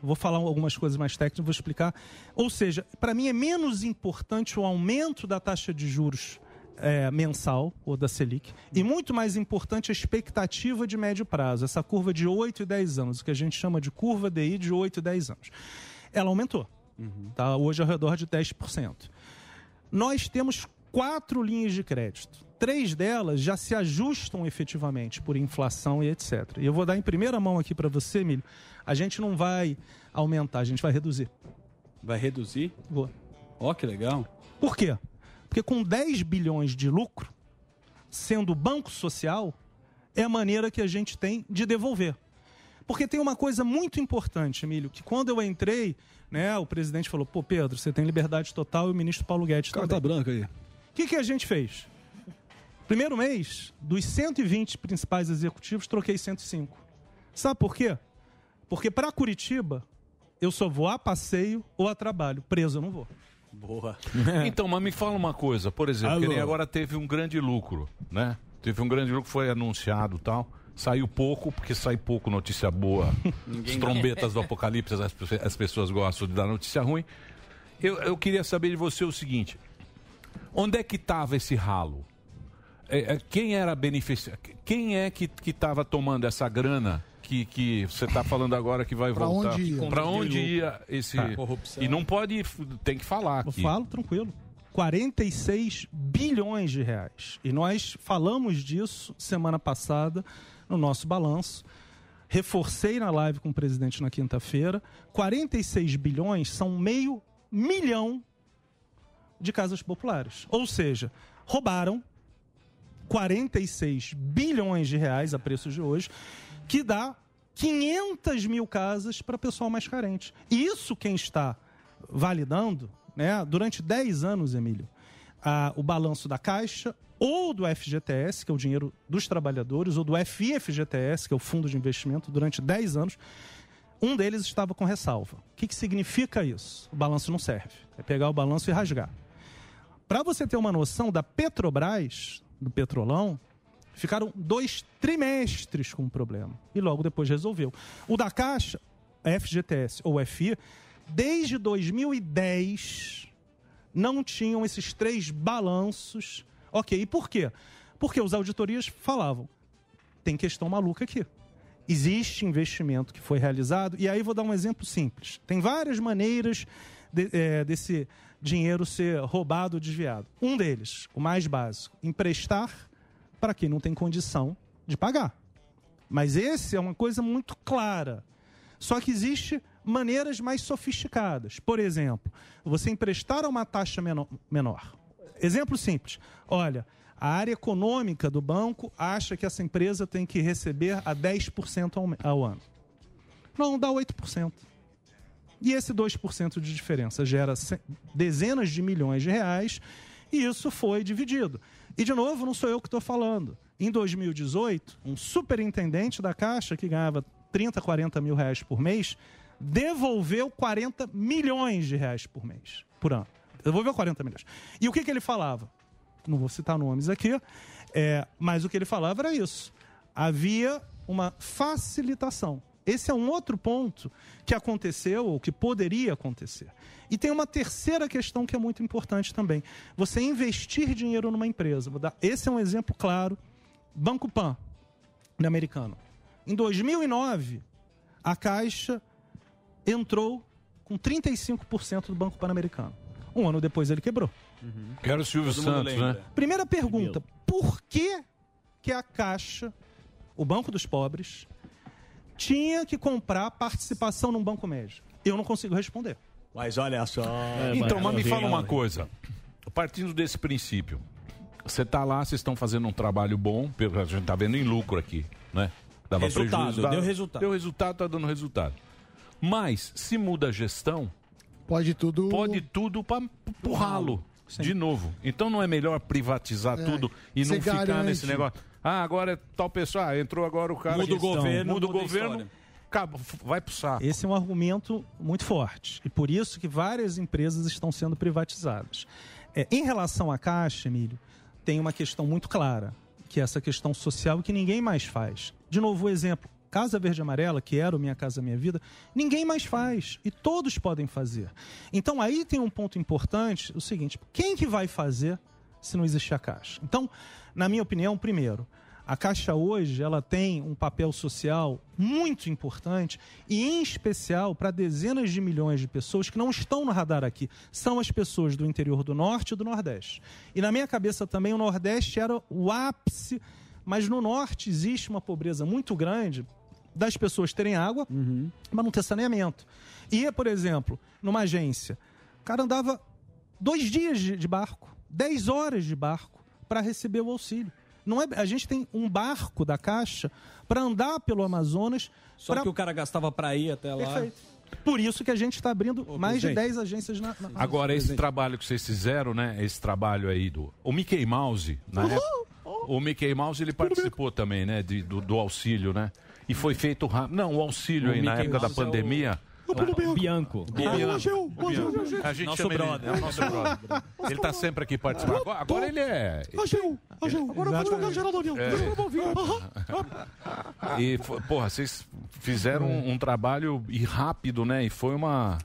[SPEAKER 16] vou falar algumas coisas mais técnicas, vou explicar. Ou seja, para mim é menos importante o aumento da taxa de juros é, mensal, ou da Selic, e muito mais importante a expectativa de médio prazo, essa curva de 8 e 10 anos, o que a gente chama de curva DI de 8 e 10 anos. Ela aumentou,
[SPEAKER 7] Uhum.
[SPEAKER 16] tá hoje ao redor de 10%. Nós temos quatro linhas de crédito. Três delas já se ajustam efetivamente por inflação e etc. E eu vou dar em primeira mão aqui para você, Emílio. A gente não vai aumentar, a gente vai reduzir.
[SPEAKER 7] Vai reduzir?
[SPEAKER 16] Vou.
[SPEAKER 7] Ó, que legal.
[SPEAKER 16] Por quê? Porque com 10 bilhões de lucro, sendo banco social, é a maneira que a gente tem de devolver. Porque tem uma coisa muito importante, Emílio, que quando eu entrei, né, o presidente falou: pô, Pedro, você tem liberdade total e o ministro Paulo Guedes Carta
[SPEAKER 14] branca aí. O
[SPEAKER 16] que, que a gente fez? Primeiro mês, dos 120 principais executivos, troquei 105. Sabe por quê? Porque para Curitiba, Eu só vou a passeio ou a trabalho. Preso eu não vou.
[SPEAKER 7] Boa.
[SPEAKER 6] Então, mas me fala uma coisa, por exemplo,
[SPEAKER 16] Alô.
[SPEAKER 6] que nem agora teve um grande lucro, né? Teve um grande lucro, foi anunciado e tal. Saiu pouco, porque sai pouco notícia boa. As trombetas do apocalipse, as, pe- as pessoas gostam de dar notícia ruim. Eu, eu queria saber de você o seguinte: onde é que estava esse ralo? É, é, quem era beneficiário? Quem é que estava tomando essa grana que, que você está falando agora que vai
[SPEAKER 16] Pra
[SPEAKER 6] voltar?
[SPEAKER 16] onde ia?
[SPEAKER 6] Para onde ia esse.
[SPEAKER 16] Tá. Corrupção.
[SPEAKER 6] E não pode. Tem que falar
[SPEAKER 16] Eu
[SPEAKER 6] aqui.
[SPEAKER 16] falo tranquilo. 46 bilhões de reais. E nós falamos disso semana passada no nosso balanço. Reforcei na live com o presidente na quinta-feira. 46 bilhões são meio milhão de casas populares. Ou seja, roubaram 46 bilhões de reais a preços de hoje, que dá 500 mil casas para pessoal mais carente. E isso quem está validando, né, durante 10 anos, Emílio, a- o balanço da Caixa ou do FGTS, que é o dinheiro dos trabalhadores, ou do FIFGTS, que é o Fundo de Investimento, durante 10 anos, um deles estava com ressalva. O que, que significa isso? O balanço não serve. É pegar o balanço e rasgar. Para você ter uma noção da Petrobras, do Petrolão, ficaram dois trimestres com o problema e logo depois resolveu. O da Caixa, FGTS ou FI, desde 2010 não tinham esses três balanços. Ok, e por quê? Porque os auditorias falavam, tem questão maluca aqui. Existe investimento que foi realizado, e aí vou dar um exemplo simples. Tem várias maneiras de- eh, desse dinheiro ser roubado ou desviado. Um deles, o mais básico, emprestar para quem não tem condição de pagar. Mas esse é uma coisa muito clara. Só que existe maneiras mais sofisticadas. Por exemplo, você emprestar a uma taxa meno- menor. Exemplo simples. Olha, a área econômica do banco acha que essa empresa tem que receber a 10% ao, me- ao ano. Não, dá 8%. E esse 2% de diferença gera ce- dezenas de milhões de reais e isso foi dividido. E, de novo, não sou eu que estou falando. Em 2018, um superintendente da Caixa, que ganhava 30, 40 mil reais por mês, devolveu 40 milhões de reais por mês, por ano. Devolveu 40 milhões. E o que, que ele falava? Não vou citar nomes aqui, é, mas o que ele falava era isso. Havia uma facilitação. Esse é um outro ponto que aconteceu ou que poderia acontecer. E tem uma terceira questão que é muito importante também. Você investir dinheiro numa empresa. Vou dar- Esse é um exemplo claro. Banco Pan, no americano. Em 2009, a Caixa entrou com 35% do Banco Pan-Americano. Um ano depois ele quebrou.
[SPEAKER 20] Uhum.
[SPEAKER 6] Quero o Silvio
[SPEAKER 7] Todo mundo
[SPEAKER 6] Santos,
[SPEAKER 7] lembra.
[SPEAKER 6] né?
[SPEAKER 16] Primeira pergunta: por que, que a Caixa, o Banco dos Pobres, tinha que comprar participação num banco médio? Eu não consigo responder.
[SPEAKER 7] Mas olha só.
[SPEAKER 16] É,
[SPEAKER 6] Então, mas me fala uma coisa. Partindo desse princípio, você está lá, vocês estão fazendo um trabalho bom, pelo- a gente está vendo em lucro aqui, né? Dava
[SPEAKER 7] Resultado,
[SPEAKER 6] prejuízo, dava-
[SPEAKER 7] deu resultado.
[SPEAKER 6] Deu resultado, tá dando resultado. Mas, se muda a gestão,
[SPEAKER 9] Pode tudo.
[SPEAKER 6] pode tudo para o ralo, de novo. Então não é melhor privatizar
[SPEAKER 9] É,
[SPEAKER 6] tudo e
[SPEAKER 9] você
[SPEAKER 6] não ficar
[SPEAKER 9] garante.
[SPEAKER 6] nesse negócio. Ah, agora é tal pessoa, ah, entrou agora o cara...
[SPEAKER 16] Muda o
[SPEAKER 6] Gestão.
[SPEAKER 16] governo,
[SPEAKER 6] Muda o
[SPEAKER 16] muda a
[SPEAKER 6] governo,
[SPEAKER 16] história.
[SPEAKER 6] acaba, f- vai pro saco.
[SPEAKER 16] Esse é um argumento muito forte. E por isso que várias empresas estão sendo privatizadas. É, em relação à Caixa, Emílio, tem uma questão muito clara, que é essa questão social que ninguém mais faz. De novo, o exemplo. Casa Verde e Amarela, que era o Minha Casa Minha Vida, ninguém mais faz. E todos podem fazer. Então aí tem um ponto importante, o seguinte, quem que vai fazer se não existir a Caixa? Então, na minha opinião, primeiro, a Caixa hoje ela tem um papel social muito importante e em especial para dezenas de milhões de pessoas que não estão no radar aqui. São as pessoas do interior do Norte e do Nordeste. E na minha cabeça também o Nordeste era o ápice, mas no Norte existe uma pobreza muito grande das pessoas terem água, mas não ter saneamento. Ia, por exemplo, numa agência, o cara andava dois dias de, de barco, dez horas de barco para receber o auxílio. Não é, a gente tem um barco da Caixa para andar pelo Amazonas.
[SPEAKER 7] Só
[SPEAKER 16] pra-
[SPEAKER 7] que o cara gastava pra ir até lá.
[SPEAKER 16] Perfeito. Por isso que a gente está abrindo mais de
[SPEAKER 7] presidente.
[SPEAKER 16] 10 agências na, na
[SPEAKER 6] Agora, esse trabalho que vocês fizeram, né? Esse trabalho aí do. O Mickey Mouse, na época. O Mickey Mouse, ele participou também, né? de- do, do auxílio, né? E foi feito rápido. Não, o auxílio
[SPEAKER 7] O
[SPEAKER 6] aí na
[SPEAKER 7] Mickey
[SPEAKER 6] época da
[SPEAKER 7] Mouse é o-
[SPEAKER 6] pandemia.
[SPEAKER 7] O
[SPEAKER 2] cabelo branco.
[SPEAKER 13] Bianco.
[SPEAKER 2] Ah, o Angel, o Angel, o Angel.
[SPEAKER 6] A gente
[SPEAKER 13] Nosso
[SPEAKER 6] chama
[SPEAKER 13] brother.
[SPEAKER 6] ele. É o nosso brother. Ele tá sempre aqui participando. Agora, agora ele é.
[SPEAKER 2] Angel,
[SPEAKER 7] É,
[SPEAKER 2] Angel, agora eu vou jogar Geraldo União.
[SPEAKER 6] É.
[SPEAKER 2] Geraldo Malvinho. Aham.
[SPEAKER 6] E, fo- porra, vocês fizeram um, um trabalho e rápido, né? E foi uma.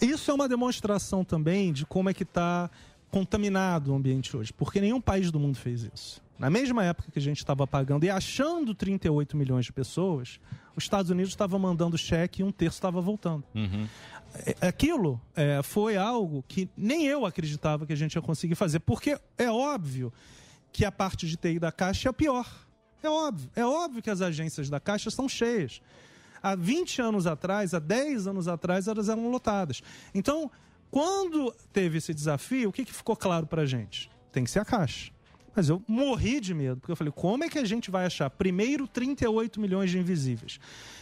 [SPEAKER 16] Isso é uma demonstração também de como é que está contaminado o ambiente hoje, porque nenhum país do mundo fez isso. Na mesma época que a gente estava pagando e achando 38 milhões de pessoas, os Estados Unidos estava mandando cheque e um terço estava voltando. É, Aquilo é, foi algo que nem eu acreditava que a gente ia conseguir fazer, porque é óbvio que a parte de TI da Caixa é a pior. É óbvio. É óbvio que as agências da Caixa são cheias. Há 20 anos atrás, há 10 anos atrás, elas eram lotadas. Então, quando teve esse desafio, o que, que ficou claro para a gente? Tem que ser a Caixa. Mas eu morri de medo, porque eu falei, como é que a gente vai achar primeiro 38 milhões de invisíveis?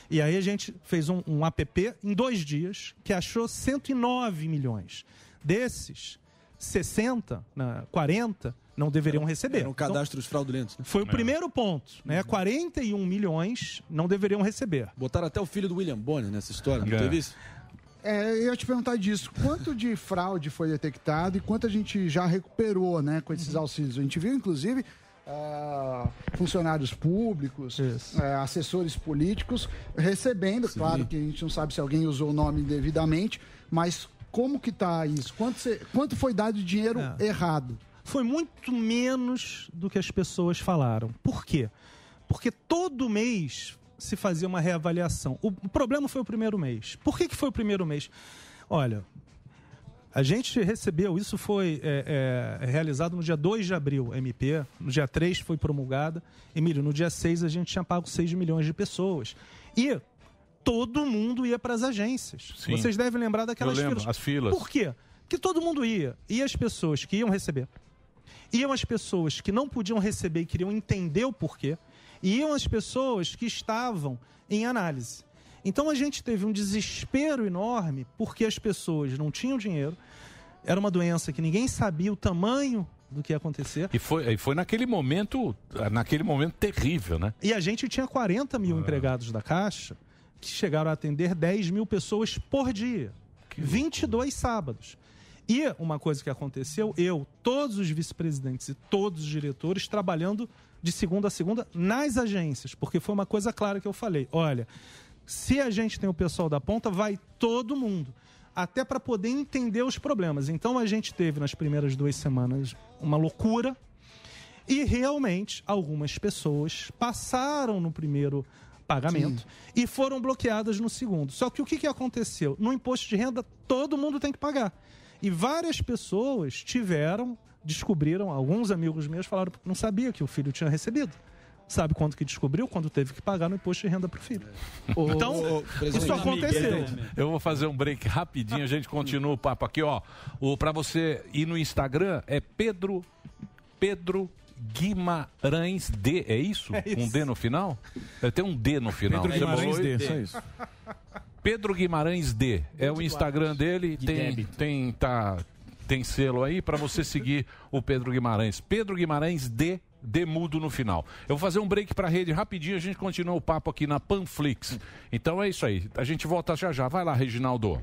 [SPEAKER 16] E aí a gente fez um, um app em dois dias que achou 109 milhões. Desses, 60, na- 40 não deveriam receber.
[SPEAKER 12] É,
[SPEAKER 16] Então,
[SPEAKER 12] Eram cadastros fraudulentos. né? Uhum.
[SPEAKER 16] Foi o primeiro ponto, né? 41 milhões não deveriam receber.
[SPEAKER 12] Botaram até o filho do William Bonner nessa história, não
[SPEAKER 16] É.
[SPEAKER 12] teve isso?
[SPEAKER 9] É, eu ia te perguntar disso. Quanto de fraude foi detectado e quanto a gente já recuperou, né, com
[SPEAKER 16] Uhum.
[SPEAKER 9] esses auxílios? A gente viu, inclusive, ah, funcionários públicos, eh, assessores políticos recebendo. Claro que a gente não sabe se alguém usou o nome indevidamente, mas como que tá isso? Quanto, cê- quanto foi dado de dinheiro errado?
[SPEAKER 16] É. Foi muito menos do que as pessoas falaram. Por quê? Porque todo mês se fazia uma reavaliação. O o problema foi o primeiro mês. Por que, que foi o primeiro mês? Olha, a gente recebeu, isso foi é, é, realizado no dia 2 de abril, MP. No dia 3 foi promulgada. Emílio, no dia 6 a gente tinha pago 6 milhões de pessoas. E todo mundo ia para as agências.
[SPEAKER 6] Sim.
[SPEAKER 16] Vocês devem lembrar daquelas
[SPEAKER 6] Eu lembro,
[SPEAKER 16] filas.
[SPEAKER 6] as filas.
[SPEAKER 16] Por quê? Porque todo mundo ia. E as pessoas que iam receber iam as pessoas que não podiam receber e queriam entender o porquê, e iam as pessoas que estavam em análise. Então a gente teve um desespero enorme porque as pessoas não tinham dinheiro, era uma doença que ninguém sabia o tamanho do que ia acontecer,
[SPEAKER 6] E foi, e foi naquele momento. Naquele momento terrível, né?
[SPEAKER 16] e a gente tinha 40 mil empregados da Caixa que chegaram a atender 10 mil pessoas por dia. 22 sábados. E uma coisa que aconteceu, eu, todos os vice-presidentes e todos os diretores trabalhando de segunda a segunda nas agências, porque foi uma coisa clara que eu falei. Olha, se a gente tem o pessoal da ponta, vai todo mundo. Até para poder entender os problemas. Então a gente teve nas primeiras duas semanas uma loucura, e realmente, algumas pessoas passaram no primeiro pagamento e foram bloqueadas no segundo. Só que o que, que aconteceu? No imposto de renda, todo mundo tem que pagar. E várias pessoas tiveram, descobriram, alguns amigos meus falaram, não sabia que o filho tinha recebido. Sabe quando que descobriu? Quando teve que pagar no imposto de renda para o filho. Então, isso aconteceu.
[SPEAKER 6] Eu vou fazer um break rapidinho, a gente continua o papo aqui, ó. O para você ir no Instagram é Pedro Pedro Guimarães D, é isso? Um D no final? É, Tem um D no final.
[SPEAKER 3] Pedro
[SPEAKER 6] Você
[SPEAKER 3] Guimarães
[SPEAKER 6] falou
[SPEAKER 3] D,
[SPEAKER 14] é
[SPEAKER 6] isso?
[SPEAKER 3] só É isso.
[SPEAKER 6] Pedro Guimarães D é o Instagram dele, tem tem tá tem selo aí para você seguir o Pedro Guimarães. Pedro Guimarães D D mudo no final. Eu vou fazer um break para rede rapidinho, a gente continua o papo aqui na Panflix. Então é isso aí. A gente volta já já. Vai lá, Reginaldo.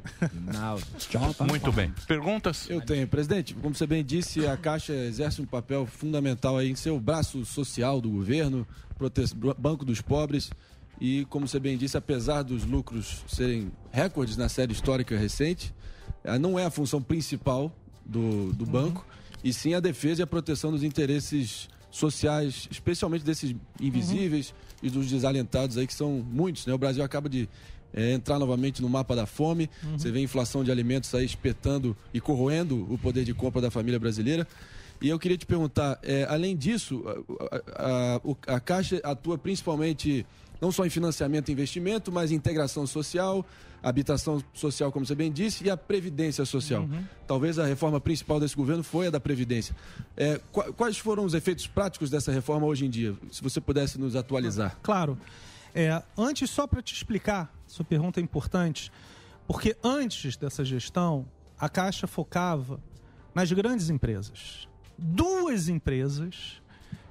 [SPEAKER 6] Muito bem. Perguntas?
[SPEAKER 12] Eu tenho. Presidente, como você bem disse, a Caixa exerce um papel fundamental aí em ser o braço social do governo, prote- banco dos pobres. E, como você bem disse, apesar dos lucros serem recordes na série histórica recente, eh, não é a função principal do, do banco, e sim a defesa e a proteção dos interesses sociais, especialmente desses invisíveis e dos desalentados aí, que são muitos. Né? O Brasil acaba de é, entrar novamente no mapa da fome. Você vê a inflação de alimentos aí espetando e corroendo o poder de compra da família brasileira. E eu queria te perguntar, é, além disso, a, a- a- o- a Caixa atua principalmente não só em financiamento e investimento, mas em integração social, habitação social, como você bem disse, e a previdência social. Talvez a reforma principal desse governo foi a da previdência. É, qua- quais foram os efeitos práticos dessa reforma hoje em dia? Se você pudesse nos atualizar.
[SPEAKER 16] Claro. É, antes, só para te explicar, sua pergunta é importante, porque antes dessa gestão, a Caixa focava nas grandes empresas. Duas empresas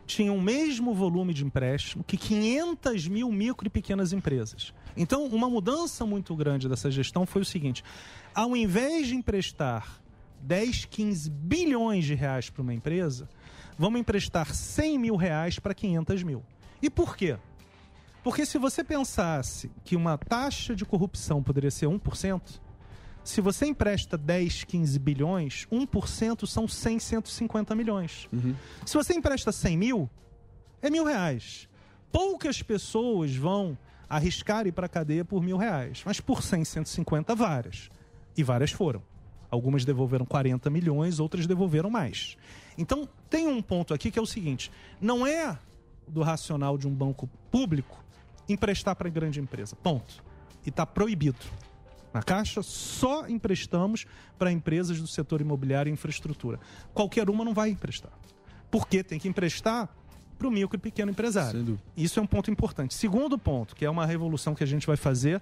[SPEAKER 16] tinham o mesmo volume de empréstimo que 500 mil micro e pequenas empresas. Então, uma mudança muito grande dessa gestão foi o seguinte: ao invés de emprestar 10, 15 bilhões de reais para uma empresa, vamos emprestar 100 mil reais para 500 mil. E por quê? Porque se você pensasse que uma taxa de corrupção poderia ser 1%, se você empresta 10, 15 bilhões, 1% são 100, 150 milhões. Se você empresta 100 mil, é mil reais. Poucas pessoas vão arriscar ir para cadeia por mil reais, mas por 100, 150, várias. E várias foram. Algumas devolveram 40 milhões, outras devolveram mais. Então, tem um ponto aqui que é o seguinte: não é do racional de um banco público emprestar para grande empresa. Ponto. E está proibido. Na Caixa, só emprestamos para empresas do setor imobiliário e infraestrutura. Qualquer uma não vai emprestar. Porque tem que emprestar para o micro e pequeno empresário. Isso é um ponto importante. Segundo ponto, que é uma revolução que a gente vai fazer,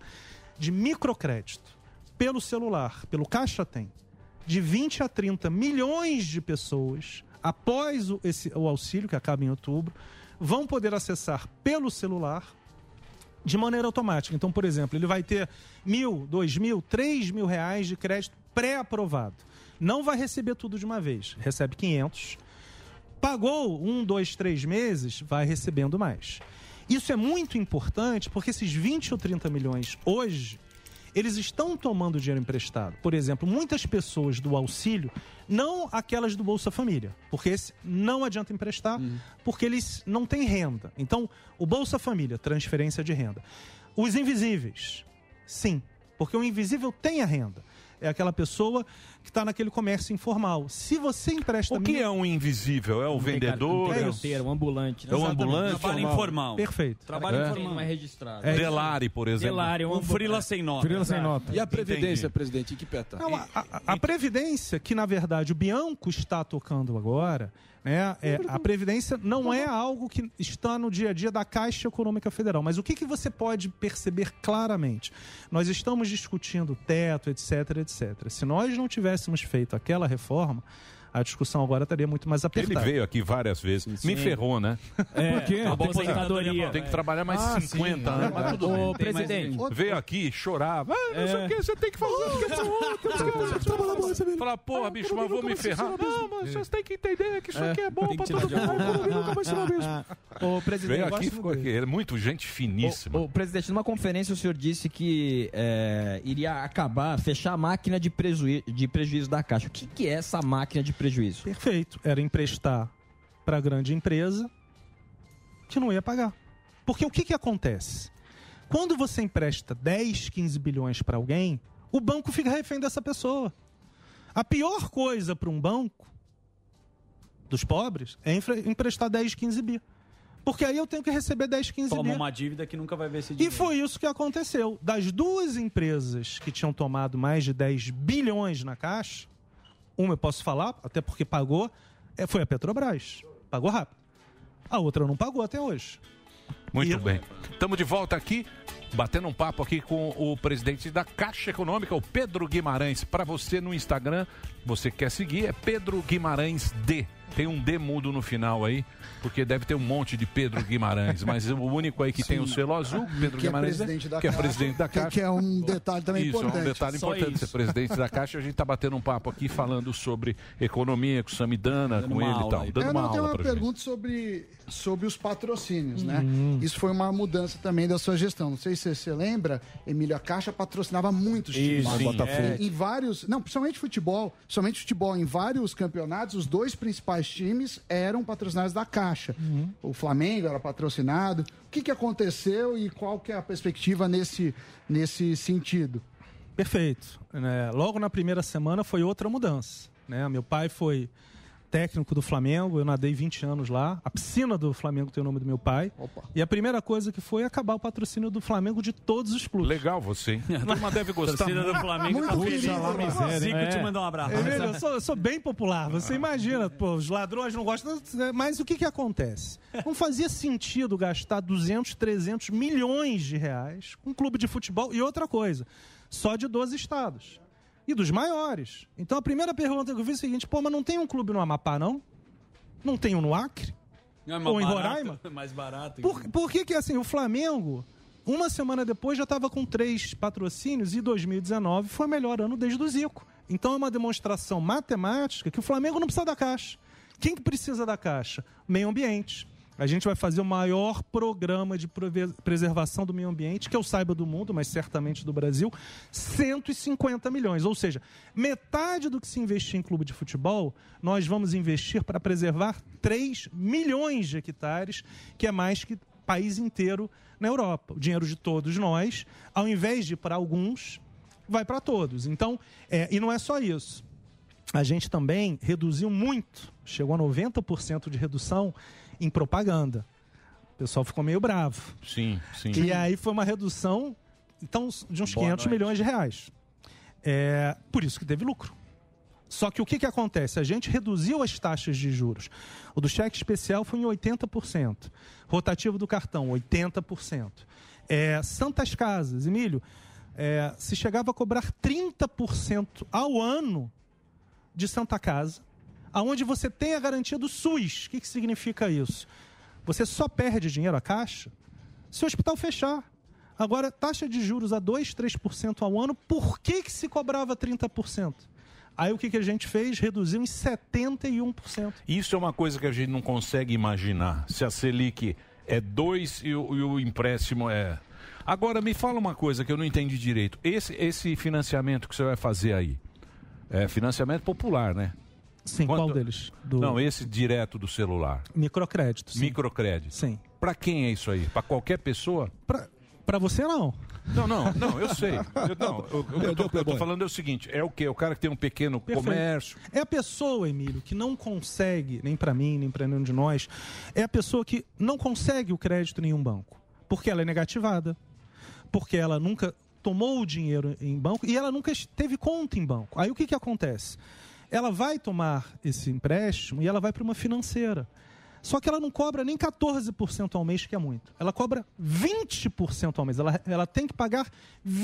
[SPEAKER 16] de microcrédito. Pelo celular, pelo Caixa Tem, de 20 a 30 milhões de pessoas, após o, esse, o auxílio que acaba em outubro, vão poder acessar pelo celular de maneira automática. Então, por exemplo, ele vai ter mil, dois mil, três mil reais de crédito pré-aprovado. Não vai receber tudo de uma vez. Recebe 500. Pagou um, dois, três meses, vai recebendo mais. Isso é muito importante porque esses 20 ou 30 milhões hoje, eles estão tomando dinheiro emprestado. Por exemplo, muitas pessoas do auxílio, não aquelas do Bolsa Família, porque esse não adianta emprestar, porque eles não têm renda. Então, o Bolsa Família, transferência de renda. Os invisíveis, sim, porque o invisível tem a renda. É aquela pessoa que está naquele comércio informal. Se você empresta.
[SPEAKER 6] O que
[SPEAKER 16] mil-
[SPEAKER 6] é um invisível? É o vendedor?
[SPEAKER 16] é
[SPEAKER 6] É
[SPEAKER 16] isso.
[SPEAKER 6] o-
[SPEAKER 13] Um ambulante.
[SPEAKER 6] É um
[SPEAKER 13] Exatamente.
[SPEAKER 6] ambulante?
[SPEAKER 13] Trabalho
[SPEAKER 6] Formal.
[SPEAKER 13] informal.
[SPEAKER 16] Perfeito.
[SPEAKER 13] Trabalho
[SPEAKER 6] É.
[SPEAKER 13] informal. Não é registrado.
[SPEAKER 6] É. Delari, por exemplo.
[SPEAKER 13] Delari, um,
[SPEAKER 6] Um frila sem nota. Frila
[SPEAKER 7] É.
[SPEAKER 6] sem
[SPEAKER 13] Exato.
[SPEAKER 6] nota.
[SPEAKER 12] E a Previdência,
[SPEAKER 6] Entendi.
[SPEAKER 12] presidente, em que pé tá?
[SPEAKER 16] Não, a, a- a Previdência, que na verdade o Bianco está tocando agora, né, é, a Previdência não é algo que está no dia a dia da Caixa Econômica Federal. Mas o que, que você pode perceber claramente? Nós estamos discutindo teto, etc, etc. Se nós não tivéssemos feito aquela reforma, a discussão agora estaria muito mais
[SPEAKER 6] Ele
[SPEAKER 16] apertada.
[SPEAKER 6] veio aqui várias vezes. Me
[SPEAKER 16] sim.
[SPEAKER 6] ferrou, né?
[SPEAKER 16] É, Por quê?
[SPEAKER 6] Tá bom,
[SPEAKER 16] aposentadoria.
[SPEAKER 6] Tem que trabalhar mais né?
[SPEAKER 16] Ah,
[SPEAKER 6] 50
[SPEAKER 16] sim.
[SPEAKER 6] anos. Mas tudo bem.
[SPEAKER 16] Ô, Tem mais presidente. É. ninguém.
[SPEAKER 6] Veio aqui, chorava. Ah, não sei o que, você tem que fazer. porque são outros, porque são outros. Falar, porra, bicho, mas vou me ferrar. Não, mas vocês têm que entender que isso aqui é bom pra todo mundo. Economia nunca vai ser o mesmo.
[SPEAKER 13] Ô, presidente,
[SPEAKER 6] Veio
[SPEAKER 13] eu
[SPEAKER 6] aqui
[SPEAKER 13] gosto
[SPEAKER 6] ficou aqui. Ele é muito gente finíssima.
[SPEAKER 13] Ô, presidente, numa conferência o senhor disse que é, iria acabar, fechar a máquina de, prejuí- de prejuízo da Caixa. O que, que é essa máquina de prejuízo?
[SPEAKER 16] Perfeito. Era emprestar para grande empresa que não ia pagar. Porque o que, que acontece? Quando você empresta 10, 15 bilhões para alguém, o banco fica refém dessa pessoa. A pior coisa para um banco dos pobres é infra- emprestar 10, 15 bi. Porque aí eu tenho que receber 10, 15
[SPEAKER 7] Toma
[SPEAKER 16] bi.
[SPEAKER 7] uma dívida que nunca vai ver esse
[SPEAKER 16] E
[SPEAKER 7] dinheiro.
[SPEAKER 16] foi isso que aconteceu. Das duas empresas que tinham tomado mais de 10 bilhões na caixa, uma eu posso falar, até porque pagou, é, foi a Petrobras. Pagou rápido. A outra não pagou até hoje.
[SPEAKER 6] Muito bem. Estamos de volta aqui, batendo um papo aqui com o presidente da Caixa Econômica, o Pedro Guimarães. Para você no Instagram, você quer seguir, é Pedro Guimarães D. Tem um D mudo no final aí, porque deve ter um monte de Pedro Guimarães, mas o único aí que tem o selo azul, Pedro
[SPEAKER 9] que é
[SPEAKER 6] Guimarães, D,
[SPEAKER 9] presidente da
[SPEAKER 6] que é
[SPEAKER 9] Caixa,
[SPEAKER 6] presidente da
[SPEAKER 9] que-
[SPEAKER 6] Caixa.
[SPEAKER 9] Que é um detalhe também
[SPEAKER 6] isso,
[SPEAKER 9] importante.
[SPEAKER 6] é um detalhe importante ser presidente da Caixa. A gente está batendo um papo aqui falando sobre economia com o Samidana, Tá com
[SPEAKER 9] uma
[SPEAKER 6] ele e
[SPEAKER 9] aula
[SPEAKER 6] tal.
[SPEAKER 9] aí.
[SPEAKER 6] Dando
[SPEAKER 9] É, Eu
[SPEAKER 6] uma
[SPEAKER 9] não tenho
[SPEAKER 6] aula
[SPEAKER 9] uma
[SPEAKER 6] pra gente.
[SPEAKER 9] pergunta sobre, sobre os patrocínios, né?
[SPEAKER 6] Uhum.
[SPEAKER 9] Isso foi uma mudança também da sua gestão. Não sei se você lembra, Emílio, a Caixa patrocinava muitos times.
[SPEAKER 2] Isso, sim.
[SPEAKER 6] É.
[SPEAKER 2] Botafogo.
[SPEAKER 9] Em vários... Não, principalmente futebol. Principalmente futebol. Em vários campeonatos, os dois principais times eram patrocinados da Caixa.
[SPEAKER 6] Uhum.
[SPEAKER 9] O Flamengo era patrocinado. O que, que aconteceu e qual que é a perspectiva nesse, nesse sentido?
[SPEAKER 16] Perfeito. Né, Logo na primeira semana foi outra mudança. né? Meu pai foi técnico do Flamengo, eu nadei 20 anos lá. A piscina do Flamengo tem o nome do meu pai. E a primeira coisa que foi é acabar o patrocínio do Flamengo de todos os clubes.
[SPEAKER 6] Legal você, hein? A turma deve gostar
[SPEAKER 7] Torcida do Flamengo tá feliz. Zico te mandou um abraço.
[SPEAKER 16] Emílio, é. eu, sou, eu sou bem popular. Você imagina, pô, os ladrões não gostam. né? Mas o que, que acontece? Não fazia sentido gastar 200, 300 milhões de reais com um clube de futebol e outra coisa, só de 12 estados. E dos maiores. Então a primeira pergunta que eu fiz é a seguinte: pô, mas não tem um clube no Amapá, não? Não tem um no Acre?
[SPEAKER 7] Não, mas
[SPEAKER 16] ou em
[SPEAKER 7] barato- é
[SPEAKER 16] Roraima.
[SPEAKER 7] Mais barato.
[SPEAKER 16] Por, por que que, assim, o Flamengo, uma semana depois, já estava com três patrocínios e 2019 foi o melhor ano desde o Zico. Então é uma demonstração matemática que o Flamengo não precisa da Caixa. Quem que precisa da Caixa? Meio ambiente. A gente vai fazer o maior programa de prove- preservação do meio ambiente, que eu saiba do mundo, mas certamente do Brasil, 150 milhões. Ou seja, metade do que se investir em clube de futebol, nós vamos investir para preservar 3 milhões de hectares, que é mais que país inteiro na Europa. O dinheiro de todos nós, ao invés de ir para alguns, vai para todos. Então, é, e não é só isso a gente também reduziu muito, chegou a 90% de redução em propaganda. O pessoal ficou meio bravo.
[SPEAKER 6] Sim, sim.
[SPEAKER 16] E aí foi uma redução então, de uns
[SPEAKER 6] Boa
[SPEAKER 16] 500
[SPEAKER 6] noite.
[SPEAKER 16] milhões de reais. É, por isso que teve lucro. Só que o que, que acontece? A gente reduziu as taxas de juros. O do cheque especial foi em 80%. Rotativo do cartão, 80%. É, Santas Casas, Emílio, é, se chegava a cobrar 30% ao ano de Santa Casa, aonde você tem a garantia do SUS. O que, que significa isso? Você só perde dinheiro à caixa se o hospital fechar. Agora, taxa de juros a 2%, 3% ao ano, por que, que se cobrava 30%? Aí o que, que a gente fez? Reduziu em 71%.
[SPEAKER 6] Isso é uma coisa que a gente não consegue imaginar. Se a Selic é 2 e, o- e o empréstimo é. Agora, me fala uma coisa que eu não entendi direito. Esse, esse financiamento que você vai fazer aí é financiamento popular, né?
[SPEAKER 16] Sim, qual deles? Do
[SPEAKER 6] Não, esse direto do celular.
[SPEAKER 16] microcrédito.
[SPEAKER 6] Microcrédito.
[SPEAKER 16] Sim.
[SPEAKER 6] Para quem é isso aí? Para qualquer pessoa?
[SPEAKER 16] Para você, não.
[SPEAKER 6] Não, não, não, eu sei. Eu, não, eu, eu, eu, tô, eu tô falando é o seguinte: é o quê? O cara que tem um pequeno
[SPEAKER 16] Perfeito.
[SPEAKER 6] comércio.
[SPEAKER 16] É a pessoa, Emílio, que não consegue, nem para mim, nem para nenhum de nós, é a pessoa que não consegue o crédito em nenhum banco. Porque ela é negativada, porque ela nunca tomou o dinheiro em banco e ela nunca teve conta em banco. Aí o que, que acontece? Ela vai tomar esse empréstimo e ela vai para uma financeira. Só que ela não cobra nem 14% ao mês, que é muito. Ela cobra 20% ao mês. Ela, ela tem que pagar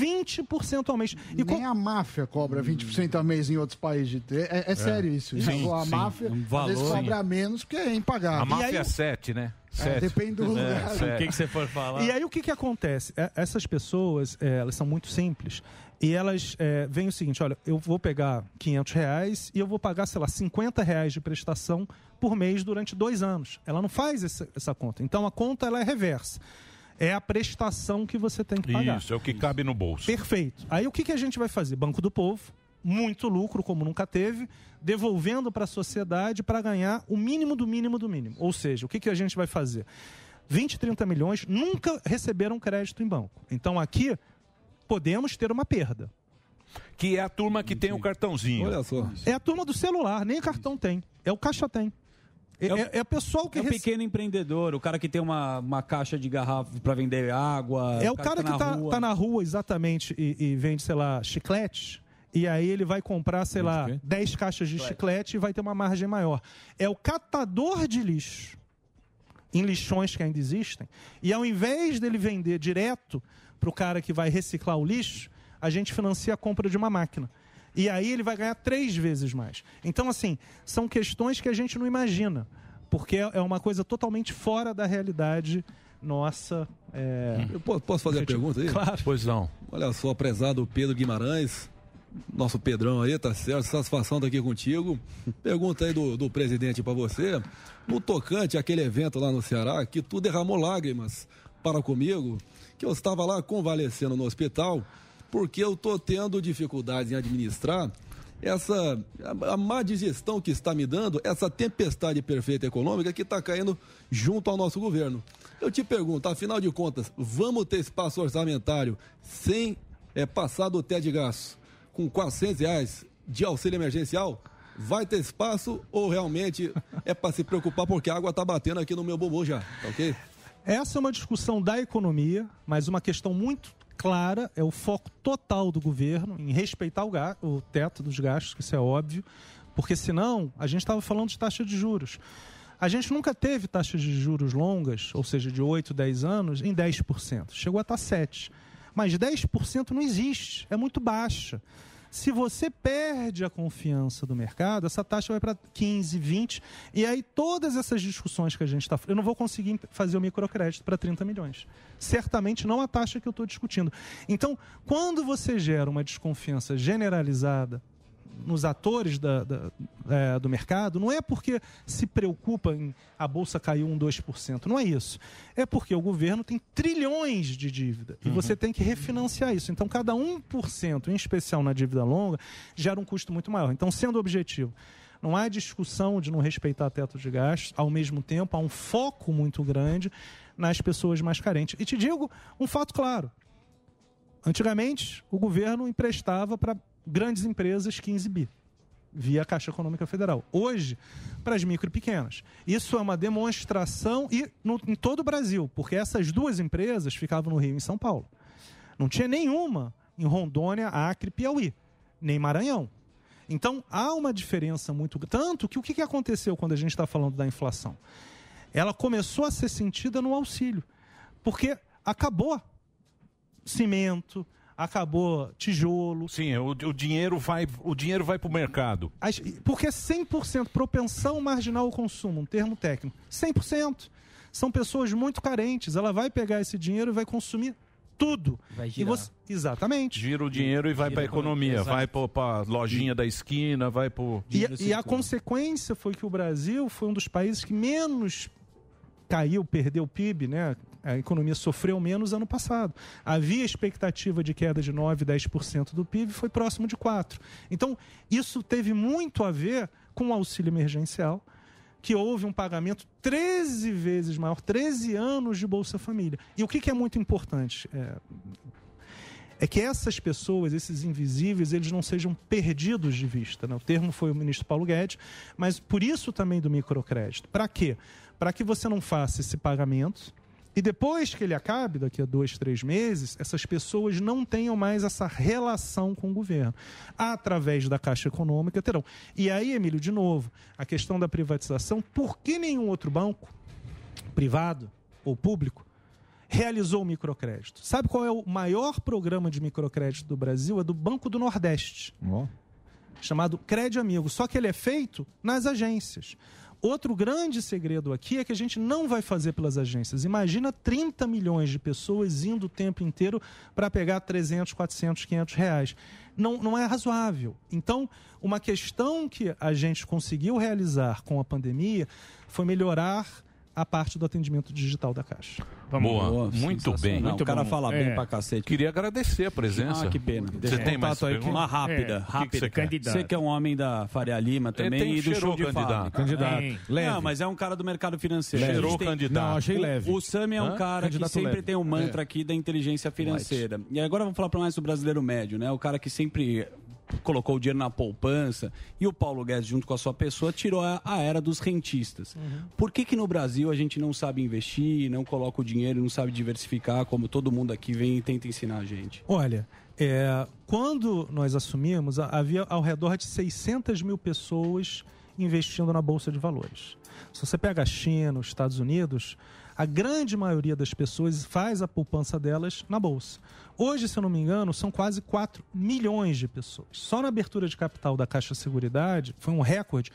[SPEAKER 16] 20% ao mês. E
[SPEAKER 9] Nem a máfia cobra 20% a mês em outros países. É, é- é sério isso.
[SPEAKER 6] Sim,
[SPEAKER 9] a
[SPEAKER 6] sim.
[SPEAKER 9] máfia
[SPEAKER 6] Um
[SPEAKER 9] às vezes
[SPEAKER 6] valor.
[SPEAKER 9] cobra menos porque é impagável.
[SPEAKER 6] A máfia
[SPEAKER 9] E aí,
[SPEAKER 6] é 7, né?
[SPEAKER 9] É,
[SPEAKER 6] Sete.
[SPEAKER 9] depende do lugar.
[SPEAKER 6] É, sete.
[SPEAKER 9] O que que você for
[SPEAKER 16] falar. E aí o que, que acontece? É, Essas pessoas, é, elas são muito simples. E elas é, veem o seguinte, olha, eu vou pegar 500 reais e eu vou pagar, sei lá, 50 reais de prestação por mês durante dois anos. Ela não faz essa, essa conta. Então a conta ela é reversa. É a prestação que você tem que pagar.
[SPEAKER 6] Isso, é o que cabe no bolso.
[SPEAKER 16] Perfeito. Aí o que, que a gente vai fazer? Banco do Povo, muito lucro, como nunca teve, devolvendo para a sociedade para ganhar o mínimo do mínimo do mínimo. Ou seja, o que, que a gente vai fazer? 20, 30 milhões nunca receberam crédito em banco. Então aqui podemos ter uma perda.
[SPEAKER 6] Que é a turma que tem o cartãozinho. Olha
[SPEAKER 12] só.
[SPEAKER 16] É a turma do celular, nem cartão tem. É o caixa tem. É, é, é o pessoal que
[SPEAKER 7] É o
[SPEAKER 16] rece-
[SPEAKER 7] pequeno empreendedor, o cara que tem uma, uma caixa de garrafa para vender água.
[SPEAKER 16] É o cara que tá,
[SPEAKER 7] rua.
[SPEAKER 16] tá na rua, exatamente, e, e vende, sei lá, chiclete. E aí ele vai comprar, sei lá, 10 caixas de chiclete e vai ter uma margem maior. É o catador de lixo, em lixões que ainda existem. E ao invés dele vender direto pro cara que vai reciclar o lixo, a gente financia a compra de uma máquina. E aí ele vai ganhar três vezes mais. Então, assim, são questões que a gente não imagina. Porque é é uma coisa totalmente fora da realidade nossa. é,
[SPEAKER 12] Eu po- posso fazer a pergunta aí?
[SPEAKER 16] Claro.
[SPEAKER 6] Pois não.
[SPEAKER 12] Olha só, prezado Pedro Guimarães, nosso Pedrão aí, tá certo? Satisfação estar aqui contigo. Pergunta aí do, do presidente para você. No tocante àquele evento lá no Ceará, que tu derramou lágrimas para comigo, que eu estava lá convalescendo no hospital, porque eu tô tendo dificuldades em administrar essa a, a má digestão que está me dando, essa tempestade perfeita econômica que está caindo junto ao nosso governo. Eu te pergunto, afinal de contas, vamos ter espaço orçamentário sem é, passar do teto de gasto com 400 reais de auxílio emergencial? Vai ter espaço ou realmente é para se preocupar porque a água está batendo aqui no meu bumbum já, tá ok?
[SPEAKER 16] Essa é uma discussão da economia, mas uma questão muito clara é o foco total do governo em respeitar o, ga- o teto dos gastos, que isso é óbvio, porque senão a gente estava falando de taxa de juros. A gente nunca teve taxas de juros longas, ou seja, de 8, 10 anos, em tá 10%. Chegou a estar 7%. Mas 10% não existe, é muito baixa. Se você perde a confiança do mercado, essa taxa vai para 15, 20, e aí todas essas discussões que a gente está. Eu não vou conseguir fazer o microcrédito para 30 milhões. Certamente não a taxa que eu estou discutindo. Então, quando você gera uma desconfiança generalizada nos atores da- da- é, do mercado, não é porque se preocupa em a bolsa caiu 1, 2%. Não é isso. É porque o governo tem trilhões de dívida e você tem que refinanciar isso. Então, cada 1%, em especial na dívida longa, gera um custo muito maior. Então, sendo objetivo, não há discussão de não respeitar teto de gastos, ao mesmo tempo, há um foco muito grande nas pessoas mais carentes. E te digo um fato claro. Antigamente, o governo emprestava para grandes empresas 15 bi, via a Caixa Econômica Federal. Hoje, para as micro e pequenas. Isso é uma demonstração e no- em todo o Brasil, porque essas duas empresas ficavam no Rio e em São Paulo. Não tinha nenhuma em Rondônia, Acre, Piauí, nem Maranhão. Então, há uma diferença muito... Tanto que o que que aconteceu quando a gente está falando da inflação? Ela começou a ser sentida no auxílio, porque acabou cimento, acabou tijolo.
[SPEAKER 6] é
[SPEAKER 19] Sim, o, o dinheiro vai o dinheiro vai pro mercado.
[SPEAKER 16] As- Porque 100% propensão marginal ao consumo, um termo técnico. 100%. São pessoas muito carentes. Ela vai pegar esse dinheiro e vai consumir tudo. Vai
[SPEAKER 19] girar.
[SPEAKER 16] Exatamente.
[SPEAKER 19] Gira o dinheiro e vai
[SPEAKER 16] Gira
[SPEAKER 19] pra
[SPEAKER 16] a economia,
[SPEAKER 19] economia,
[SPEAKER 16] exato.
[SPEAKER 19] vai pro- pra lojinha da esquina, vai pro
[SPEAKER 16] E, e a consequência foi que o Brasil foi um dos países que menos caiu, perdeu o PIB, né? A economia sofreu menos ano passado. Havia expectativa de queda de 9, 10% do PIB, foi próximo de 4. Então, isso teve muito a ver com o auxílio emergencial, que houve um pagamento 13 vezes maior, 13 anos de Bolsa Família. E o que, que é muito importante? É, é que essas pessoas, esses invisíveis, eles não sejam perdidos de vista. Né? O termo foi o ministro Paulo Guedes, mas por isso também do microcrédito. Para quê? Para que você não faça esse pagamento e depois que ele acabe, daqui a dois, três meses, essas pessoas não tenham mais essa relação com o governo. Através da Caixa Econômica terão. E aí, Emílio, de novo, a questão da privatização, por que nenhum outro banco, privado ou público, realizou o microcrédito. Sabe qual é o maior programa de microcrédito do Brasil? É do Banco do Nordeste. Chamado Crédito Amigo. Só que ele é feito nas agências. Outro grande segredo aqui é que a gente não vai fazer pelas agências. Imagina 30 milhões de pessoas indo o tempo inteiro para pegar 300, 400, 500 reais. Não, não é razoável. Então, uma questão que a gente conseguiu realizar com a pandemia foi melhorar a parte do atendimento digital da Caixa.
[SPEAKER 19] boa, muito É. bem.
[SPEAKER 7] Muito o cara fala bem
[SPEAKER 16] É.
[SPEAKER 7] pra cacete.
[SPEAKER 19] Queria agradecer a presença.
[SPEAKER 7] Ah, que pena.
[SPEAKER 19] Você tem mais
[SPEAKER 7] Contato aí que-
[SPEAKER 19] perguntas?
[SPEAKER 7] Uma rápida,
[SPEAKER 19] É. O que que
[SPEAKER 7] rápida.
[SPEAKER 19] você quer?
[SPEAKER 7] Você que é um homem da Faria Lima
[SPEAKER 19] Ele
[SPEAKER 7] também
[SPEAKER 19] É, tem- um
[SPEAKER 7] e do
[SPEAKER 19] cheirou
[SPEAKER 7] show de
[SPEAKER 19] candidato.
[SPEAKER 7] fábrica.
[SPEAKER 19] Candidato.
[SPEAKER 7] É.
[SPEAKER 19] Leve.
[SPEAKER 7] Não, mas é um cara do mercado financeiro.
[SPEAKER 19] Leve.
[SPEAKER 7] A gente
[SPEAKER 19] Cheirou candidato. Não, achei
[SPEAKER 7] O-
[SPEAKER 19] leve.
[SPEAKER 7] O Sami é um
[SPEAKER 19] Hã?
[SPEAKER 7] cara que
[SPEAKER 19] Candidato
[SPEAKER 7] sempre
[SPEAKER 19] leve.
[SPEAKER 7] tem um mantra
[SPEAKER 19] É.
[SPEAKER 7] aqui da inteligência financeira. E agora vamos falar para mais do brasileiro médio, né? O cara que sempre colocou o dinheiro na poupança e o Paulo Guedes junto com a sua pessoa tirou a, a era dos rentistas.
[SPEAKER 19] Uhum.
[SPEAKER 7] Por que que no Brasil a gente não sabe investir, não coloca o dinheiro, não sabe diversificar como todo mundo aqui vem e tenta ensinar a gente?
[SPEAKER 16] Olha, é, quando nós assumimos, a- havia ao redor de 600 mil pessoas investindo na Bolsa de Valores. Se você pega a China, os Estados Unidos, a grande maioria das pessoas faz a poupança delas na Bolsa. Hoje, se eu não me engano, são quase 4 milhões de pessoas. Só na abertura de capital da Caixa Seguridade, foi um recorde,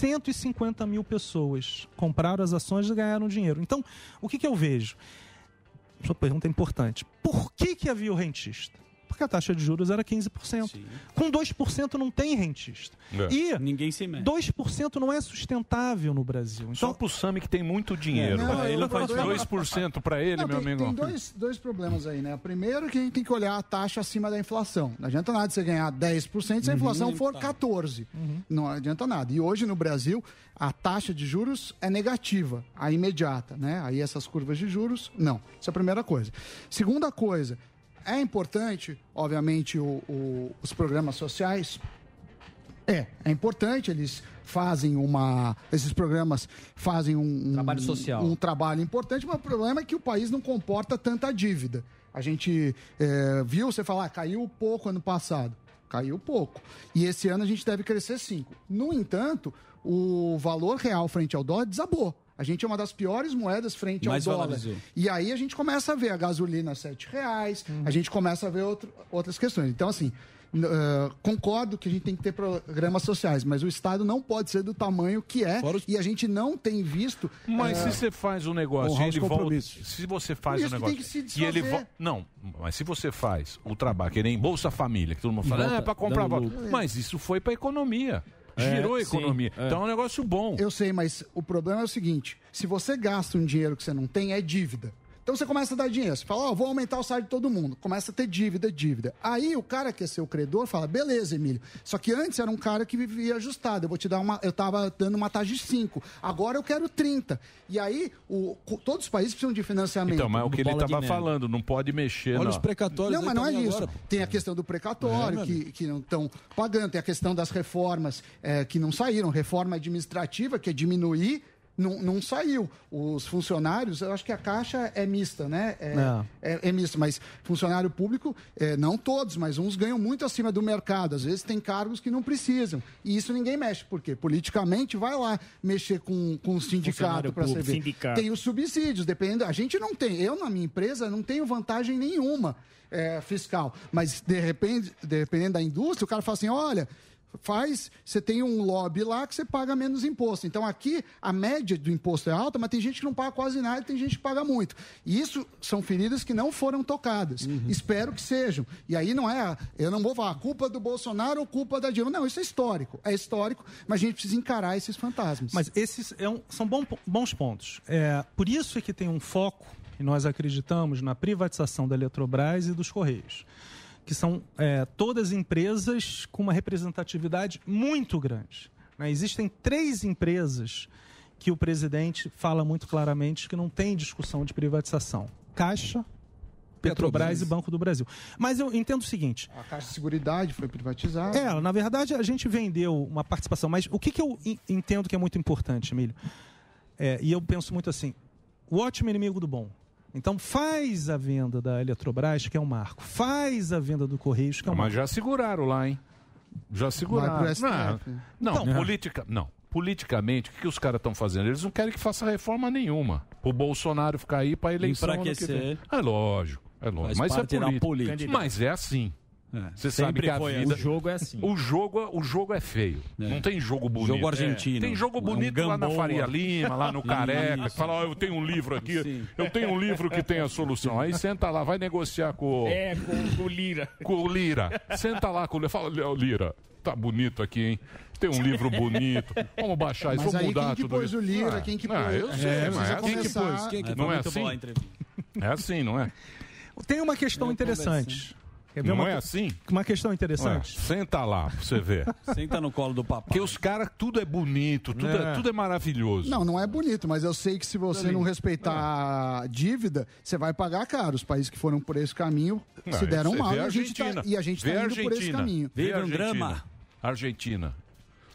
[SPEAKER 16] 150 mil pessoas compraram as ações e ganharam dinheiro. Então, o que que eu vejo? sua pergunta é importante. Por que, que havia o rentista? Porque a taxa de juros era 15%. Com 2% não tem rentista.
[SPEAKER 19] É.
[SPEAKER 16] E
[SPEAKER 7] ninguém se mete.
[SPEAKER 16] 2% não é sustentável no Brasil. Então-
[SPEAKER 19] Só
[SPEAKER 16] É,
[SPEAKER 19] pro Sami que tem muito dinheiro.
[SPEAKER 9] Não,
[SPEAKER 19] ele
[SPEAKER 9] eu
[SPEAKER 19] não
[SPEAKER 9] não
[SPEAKER 19] faz
[SPEAKER 9] vou-
[SPEAKER 19] 2% pra ele,
[SPEAKER 9] Não,
[SPEAKER 19] meu
[SPEAKER 9] tem,
[SPEAKER 19] amigo.
[SPEAKER 9] tem dois, dois problemas aí, né? Primeiro que a gente tem que olhar a taxa acima da inflação. Não adianta nada você ganhar 10% se a
[SPEAKER 20] Uhum.
[SPEAKER 9] inflação for 14%. Não adianta nada. E hoje no Brasil, a taxa de juros é negativa, a imediata, né? Aí essas curvas de juros, não. Isso é a primeira coisa. Segunda coisa, é importante, obviamente, o- o- os programas sociais é, é importante, eles fazem uma. Esses programas fazem um, um-
[SPEAKER 13] Trabalho social.
[SPEAKER 9] Um, trabalho importante, mas o problema é que o país não comporta tanta dívida. A gente é, viu você falar, "Ah, caiu pouco ano passado. Caiu pouco. E esse ano a gente deve crescer 5. No entanto, o valor real frente ao dólar desabou. A gente é uma das piores moedas frente
[SPEAKER 7] Mais
[SPEAKER 9] ao dólar.
[SPEAKER 7] valorizou.
[SPEAKER 9] E aí a gente começa a ver a gasolina a R$ 7 reais, a gente começa a ver outro- outras questões. Então, assim, eh, concordo que a gente tem que ter programas sociais, mas o Estado não pode ser do tamanho que é e a gente não tem visto.
[SPEAKER 6] Mas
[SPEAKER 9] eh,
[SPEAKER 6] se você faz um negócio
[SPEAKER 9] honrar
[SPEAKER 6] e
[SPEAKER 9] os
[SPEAKER 6] ele volta.
[SPEAKER 9] compromissos.
[SPEAKER 6] Se você faz
[SPEAKER 9] Por
[SPEAKER 6] um
[SPEAKER 9] isso que
[SPEAKER 6] negócio.
[SPEAKER 9] tem que se
[SPEAKER 6] e ele
[SPEAKER 9] desfazer.
[SPEAKER 6] vo- Não, mas se você faz o trabalho, que nem Bolsa Família, que todo mundo fala,
[SPEAKER 9] Volta
[SPEAKER 6] "Ah, é para comprar
[SPEAKER 9] dando
[SPEAKER 6] voto.
[SPEAKER 9] lucro.
[SPEAKER 6] Mas isso foi para economia. Girou a economia. Então é um negócio bom.
[SPEAKER 9] Eu sei, mas o problema é o seguinte: se você gasta um dinheiro que você não tem, é dívida. Então você começa a dar dinheiro, você fala, ó, vou aumentar o salário de todo mundo. Começa a ter dívida, dívida. Aí o cara que é seu credor fala, beleza, Emílio. Só que antes era um cara que vivia ajustado. Eu vou te dar uma. Eu tava dando uma taxa de 5. Agora eu quero 30. E aí, o- co- todos os países precisam de financiamento.
[SPEAKER 6] Então, mas é o que ele estava falando, não pode mexer. não.
[SPEAKER 9] Não, mas não é isso. tem a questão do precatório, que, que não estão pagando, tem a questão das reformas eh, que não saíram, reforma administrativa, que é diminuir. Não, não saiu. Os funcionários, eu acho que a caixa é mista, né? É,
[SPEAKER 16] Não.
[SPEAKER 9] é, é misto, mas funcionário público, eh, não todos, mas uns ganham muito acima do mercado. Às vezes tem cargos que não precisam. E isso ninguém mexe, porque politicamente vai lá mexer com, com o sindicato
[SPEAKER 20] Funcionário
[SPEAKER 9] para
[SPEAKER 20] público,
[SPEAKER 9] você ver.
[SPEAKER 20] sindicato.
[SPEAKER 9] Tem os subsídios, dependendo. A gente não tem. Eu, na minha empresa, não tenho vantagem nenhuma eh, fiscal. Mas, de repente, dependendo da indústria, o cara fala assim: olha. Faz, você tem um lobby lá que você paga menos imposto. Então aqui a média do imposto é alta, mas tem gente que não paga quase nada e tem gente que paga muito. E isso são feridas que não foram tocadas.
[SPEAKER 16] Uhum.
[SPEAKER 9] Espero que sejam. E aí não é, a- eu não vou falar, culpa do Bolsonaro ou culpa da Dilma. Não, isso é histórico. É histórico, mas a gente precisa encarar esses fantasmas.
[SPEAKER 16] Mas esses é um- são bom- bons pontos. É, por isso é que tem um foco, e nós acreditamos, na privatização da Eletrobras e dos Correios, que são é, todas empresas com uma representatividade muito grande. né? Existem três empresas que o presidente fala muito claramente que não tem discussão de privatização. Caixa, Petrobras,
[SPEAKER 9] Petrobras.
[SPEAKER 16] e Banco do Brasil. Mas eu entendo o seguinte...
[SPEAKER 9] A Caixa de Seguridade foi privatizada.
[SPEAKER 16] É, na verdade a gente vendeu uma participação, mas o que, que eu en- entendo que é muito importante, Emílio? É, e eu penso muito assim: o ótimo inimigo do bom. Então faz a venda da Eletrobras, que é um marco, faz a venda do Correios, que é um
[SPEAKER 6] Mas
[SPEAKER 16] marco.
[SPEAKER 6] já seguraram lá, hein? Já seguraram. Ah,
[SPEAKER 16] Vai pro STF.
[SPEAKER 6] Não, é. não,
[SPEAKER 16] Então-
[SPEAKER 6] politica, não. Politicamente, o que, que os caras estão fazendo? Eles não querem que faça reforma nenhuma. O Bolsonaro ficar aí para eleição. ano que
[SPEAKER 7] Enfraquecer.
[SPEAKER 6] vem. É lógico, é
[SPEAKER 7] Faz
[SPEAKER 6] lógico. Mas
[SPEAKER 7] parte
[SPEAKER 6] é
[SPEAKER 7] da
[SPEAKER 6] político.
[SPEAKER 7] política.
[SPEAKER 6] Mas é assim.
[SPEAKER 7] Sempre
[SPEAKER 6] Você sabe que a
[SPEAKER 7] foi assim.
[SPEAKER 6] vida...
[SPEAKER 7] O jogo é assim.
[SPEAKER 6] O jogo, o jogo é feio. Não tem jogo bonito. É.
[SPEAKER 7] Jogo argentino.
[SPEAKER 6] Tem jogo
[SPEAKER 7] Um
[SPEAKER 6] bonito lá na
[SPEAKER 7] gambô.
[SPEAKER 6] Faria Lima, lá no Careca.
[SPEAKER 7] Isso.
[SPEAKER 6] Fala, ó, eu tenho um livro aqui, eu tenho um livro que tem a solução. Aí senta lá, vai negociar com o...
[SPEAKER 20] É, com, com o Lira.
[SPEAKER 6] Com o Lira. Senta lá com o Lira. Fala, "Ô, Lira, tá bonito aqui, hein? Tem um livro bonito. Vamos baixar isso,
[SPEAKER 9] Mas
[SPEAKER 6] vamos
[SPEAKER 9] aí
[SPEAKER 6] mudar
[SPEAKER 9] quem que
[SPEAKER 6] tudo
[SPEAKER 9] pôs
[SPEAKER 6] isso.
[SPEAKER 9] o Lira,
[SPEAKER 6] Ah,
[SPEAKER 9] quem que
[SPEAKER 6] ah,
[SPEAKER 9] pôs-
[SPEAKER 6] eu sei,
[SPEAKER 9] É,
[SPEAKER 6] mas é
[SPEAKER 9] precisa
[SPEAKER 6] assim que
[SPEAKER 9] começar.
[SPEAKER 6] pôs. Quem que
[SPEAKER 9] Foi
[SPEAKER 6] não é
[SPEAKER 9] muito
[SPEAKER 6] assim?
[SPEAKER 9] boa a
[SPEAKER 6] É assim, não é?
[SPEAKER 16] Tem uma questão interessante. Quer ver
[SPEAKER 6] Não
[SPEAKER 16] uma
[SPEAKER 6] é
[SPEAKER 16] que-
[SPEAKER 6] assim?
[SPEAKER 16] Uma questão interessante.
[SPEAKER 6] Ué, é. senta lá pra você ver.
[SPEAKER 7] Senta no colo do papai.
[SPEAKER 6] Porque os caras, tudo é bonito, tudo é,
[SPEAKER 9] É.
[SPEAKER 6] tudo é maravilhoso.
[SPEAKER 9] Não, não é bonito, mas eu sei que se você não
[SPEAKER 6] Ah.
[SPEAKER 9] respeitar a dívida, você vai pagar caro. Os países que foram por esse caminho
[SPEAKER 6] Não, é
[SPEAKER 9] se deram
[SPEAKER 6] Ah, você
[SPEAKER 9] mal
[SPEAKER 6] vê
[SPEAKER 9] e a gente tá, e a gente tá
[SPEAKER 6] vê
[SPEAKER 9] indo
[SPEAKER 6] a Argentina,
[SPEAKER 9] por esse caminho.
[SPEAKER 6] vê um a Argentina. Argentina.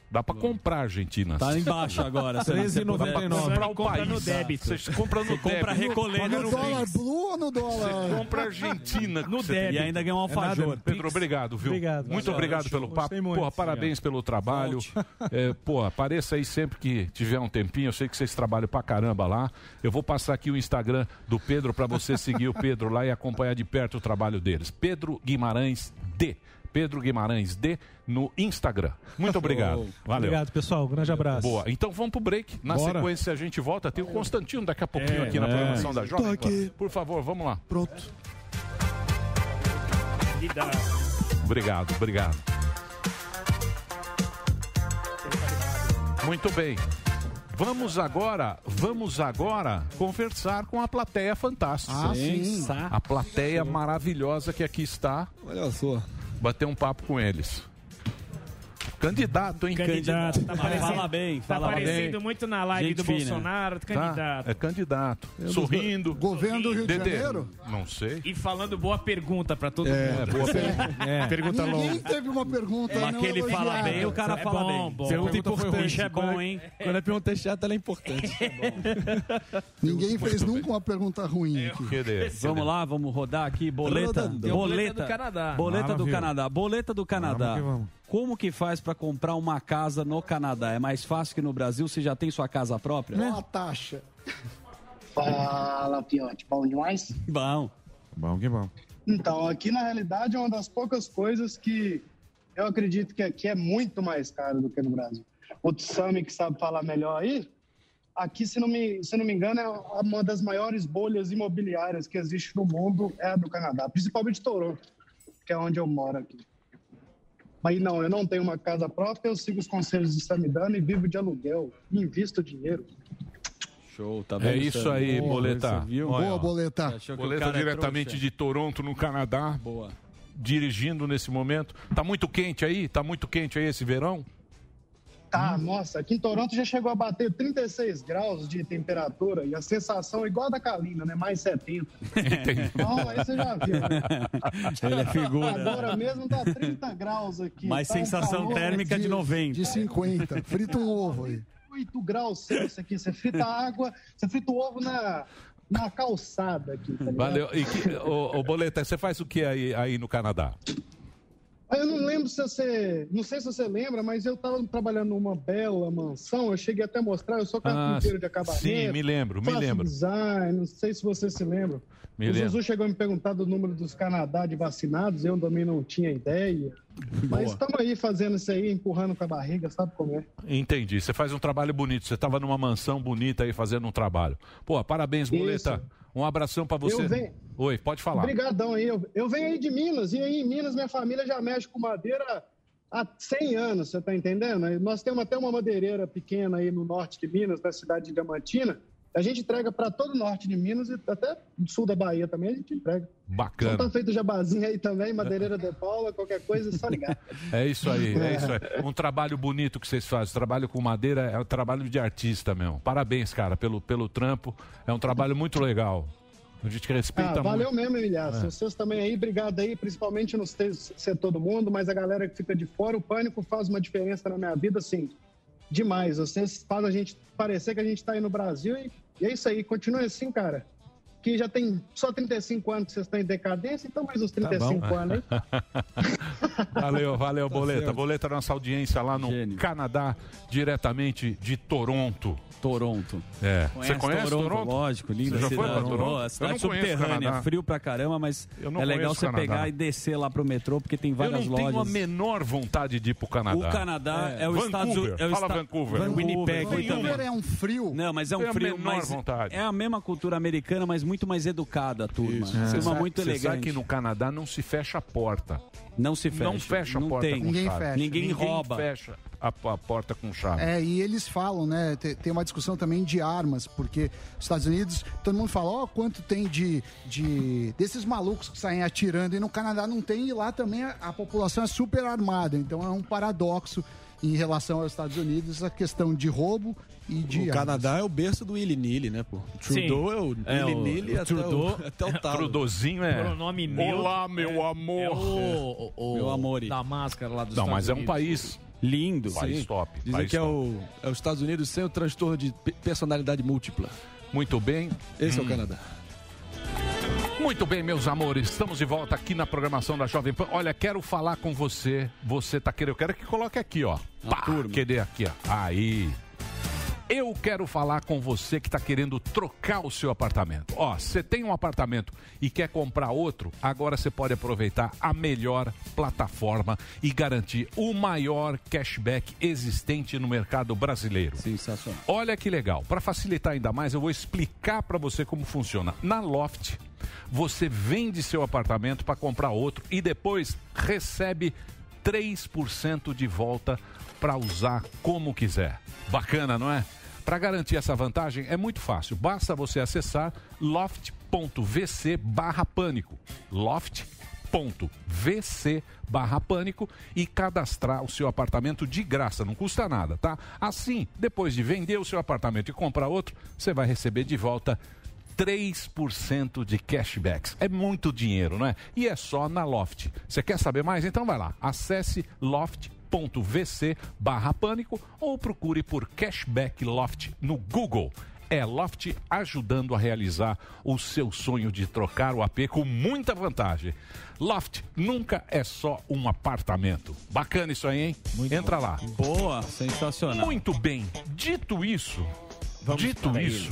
[SPEAKER 6] Dá pra comprar a Argentina.
[SPEAKER 7] Tá embaixo agora, se você puder.
[SPEAKER 6] Dá é pra comprar o
[SPEAKER 7] Compra
[SPEAKER 6] país.
[SPEAKER 7] no débito.
[SPEAKER 6] Você compra no
[SPEAKER 7] Você compra
[SPEAKER 6] débito.
[SPEAKER 7] recolher
[SPEAKER 6] Paga
[SPEAKER 7] no
[SPEAKER 6] no
[SPEAKER 9] Dólar
[SPEAKER 6] Pix.
[SPEAKER 9] blue ou no dólar?
[SPEAKER 6] Você compra a Argentina. que
[SPEAKER 7] No
[SPEAKER 6] você tem.
[SPEAKER 7] débito. E ainda ganha um alfajor.
[SPEAKER 6] É nada, Pedro, obrigado, viu?
[SPEAKER 7] Obrigado.
[SPEAKER 6] Muito
[SPEAKER 7] Valeu,
[SPEAKER 6] obrigado
[SPEAKER 7] show.
[SPEAKER 6] pelo papo.
[SPEAKER 7] Gostei muito.
[SPEAKER 6] Porra, parabéns pelo trabalho. É, pô, apareça aí sempre que tiver um tempinho. Eu sei que vocês trabalham pra caramba lá. Eu vou passar aqui o Instagram do Pedro pra você seguir o Pedro lá e acompanhar de perto o trabalho deles. Pedro Guimarães D. Pedro Guimarães D no Instagram. Muito obrigado. Valeu.
[SPEAKER 16] Obrigado, pessoal. Um Grande abraço.
[SPEAKER 6] Boa. Então vamos pro break. Na
[SPEAKER 16] Bora.
[SPEAKER 6] sequência a gente volta. Tem o Constantino daqui a pouquinho
[SPEAKER 16] É,
[SPEAKER 6] aqui na
[SPEAKER 16] né?
[SPEAKER 6] programação da Jovem.
[SPEAKER 16] Tô aqui.
[SPEAKER 6] Pan. Por favor, vamos lá.
[SPEAKER 2] Pronto.
[SPEAKER 6] Obrigado, obrigado. Muito bem. Vamos agora, vamos agora conversar com a plateia fantástica.
[SPEAKER 14] Ah, sim.
[SPEAKER 6] A plateia maravilhosa que aqui está. Olha só. Bater um papo com eles. Candidato, hein?
[SPEAKER 20] Candidato. Tá parecendo-
[SPEAKER 7] Fala bem,
[SPEAKER 20] Tá
[SPEAKER 6] fala bem.
[SPEAKER 20] aparecendo muito na live
[SPEAKER 6] Gente
[SPEAKER 20] do
[SPEAKER 6] fina.
[SPEAKER 20] Bolsonaro,
[SPEAKER 6] Tá?
[SPEAKER 20] candidato.
[SPEAKER 6] É candidato. Sorrindo.
[SPEAKER 20] Governo do Rio de Janeiro?
[SPEAKER 6] Não sei.
[SPEAKER 20] E falando boa pergunta pra todo
[SPEAKER 6] É,
[SPEAKER 20] mundo.
[SPEAKER 6] boa pergunta. É. Pergunta
[SPEAKER 9] Ninguém
[SPEAKER 20] longa.
[SPEAKER 9] teve uma pergunta.
[SPEAKER 20] Mas
[SPEAKER 9] não
[SPEAKER 20] que ele fala
[SPEAKER 9] elogiada.
[SPEAKER 20] bem, o cara É fala bom, bem. bom. Pergunta importante. Bicho é bom,
[SPEAKER 21] Quando-
[SPEAKER 20] hein?
[SPEAKER 21] Quando a pergunta é chata, ela é importante.
[SPEAKER 9] Ninguém fez nunca uma pergunta
[SPEAKER 6] É,
[SPEAKER 9] ruim aqui.
[SPEAKER 7] Vamos lá, vamos rodar aqui. Boleta.
[SPEAKER 9] rodando. Tem
[SPEAKER 7] Boleta,
[SPEAKER 9] o boleta do Canadá.
[SPEAKER 7] Boleta do
[SPEAKER 9] Maravilha.
[SPEAKER 7] Canadá. Boleta do Canadá.
[SPEAKER 9] Vamos que vamos.
[SPEAKER 7] Como que faz pra comprar uma casa no Canadá? É mais fácil que no Brasil? Você já tem sua casa própria?
[SPEAKER 6] Né?
[SPEAKER 9] Qual a taxa?
[SPEAKER 22] Fala, Piote. Bom demais?
[SPEAKER 7] Bom.
[SPEAKER 14] Bom que bom.
[SPEAKER 22] Então, aqui na realidade é uma das poucas coisas que eu acredito que aqui é muito mais caro do que no Brasil. O Tsami, que sabe falar melhor aí, aqui, se não, me, se não me engano, é uma das maiores bolhas imobiliárias que existe no mundo, é a do Canadá, principalmente Toronto, que é onde eu moro aqui. Mas não, eu não tenho uma casa própria, eu sigo os conselhos de Samidana e vivo de aluguel, e invisto dinheiro.
[SPEAKER 7] Show, tá
[SPEAKER 6] É isso aí,
[SPEAKER 7] Boa,
[SPEAKER 6] Boletar.
[SPEAKER 7] você viu?
[SPEAKER 6] Olha, ó.
[SPEAKER 7] Boletar. Achou que o
[SPEAKER 6] Boletar
[SPEAKER 7] cara é
[SPEAKER 6] diretamente
[SPEAKER 7] trouxa.
[SPEAKER 6] de Toronto, no Canadá.
[SPEAKER 7] Boa.
[SPEAKER 6] Dirigindo nesse momento. Tá muito quente aí? Tá muito quente aí esse verão?
[SPEAKER 22] Tá, nossa, aqui em Toronto já chegou a bater 36 graus de temperatura e a sensação é igual a da Kalina, né? Mais 70. Então, aí você já viu.
[SPEAKER 7] Ele é figura.
[SPEAKER 22] Agora mesmo tá 30 graus aqui.
[SPEAKER 7] Mas
[SPEAKER 22] tá um
[SPEAKER 7] sensação
[SPEAKER 22] calor
[SPEAKER 7] térmica é de 90.
[SPEAKER 9] De 50. Frita um ovo aí.
[SPEAKER 22] 8 graus Celsius aqui. Você frita água, você frita o ovo na, na calçada aqui, tá ligado?
[SPEAKER 6] Valeu. E que, ô, ô, Boletar, você faz o que aí, aí no Canadá?
[SPEAKER 22] Mas Ah, Eu não lembro se você. Não sei se você lembra, mas eu estava trabalhando numa bela mansão. Eu cheguei até a mostrar, eu sou carpinteiro de acabamento.
[SPEAKER 6] Ah, sim, me lembro, me
[SPEAKER 22] faço
[SPEAKER 6] lembro.
[SPEAKER 22] Design, não sei se você se lembra.
[SPEAKER 6] Me
[SPEAKER 22] o
[SPEAKER 6] lembro.
[SPEAKER 22] Jesus chegou a me perguntar do número dos Canadá de vacinados, eu também não tinha ideia. Mas estamos aí fazendo isso aí, empurrando com a barriga, sabe como é?
[SPEAKER 6] Entendi. Você faz um trabalho bonito. Você estava numa mansão bonita aí fazendo um trabalho. Pô, parabéns, Boleta. Um abração para você.
[SPEAKER 22] Eu venho-
[SPEAKER 6] Oi, pode falar.
[SPEAKER 22] Obrigadão aí. Eu, eu venho aí de Minas, e aí em Minas minha família já mexe com madeira há 100 anos, você tá entendendo? E Nós temos até uma madeireira pequena aí no norte de Minas, na cidade de Diamantina. A gente entrega para todo o norte de Minas e até o sul da Bahia também a gente entrega.
[SPEAKER 6] Bacana.
[SPEAKER 22] Então tá feito jabazinho aí também, madeireira de Paula, qualquer coisa é só ligar.
[SPEAKER 6] É isso aí, é isso aí. Um trabalho bonito que vocês fazem. Trabalho com madeira é um trabalho de artista mesmo. Parabéns, cara, pelo, pelo trampo. É um trabalho muito legal. A gente respeita
[SPEAKER 22] Ah, valeu
[SPEAKER 6] muito.
[SPEAKER 22] mesmo, Emiliano.
[SPEAKER 6] É.
[SPEAKER 22] Vocês também aí, obrigado aí, principalmente no se- setor do mundo, mas a galera que fica de fora, o pânico faz uma diferença na minha vida, assim, demais. Vocês fazem a gente parecer que a gente tá aí no Brasil e, e é isso aí, continue assim, cara. Que já tem só 35 anos que vocês estão em decadência, então mais
[SPEAKER 6] Tá
[SPEAKER 22] uns 35 anos aí.
[SPEAKER 6] Valeu, valeu,
[SPEAKER 7] Tá
[SPEAKER 6] Boleta.
[SPEAKER 22] certo.
[SPEAKER 6] Boleta, é nossa audiência lá no Canadá, diretamente de Toronto.
[SPEAKER 7] Toronto.
[SPEAKER 6] É. Você conhece Toronto?
[SPEAKER 7] Lógico, linda
[SPEAKER 6] Você já foi
[SPEAKER 7] cidade.
[SPEAKER 6] pra Toronto?
[SPEAKER 7] Boa, cidade
[SPEAKER 6] Eu não conheço o
[SPEAKER 7] subterrânea,
[SPEAKER 6] Canadá.
[SPEAKER 7] frio pra caramba, mas
[SPEAKER 6] Eu não
[SPEAKER 7] é legal
[SPEAKER 6] conheço o
[SPEAKER 7] você
[SPEAKER 6] Canadá.
[SPEAKER 7] pegar e descer lá pro metrô, porque tem várias
[SPEAKER 6] Eu não
[SPEAKER 7] lojas.
[SPEAKER 6] tenho a menor vontade de ir pro Canadá.
[SPEAKER 7] O Canadá é, o
[SPEAKER 6] Vancouver.
[SPEAKER 7] estado. É o
[SPEAKER 6] Fala
[SPEAKER 7] esta-
[SPEAKER 6] Vancouver.
[SPEAKER 7] Winnipeg.
[SPEAKER 6] Nenhuma.
[SPEAKER 7] é um frio. Não, mas é
[SPEAKER 6] Tenho
[SPEAKER 7] um
[SPEAKER 6] a
[SPEAKER 7] frio.
[SPEAKER 6] menor
[SPEAKER 7] mas
[SPEAKER 6] vontade.
[SPEAKER 7] É a mesma cultura americana, mas muito mais educada a turma.
[SPEAKER 6] Você
[SPEAKER 7] Turma
[SPEAKER 6] sabe-
[SPEAKER 7] muito
[SPEAKER 6] você
[SPEAKER 7] elegante.
[SPEAKER 6] sabe que no Canadá não se fecha a porta.
[SPEAKER 7] Não se
[SPEAKER 6] Não
[SPEAKER 7] fecha,
[SPEAKER 6] fecha a
[SPEAKER 7] não
[SPEAKER 6] porta
[SPEAKER 7] tem.
[SPEAKER 6] com
[SPEAKER 7] Ninguém
[SPEAKER 6] chave.
[SPEAKER 7] fecha. Ninguém rouba.
[SPEAKER 6] fecha a, a porta com chave.
[SPEAKER 9] É, e eles falam, né? te- Tem, uma discussão também de armas, porque os Estados Unidos, todo mundo fala, ó, quanto tem de, de- desses malucos que saem atirando, e no Canadá não tem, e lá também a, a população é super armada, então é um paradoxo em relação aos Estados Unidos, a questão de roubo e de.
[SPEAKER 12] O Canadá é o berço do Willy Nilly, né, pô? O Trudeau é o
[SPEAKER 7] É,
[SPEAKER 12] Willy
[SPEAKER 7] o-
[SPEAKER 12] Nilly
[SPEAKER 7] o
[SPEAKER 12] até
[SPEAKER 7] Trudeau-
[SPEAKER 12] o, até o talo.
[SPEAKER 6] É, Trudeauzinho é-
[SPEAKER 20] Pronome neutro.
[SPEAKER 6] Olá, meu
[SPEAKER 20] É-
[SPEAKER 6] amor.
[SPEAKER 20] é o, o- o-
[SPEAKER 12] Meu amor.
[SPEAKER 20] Da máscara lá dos
[SPEAKER 12] Não,
[SPEAKER 20] Estados
[SPEAKER 12] mas é um
[SPEAKER 20] Unidos.
[SPEAKER 12] país
[SPEAKER 7] Lindo.
[SPEAKER 6] País
[SPEAKER 12] Sim.
[SPEAKER 6] top,
[SPEAKER 12] Dizem
[SPEAKER 6] país
[SPEAKER 12] que é, o, é os Estados Unidos sem o transtorno de pe- personalidade múltipla.
[SPEAKER 6] Muito bem.
[SPEAKER 12] Esse é
[SPEAKER 6] Hum.
[SPEAKER 12] o Canadá.
[SPEAKER 6] Muito bem, meus amores, estamos de volta aqui na programação da Jovem Pan. Olha, quero falar com você. Você tá querendo, eu quero que coloque aqui, ó. Pá, QD aqui, ó. Aí. Eu quero falar com você que está querendo trocar o seu apartamento. Ó, você tem um apartamento e quer comprar outro, agora você pode aproveitar a melhor plataforma e garantir o maior cashback existente no mercado brasileiro.
[SPEAKER 7] Sensacional.
[SPEAKER 6] Olha que legal. Para facilitar ainda mais, eu vou explicar para você como funciona. Na Loft, você vende seu apartamento para comprar outro e depois recebe 3% de volta para usar como quiser. Bacana, não é? Para garantir essa vantagem é muito fácil. Basta você acessar loft.vc barra pânico. loft.vc barra pânico e cadastrar o seu apartamento de graça, não custa nada, tá? Assim, depois de vender o seu apartamento e comprar outro, você vai receber de volta 3% de cashbacks. É muito dinheiro, não é? E é só na Loft. Você quer saber mais? Então vai lá, acesse loft.vc barra pânico ou procure por Cashback Loft no Google. É Loft ajudando a realizar o seu sonho de trocar o AP com muita vantagem. Loft nunca é só um apartamento. Bacana isso aí, hein? Entra lá.
[SPEAKER 7] Boa, sensacional.
[SPEAKER 6] Muito bem. Dito isso, dito
[SPEAKER 7] para
[SPEAKER 6] isso,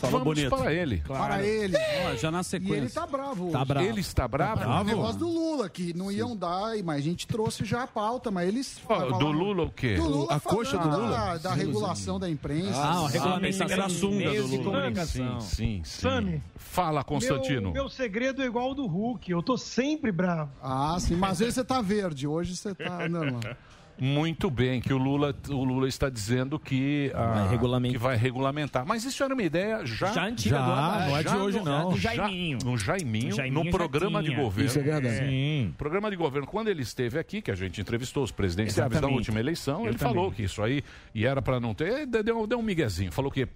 [SPEAKER 7] Falou
[SPEAKER 6] Vamos
[SPEAKER 7] bonito.
[SPEAKER 6] para ele.
[SPEAKER 9] Para ele.
[SPEAKER 7] Ó, já na
[SPEAKER 9] E
[SPEAKER 7] sequência.
[SPEAKER 9] ele tá bravo.
[SPEAKER 7] Tá
[SPEAKER 9] hoje. Tá É
[SPEAKER 7] bravo. Ele está bravo?
[SPEAKER 6] Tá
[SPEAKER 9] O negócio do Lula, que não iam dar, e- mas a gente trouxe já a pauta, mas eles. falavam-
[SPEAKER 6] do Lula o quê?
[SPEAKER 9] Do Lula
[SPEAKER 6] A
[SPEAKER 9] falando
[SPEAKER 6] coxa do
[SPEAKER 9] da-
[SPEAKER 6] Lula?
[SPEAKER 9] Da,
[SPEAKER 6] Sim,
[SPEAKER 9] regulação da imprensa.
[SPEAKER 6] Ah, a regulamentação
[SPEAKER 7] da sunga do Lula.
[SPEAKER 6] Sim, sim, sim.
[SPEAKER 23] Sami.
[SPEAKER 6] Fala, Constantino.
[SPEAKER 23] Meu, meu segredo é igual ao do Hulk. Eu tô sempre bravo.
[SPEAKER 9] Ah, sim. Mas hoje você tá verde, hoje você tá normal.
[SPEAKER 6] Muito bem, que o Lula, o Lula está dizendo que, ah, que vai regulamentar. Mas isso era uma ideia já,
[SPEAKER 19] Já antiga do Haddad. não é de hoje,
[SPEAKER 6] no-
[SPEAKER 19] não.
[SPEAKER 6] já-
[SPEAKER 19] Jaiminho.
[SPEAKER 6] no Jaiminho,
[SPEAKER 19] O Jaiminho
[SPEAKER 6] no
[SPEAKER 19] já
[SPEAKER 6] programa de
[SPEAKER 19] tinha.
[SPEAKER 6] governo.
[SPEAKER 19] Isso é verdade. Sim.
[SPEAKER 6] Programa de governo, quando ele esteve aqui, que a gente entrevistou os presidenciáveis da
[SPEAKER 19] Exatamente.
[SPEAKER 6] última eleição,
[SPEAKER 19] Eu
[SPEAKER 6] ele
[SPEAKER 19] também.
[SPEAKER 6] falou que isso aí, e era para não ter, deu, deu- deu um miguezinho. Falou que,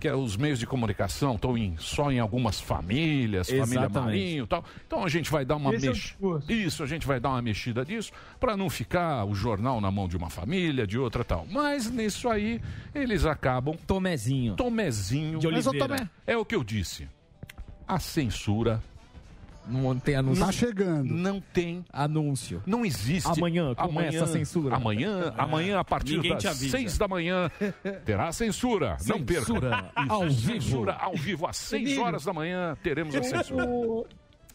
[SPEAKER 6] que os meios de comunicação estão em- só em algumas famílias, família
[SPEAKER 19] Exatamente.
[SPEAKER 6] Marinho e tal. Então a gente vai dar uma
[SPEAKER 19] Esse é o
[SPEAKER 6] mex- isso, a gente vai dar uma mexida disso para não ficar o jornal na mão de uma família, de outra tal. Mas nisso aí eles acabam
[SPEAKER 13] Tomezinho.
[SPEAKER 6] Tomezinho.
[SPEAKER 13] De Mas, ô, Oliveira. Tomé-
[SPEAKER 6] É o que eu disse. A censura
[SPEAKER 13] Não tem anúncio.
[SPEAKER 6] Tá chegando. Não tem
[SPEAKER 13] anúncio.
[SPEAKER 6] não existe.
[SPEAKER 13] Amanhã começa
[SPEAKER 6] Amanhã-
[SPEAKER 13] a censura. né?
[SPEAKER 6] Amanhã, amanhã a partir
[SPEAKER 13] Ninguém te
[SPEAKER 6] das
[SPEAKER 13] avisa.
[SPEAKER 6] seis da manhã terá censura. Não perca.
[SPEAKER 19] Censura
[SPEAKER 6] Isso,
[SPEAKER 19] ao vivo.
[SPEAKER 6] Censura ao vivo às seis
[SPEAKER 23] Emílio.
[SPEAKER 6] horas da manhã teremos a censura.
[SPEAKER 23] O,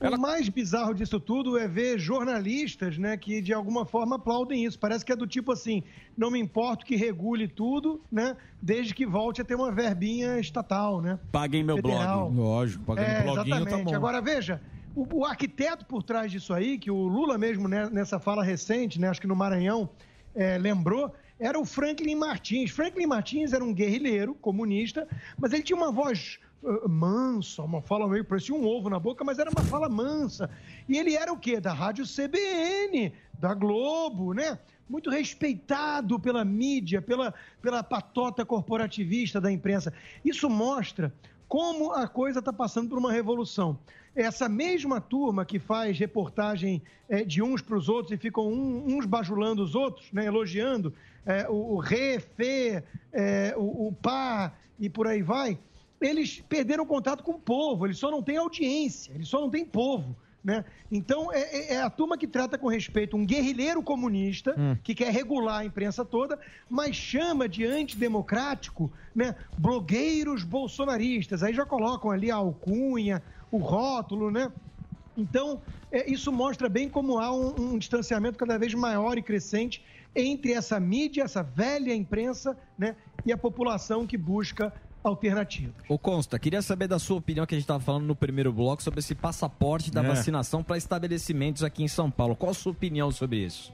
[SPEAKER 23] o mais bizarro disso tudo é ver jornalistas, né, que de alguma forma aplaudem isso. Parece que é do tipo assim, não me importo que regule tudo, né, desde que volte a ter uma verbinha estatal, né?
[SPEAKER 7] Paguem meu
[SPEAKER 23] Federal.
[SPEAKER 7] blog. Lógico, um
[SPEAKER 23] É,
[SPEAKER 7] tá
[SPEAKER 23] exatamente. Agora veja, o, o arquiteto por trás disso aí, que o Lula mesmo né, nessa fala recente, né, acho que no Maranhão, é, lembrou, era o Franklin Martins. Franklin Martins era um guerrilheiro comunista, mas ele tinha uma voz eh, mansa, uma fala meio parecia um ovo na boca, mas era uma fala mansa. E ele era o quê? Da rádio CBN, da Globo, né? Muito respeitado pela mídia, pela, pela patota corporativista da imprensa. Isso mostra como a coisa está passando por uma revolução. Essa mesma turma que faz reportagem eh, de uns para os outros e ficam um- uns bajulando os outros, né, elogiando eh, o, o Rê, Fê, eh, o, o Pá e por aí vai, eles perderam contato com o povo, eles só não têm audiência, eles só não têm povo. Né? Então, é, é- é a turma que trata com respeito um guerrilheiro comunista que quer regular a imprensa toda, mas chama de antidemocrático né, blogueiros bolsonaristas. Aí já colocam ali a alcunha, o rótulo, né? Então, é, isso mostra bem como há um, um distanciamento cada vez maior e crescente entre essa mídia, essa velha imprensa, né, e a população que busca alternativa.
[SPEAKER 13] Ô Consta, queria saber da sua opinião que a gente estava falando no primeiro bloco sobre esse passaporte da
[SPEAKER 23] É.
[SPEAKER 13] vacinação para estabelecimentos aqui em São Paulo. Qual a sua opinião sobre isso?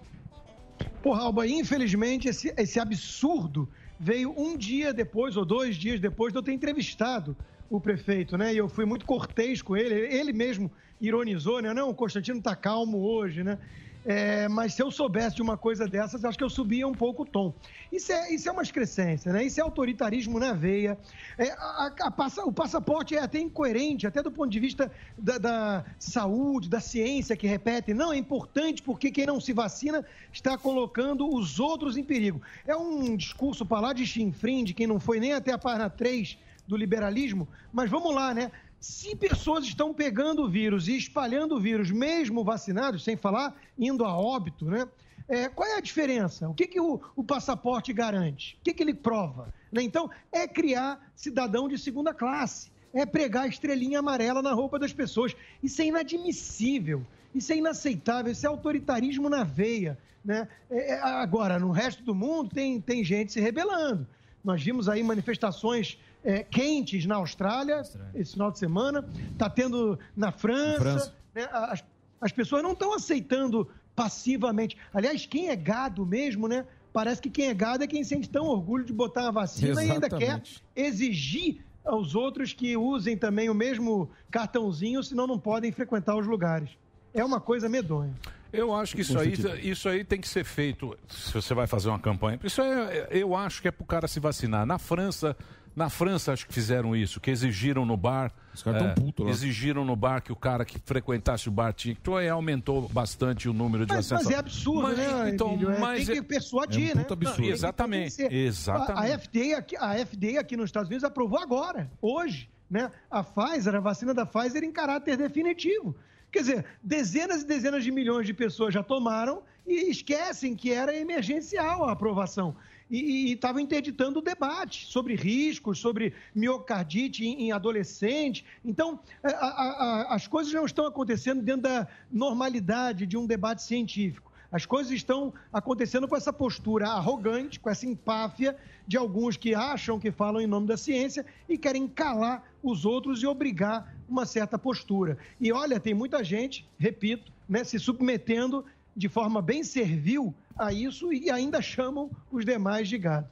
[SPEAKER 23] Porra, Alba, infelizmente esse, esse absurdo veio um dia depois ou dois dias depois de eu ter entrevistado o prefeito, né? E eu fui muito cortês com ele, ele mesmo ironizou, né? Não, o Constantino tá calmo hoje, né? É, mas se eu soubesse de uma coisa dessas, acho que eu subia um pouco o tom. Isso é, isso é uma excrescência, né? Isso é autoritarismo na veia. É, a- a- a passa- o passaporte é até incoerente, até do ponto de vista da, da saúde, da ciência que repetem. Não, é importante porque quem não se vacina está colocando os outros em perigo. É um discurso para lá de chinfrim, de quem não foi nem até a página 3 do liberalismo, mas vamos lá, né? Se pessoas estão pegando o vírus e espalhando o vírus, mesmo vacinados, sem falar, indo a óbito, né? É, qual é a diferença? O que, que o, o passaporte garante? O que, que ele prova? né? Então, é criar cidadão de segunda classe, é pregar a estrelinha amarela na roupa das pessoas. Isso é inadmissível, isso é inaceitável, isso é autoritarismo na veia. Né? É, é, agora, no resto do mundo, tem, tem gente se rebelando. Nós vimos aí manifestações é, quentes na Austrália esse final de semana, está tendo na França.
[SPEAKER 5] França.
[SPEAKER 23] né? As, as pessoas não estão aceitando passivamente. Aliás, quem é gado mesmo, né? Parece que quem é gado é quem sente tão orgulho de botar uma vacina e ainda
[SPEAKER 24] Exatamente.
[SPEAKER 23] quer exigir aos outros que usem também o mesmo cartãozinho, senão não podem frequentar os lugares. É uma coisa medonha.
[SPEAKER 6] Eu acho que isso aí, isso aí tem que ser feito. Se você vai fazer uma campanha, isso é, eu acho que é pro cara se vacinar. Na França, na França acho que fizeram isso, que exigiram no bar. Os
[SPEAKER 14] caras tão puto lá.
[SPEAKER 6] Exigiram no bar que o cara que frequentasse o bar tinha. Então aí aumentou bastante o número de
[SPEAKER 23] Mas, mas
[SPEAKER 6] vacinação.
[SPEAKER 23] é absurdo,
[SPEAKER 6] Mas,
[SPEAKER 23] né?
[SPEAKER 6] Então,
[SPEAKER 23] Emílio? É,
[SPEAKER 6] mas
[SPEAKER 23] tem
[SPEAKER 6] é-
[SPEAKER 23] que persuadir,
[SPEAKER 6] é um
[SPEAKER 23] né?
[SPEAKER 6] puta absurdo.
[SPEAKER 23] Não, tem que
[SPEAKER 6] Exatamente,
[SPEAKER 23] convencer.
[SPEAKER 6] exatamente.
[SPEAKER 23] A, a FDA aqui, a FDA aqui nos Estados Unidos aprovou agora, hoje, né? A Pfizer, a vacina da Pfizer em caráter definitivo. Quer dizer, dezenas e dezenas de milhões de pessoas já tomaram e esquecem que era emergencial a aprovação. e estavam interditando o debate sobre riscos, sobre miocardite em, em adolescente. Então, a- a- a- as coisas não estão acontecendo dentro da normalidade de um debate científico. As coisas estão acontecendo com essa postura arrogante, com essa empáfia de alguns que acham que falam em nome da ciência e querem calar os outros e obrigar uma certa postura. E olha, tem muita gente, repito, né, se submetendo de forma bem servil a isso e ainda chamam os demais de gado.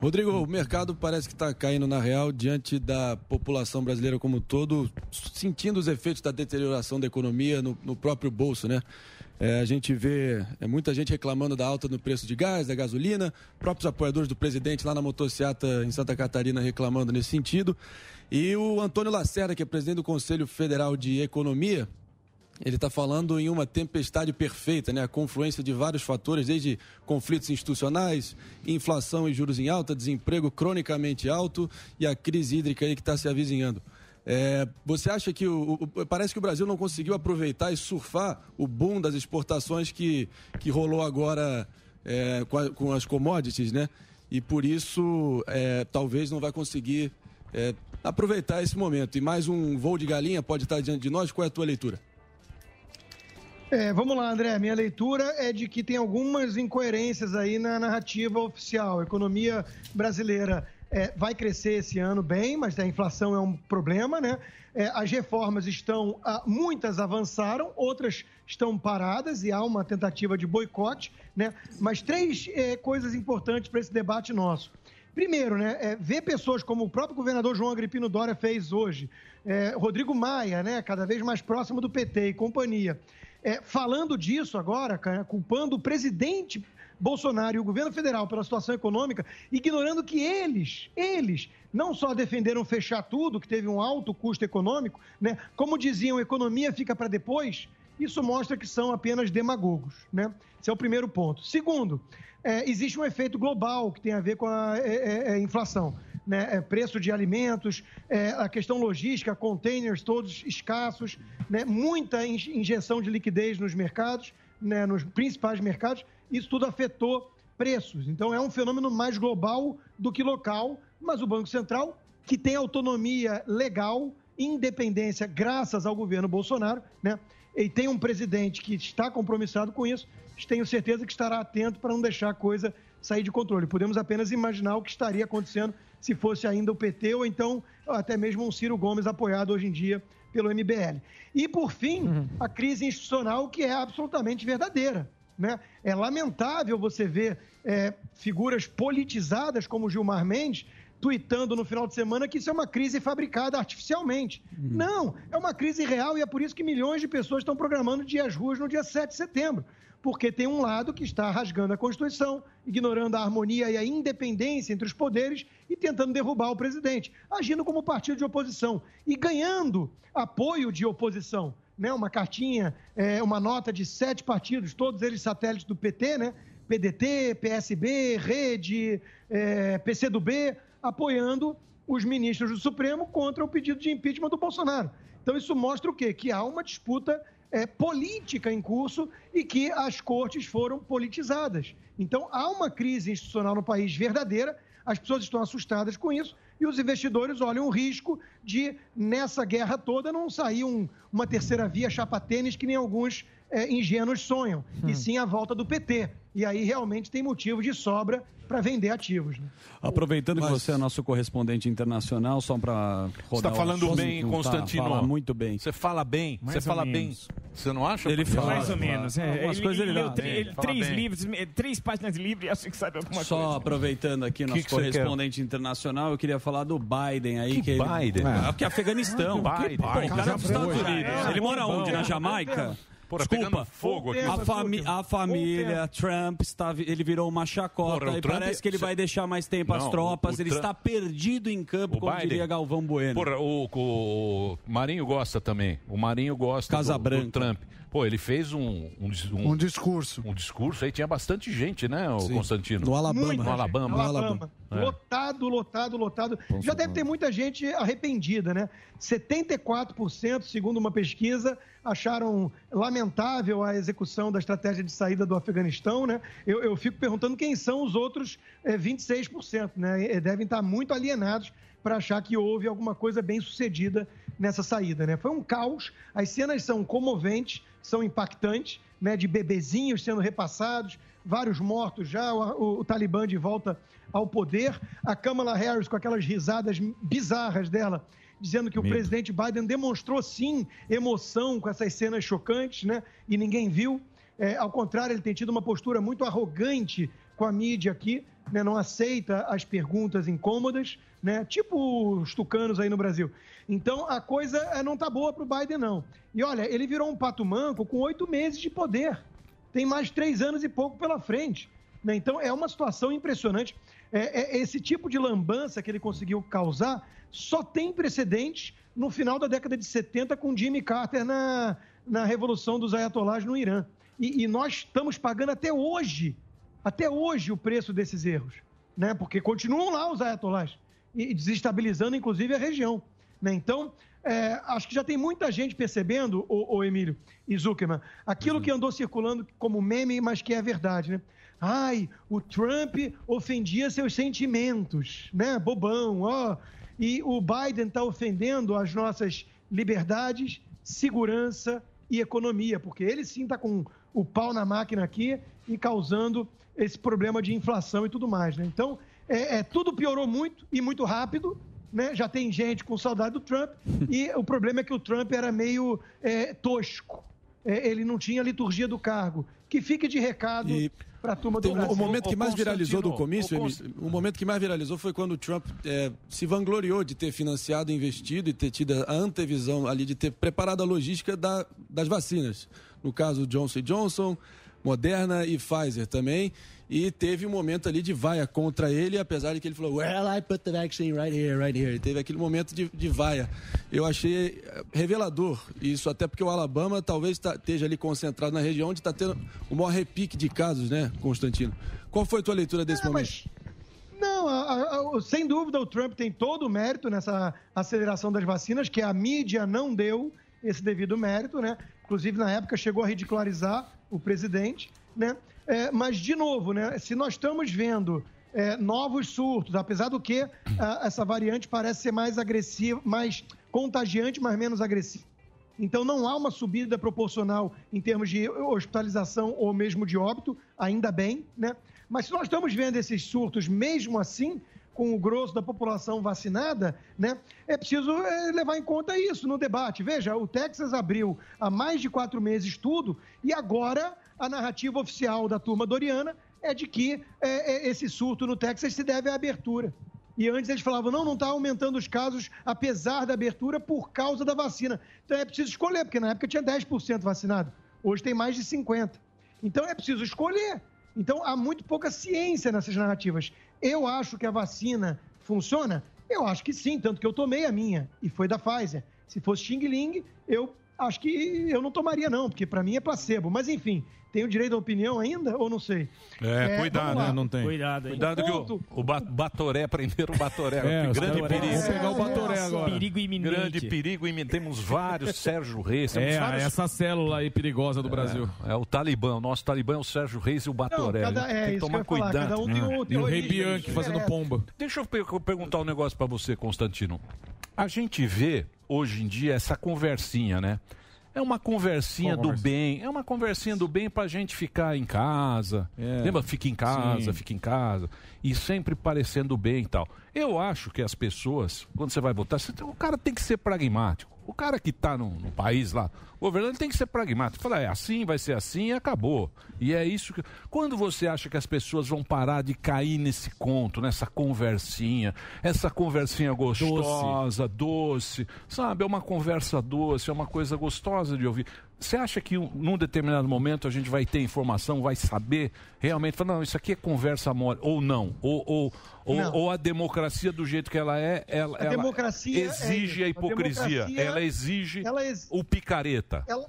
[SPEAKER 12] Rodrigo, o mercado parece que está caindo na real diante da população brasileira como um todo, sentindo os efeitos da deterioração da economia no, no próprio bolso, né? É, a gente vê é, muita gente reclamando da alta no preço de gás, da gasolina, próprios apoiadores do presidente lá na motociata em Santa Catarina reclamando nesse sentido. E o Antônio Lacerda, que é presidente do Conselho Federal de Economia, ele está falando em uma tempestade perfeita, né? A confluência de vários fatores, desde conflitos institucionais, inflação e juros em alta, desemprego cronicamente alto e a crise hídrica aí que está se avizinhando. É, você acha que o, o- parece que o Brasil não conseguiu aproveitar e surfar o boom das exportações que, que rolou agora é, com, a- com as commodities, né? E por isso é, talvez não vai conseguir é, aproveitar esse momento. E mais um voo de galinha pode estar diante de nós. Qual é a tua leitura?
[SPEAKER 23] É, vamos lá, André. Minha leitura é de que tem algumas incoerências aí na narrativa oficial. A economia brasileira é, vai crescer esse ano bem, mas a inflação é um problema, né? É, as reformas estão. ah, muitas avançaram, outras estão paradas e há uma tentativa de boicote, né? Mas três eh, coisas importantes para esse debate nosso. Primeiro, né, é, ver pessoas como o próprio governador João Agripino Dória fez hoje, é, Rodrigo Maia, né, cada vez mais próximo do PT e companhia, é, falando disso agora, cara, culpando o presidente Bolsonaro e o governo federal pela situação econômica, ignorando que eles, eles, não só defenderam fechar tudo, que teve um alto custo econômico, né, como diziam, economia fica para depois, isso mostra que são apenas demagogos, né? Esse é o primeiro ponto. Segundo, é, existe um efeito global que tem a ver com a é, é, é, inflação, né? É, preço de alimentos, é, a questão logística, containers todos escassos, né? Muita in- injeção de liquidez nos mercados, né? Nos principais mercados, isso tudo afetou preços. Então é um fenômeno mais global do que local, mas o Banco Central que tem autonomia legal, independência, graças ao governo Bolsonaro, né? E tem um presidente que está compromissado com isso, tenho certeza que estará atento para não deixar a coisa sair de controle. Podemos apenas imaginar o que estaria acontecendo se fosse ainda o PT ou então até mesmo um Ciro Gomes apoiado hoje em dia pelo MBL. E por fim, a crise institucional que é absolutamente verdadeira. Né? É lamentável você ver é, figuras politizadas como Gilmar Mendes tweetando no final de semana que isso é uma crise fabricada artificialmente. Não, é uma crise real e é por isso que milhões de pessoas estão programando dias ruas no dia 7 de setembro. Porque tem um lado que está rasgando a Constituição, ignorando a harmonia e a independência entre os poderes e tentando derrubar o presidente, agindo como partido de oposição e ganhando apoio de oposição. Né? Uma cartinha, é, uma nota de sete partidos, todos eles satélites do PT, né? PDT, PSB, Rede, eh, PCdoB, apoiando os ministros do Supremo contra o pedido de impeachment do Bolsonaro. Então, isso mostra o quê? Que há uma disputa eh, política em curso e que as cortes foram politizadas. Então, há uma crise institucional no país verdadeira, as pessoas estão assustadas com isso e os investidores olham o risco de, nessa guerra toda, não sair um- uma terceira via chapa-tênis que nem alguns eh, ingênuos sonham, e sim a volta do PT. E aí realmente tem motivo de sobra para vender ativos. né?
[SPEAKER 7] Aproveitando que você é nosso correspondente internacional, só para rodar
[SPEAKER 6] Você está
[SPEAKER 7] o
[SPEAKER 6] falando
[SPEAKER 7] assunto,
[SPEAKER 6] bem,
[SPEAKER 7] não tá?
[SPEAKER 6] Constantino.
[SPEAKER 7] Fala muito bem.
[SPEAKER 6] Você fala bem.
[SPEAKER 7] Mais
[SPEAKER 6] você
[SPEAKER 7] ou
[SPEAKER 6] fala
[SPEAKER 7] menos.
[SPEAKER 6] bem. Você não acha?
[SPEAKER 7] Ele
[SPEAKER 6] Porque-
[SPEAKER 7] fala.
[SPEAKER 24] Mais ou menos. É,
[SPEAKER 7] Algumas coisas ele
[SPEAKER 24] leu
[SPEAKER 7] dá.
[SPEAKER 24] tre-
[SPEAKER 7] É,
[SPEAKER 24] ele-
[SPEAKER 7] fala
[SPEAKER 24] três
[SPEAKER 7] bem.
[SPEAKER 24] livros, eh, três páginas de livro e acho que sabe alguma
[SPEAKER 7] Só
[SPEAKER 24] coisa.
[SPEAKER 7] aproveitando aqui o
[SPEAKER 24] Que
[SPEAKER 7] nosso
[SPEAKER 24] que você
[SPEAKER 7] correspondente internacional, eu queria falar do Biden aí.
[SPEAKER 24] Que
[SPEAKER 7] Que, ele-
[SPEAKER 24] Biden?
[SPEAKER 6] É.
[SPEAKER 7] Ah, porque Afeganistão.
[SPEAKER 24] Ah, que
[SPEAKER 7] Biden. Pô,
[SPEAKER 24] Biden?
[SPEAKER 7] o cara é dos
[SPEAKER 24] Já foi.
[SPEAKER 7] Estados Unidos.
[SPEAKER 24] É,
[SPEAKER 7] ele mora
[SPEAKER 24] bombão.
[SPEAKER 7] onde? Na Jamaica?
[SPEAKER 6] Porra,
[SPEAKER 7] Desculpa,
[SPEAKER 6] pegando fogo aqui.
[SPEAKER 7] a, fami- a família Trump está, vi- ele virou uma chacota
[SPEAKER 6] Porra, o
[SPEAKER 7] e
[SPEAKER 6] Trump-
[SPEAKER 7] parece que ele vai deixar mais tempo as
[SPEAKER 6] Não,
[SPEAKER 7] tropas.
[SPEAKER 6] o
[SPEAKER 7] Ele
[SPEAKER 6] Trump-
[SPEAKER 7] está perdido em campo, como diria Galvão Bueno.
[SPEAKER 6] Porra, o, o Marinho gosta também. O Marinho gosta do- do,
[SPEAKER 7] Casabranca.
[SPEAKER 6] Trump. Pô, ele fez um... Um, dis- um-
[SPEAKER 9] Um discurso.
[SPEAKER 6] um discurso aí, tinha bastante gente, né, o Constantino?
[SPEAKER 9] No Alabama.
[SPEAKER 6] No Alabama. É.
[SPEAKER 23] No Alabama. Lotado, lotado, lotado. Já deve ter muita gente arrependida, né? 74%, segundo uma pesquisa, acharam lamentável a execução da estratégia de saída do Afeganistão, né? Eu, eu fico perguntando quem são os outros eh, 26%, né? Eh, Devem estar muito alienados para achar que houve alguma coisa bem sucedida nessa saída, né? Foi um caos. As cenas são comoventes, são impactantes, né? De bebezinhos sendo repassados, vários mortos já, o, o Talibã de volta ao poder, a Kamala Harris com aquelas risadas bizarras dela, dizendo que o presidente Biden demonstrou sim emoção com essas cenas chocantes, né? E ninguém viu. É, ao contrário, ele tem tido uma postura muito arrogante com a mídia aqui, né? não aceita as perguntas incômodas, né? tipo os tucanos aí no Brasil. Então a coisa eh, não tá boa pro Biden, não. E olha, ele virou um pato manco com oito meses de poder tem mais três anos e pouco pela frente. né? Então é uma situação impressionante. É, é, esse tipo de lambança que ele conseguiu causar só tem precedente no final da década de 70 com Jimmy Carter na, na Revolução dos Ayatollahs no Irã. E, e nós estamos pagando até hoje, até hoje, o preço desses erros. Né? Porque continuam lá os Ayatollahs e e desestabilizando, inclusive, a região. né? Então, é, acho que já tem muita gente percebendo, o, Emílio e Zuckerman, aquilo que andou circulando como meme, mas que é verdade, né? Ai, o Trump ofendia seus sentimentos, né? Bobão, ó. E o Biden está ofendendo as nossas liberdades, segurança e economia, porque ele sim está com o pau na máquina aqui e causando esse problema de inflação e tudo mais, né? Então, é, é, tudo piorou muito e muito rápido, né? Já tem gente com saudade do Trump e o problema é que o Trump era meio é, tosco. É, ele não tinha a liturgia do cargo. Que fique de recado para a turma do
[SPEAKER 12] Tem um-
[SPEAKER 23] Brasil.
[SPEAKER 12] o momento que mais viralizou do comício,
[SPEAKER 23] Ô,
[SPEAKER 12] Emílio,
[SPEAKER 23] Const-
[SPEAKER 12] o momento que mais viralizou foi quando o Trump eh, se vangloriou de ter financiado, investido e ter tido a antevisão ali, de ter preparado a logística da- das vacinas. No caso, Johnson Johnson, Moderna e Pfizer também. E teve um momento ali de vaia contra ele, apesar de que ele falou, well, I put the vaccine right here, right here. Teve aquele momento de, de vaia. Eu achei eh, revelador isso, até porque o Alabama talvez tá- esteja ali concentrado na região onde está tendo o maior repique de casos, né, Constantino? Qual foi a tua leitura desse momento?
[SPEAKER 23] Não, a- a- a- o- sem dúvida o Trump tem todo o mérito nessa aceleração das vacinas, que a mídia não deu esse devido mérito, né? Inclusive, na época, chegou a ridicularizar o presidente, né? É, mas, de novo, né? Se nós estamos vendo é, novos surtos, apesar do que a- essa variante parece ser mais agressiva, mais contagiante, mas menos agressiva. Então não há uma subida proporcional em termos de hospitalização ou mesmo de óbito, ainda bem, né? Mas se nós estamos vendo esses surtos mesmo assim, com o grosso da população vacinada, né? É preciso eh, levar em conta isso no debate. Veja, o Texas abriu há mais de quatro meses tudo e agora a narrativa oficial da turma Doriana é de que eh, eh, esse surto no Texas se deve à abertura. E antes eles falavam, não, não está aumentando os casos, apesar da abertura, por causa da vacina. Então é preciso escolher, porque na época tinha 10% vacinado, hoje tem mais de 50%. Então é preciso escolher. Então há muito pouca ciência nessas narrativas. Eu acho que a vacina funciona? Eu acho que sim, tanto que eu tomei a minha, e foi da Pfizer. Se fosse Xing Ling, eu acho que eu não tomaria não, porque para mim é placebo. Mas enfim, tenho direito à opinião ainda ou não sei?
[SPEAKER 6] É, cuidado,
[SPEAKER 23] vamos lá.
[SPEAKER 6] né? Não tem.
[SPEAKER 23] Cuidado, hein?
[SPEAKER 6] Cuidado que o, o ba- Batoré, prenderam o Batoré.
[SPEAKER 14] É, os
[SPEAKER 6] grande
[SPEAKER 14] Batoré.
[SPEAKER 6] perigo.
[SPEAKER 14] Vamos pegar o Batoré
[SPEAKER 6] Nossa.
[SPEAKER 14] agora.
[SPEAKER 6] Perigo iminente. Grande perigo iminente. Temos vários Sérgio Reis. Temos
[SPEAKER 14] É,
[SPEAKER 6] vários...
[SPEAKER 14] essa célula aí perigosa do Brasil.
[SPEAKER 6] É, é o Talibã. O nosso Talibã é o Sérgio Reis e o Batoré.
[SPEAKER 14] Não, cada-
[SPEAKER 6] A gente
[SPEAKER 14] é,
[SPEAKER 6] tem que
[SPEAKER 14] isso que eu
[SPEAKER 6] tomar
[SPEAKER 14] ia falar,
[SPEAKER 6] cuidado.
[SPEAKER 14] cada um tem
[SPEAKER 6] É.
[SPEAKER 14] o- tem E o Rei origem, Bianchi isso fazendo é. pomba.
[SPEAKER 6] Deixa eu per- perguntar um negócio pra você, Constantino. A gente vê, hoje em dia, essa conversinha, né? É uma conversinha
[SPEAKER 19] Qual
[SPEAKER 6] do
[SPEAKER 19] conversa?
[SPEAKER 6] bem. É uma conversinha do bem pra gente ficar em casa. Lembra? Fica em casa,
[SPEAKER 19] Sim.
[SPEAKER 6] fica em casa. E sempre parecendo bem e tal. Eu acho que as pessoas, quando você vai votar, você tem- o cara tem que ser pragmático. O cara que está no, no país lá, o governante tem que ser pragmático. Fala, é assim, vai ser assim e acabou. E é isso que. Quando você acha que as pessoas vão parar de cair nesse conto, nessa conversinha, essa conversinha gostosa, doce, sabe? É uma conversa doce, é uma coisa gostosa de ouvir. Você acha que um- num determinado momento a gente vai ter informação, vai saber realmente? Falar, não, isso aqui é conversa mole, ou não, ou, ou, ou,
[SPEAKER 23] Não.
[SPEAKER 6] ou a democracia do jeito que ela é, ela,
[SPEAKER 23] A
[SPEAKER 6] ela
[SPEAKER 23] democracia é
[SPEAKER 6] exige
[SPEAKER 23] isso.
[SPEAKER 6] a hipocrisia,
[SPEAKER 23] A democracia,
[SPEAKER 6] ela exige
[SPEAKER 23] ela ex-
[SPEAKER 6] o picareta.
[SPEAKER 23] Ela,